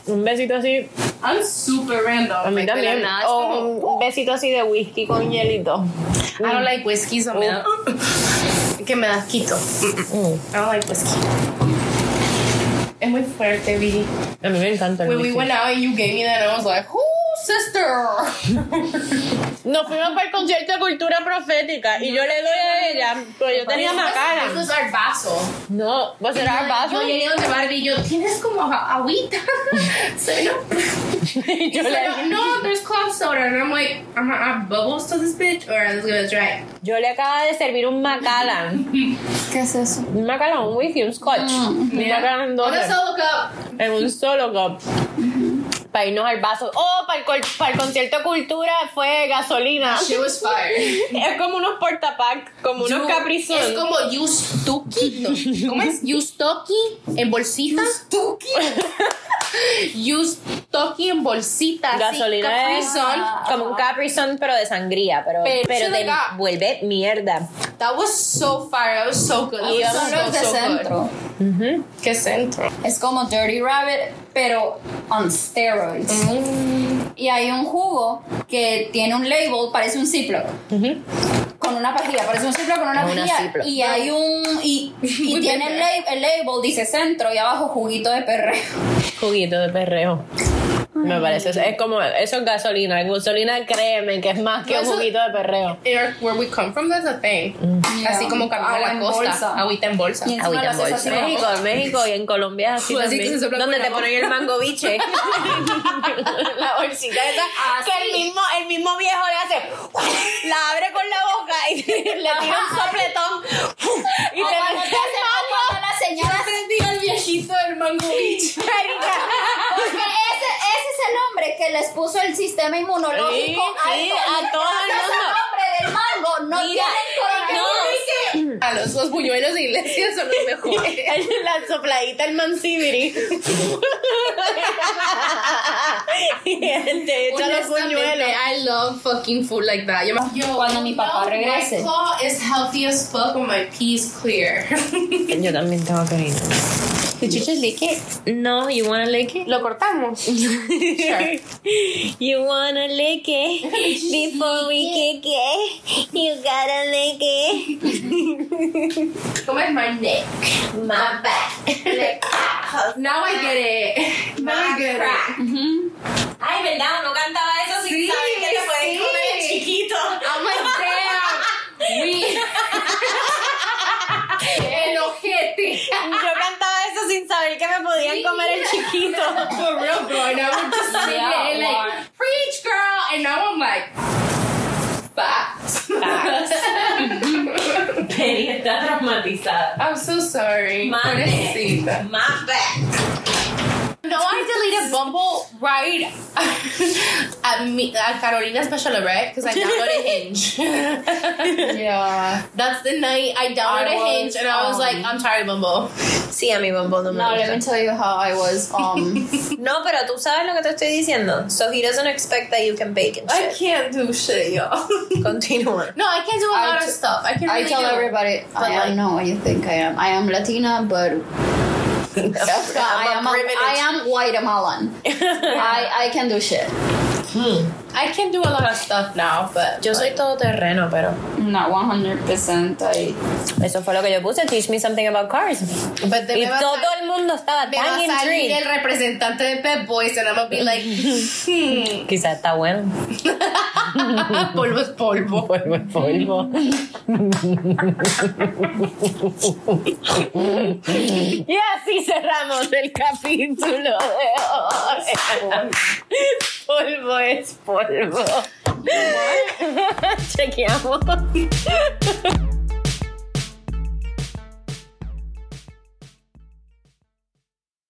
Un besito así.
(laughs) I'm super random.
A mí
like,
también. Oh.
pero nada, es
O
como- Ah,
un- un besito así de whisky con hielito.
I don't like whiskey, so me (laughs) da- que me da quito. I don't like whiskey. Es muy fuerte, Viri.
A mí me encanta el
When we
whisky.
went out and you gave me that, I was like, "Ooh, sister!"
Nos fuimos para el concierto de cultura profética y yo le doy a ella, pues yo tenía
This
macana.
was our vaso.
No, ¿vos será vaso?
Yo llegué donde Barbie y yo, ¿tienes como a- agüita? (laughs) so, no.
Y (laughs) yo
So,
le,
no, no, there's club soda. And I'm like, I'm gonna add bubbles to this bitch or I'm just gonna try it.
yo le acaba de servir un macallan.
¿Qué es eso?
Un macallan, un whisky, un scotch.
Mm.
Un macallan en
I'm
doble.
gonna solo cup.
en (laughs) un solo cup. Para irnos al vaso. Oh, para el, col- para el concierto de cultura fue gasolina.
She was fire.
(laughs) Es como unos portapack, como unos
Yo-
caprizón.
Es como Yustuki.
(laughs)
No, ¿Cómo es? Yustuki en bolsita. (laughs) Yustuki. Yustuki en bolsita. así,
Gasolina
Capri
de-
Sun.
Como un caprizón, pero de sangría. Pero,
Pero
pero,
se
te
le va.
vuelve mierda.
That was so fire. That was so good.
Y
That
vamos
was
Son los de
so, so good.
centro.
¿Qué centro?
Es como Dirty Rabbit, pero on steroids. Y hay un jugo que tiene un label, parece un Ziploc. Con una pajilla, parece un Ziploc con una
Una
pajilla.
Ziploc.
Y hay un. Y, y tiene el, lab- el label, dice centro y abajo juguito de perreo.
Juguito de perreo. Me parece, es como, eso es gasolina, gasolina créeme que es más que
No,
un
eso-
juguito de perreo.
Eric, where we come from, that's a thing. Así como camino a
Agua
la
en
costa.
bolsa.
Agüita en bolsa.
Y encima lo
Agüita en
haces así.
En México, en México y en Colombia es así
Así
también.
que se sopla
donde
con la
te ponen el mango (laughs) biche. la bolsita esa
Así.
que el mismo, el mismo viejo le hace la abre con la boca y (laughs) le tira un sopletón y
O
te
cuando te
mete
hacen- o cuando la (laughs) señora
el viejito del mango beach.
Porque ese, ese es el hombre que les puso el sistema inmunológico
Sí, sí,
alto.
a todo el
Gracias al
mundo.
hombre del mango no
Mira,
tienen coronavirus.
A los dos buñuelos de iglesia son (laughs) los mejores.
la sopladita el mancibiri y él te echa los
Honestamente,
buñuelos
I love fucking food like that. Yo, me- Yo,
Cuando mi papá regrese.
My claw is healthy as fuck when my pee is clear.
yo también tengo que ir
Did you just lick it?
no you wanna lick it
(laughs) Lo cortamos.
(laughs) you wanna lick (laughs) it before we kick it you gotta lick it
Come on, my neck. My back. now I get it. Now I get it.
ay verdad no cantaba eso sin
Sí,
saber que te pueden
sí.
comer el chiquito
I'm like, damn. We. El ojete.
yo cantaba eso sin saber que me podían comer el chiquito
For real, bro. And I would just sing
Yeah,
it and like, preach, girl. And now I'm like, facts.
Penny está traumatizada
I'm so sorry.
My
Pobrecita.
my bad
No, I deleted Bumble right (laughs) at me at Carolina's Bachelorette because I downloaded Hinge. (laughs) yeah, that's the night I downloaded
I was,
Hinge and I was like, I'm tired of Bumble.
sí a mi bombón no me
No,
gusta.
let me tell you how I
(laughs)
was. Um,
No, pero tú sabes lo que te estoy diciendo. So he doesn't expect that you can bake and shit.
can't do shit, y'all. (laughs)
Continúa.
no, I can't do a
I
lot of
t-
stuff. I can.
I
Really
tell
do.
everybody I
like-
don't know what you think I am. I am Latina, but
(laughs)
I
I'm a
am a,
privilege.
I am Guatemalan.
(laughs)
I I can do shit.
I can do a lot of stuff now, but
Yo soy todoterreno, pero
Not one hundred percent. I
eso fue lo que yo puse. Teach me something about cars.
but
Y
then me va a
todo
sal-
el mundo estaba
me va
tan
a salir
intrigued.
el representante de Pep Boys and I'm gonna
(laughs)
be like, hmm,
Quizá está bueno.
polvo es
(laughs)
polvo.
Polvo es polvo. y así cerramos el capítulo de hoy. Polvo es polvo. Chequeamos.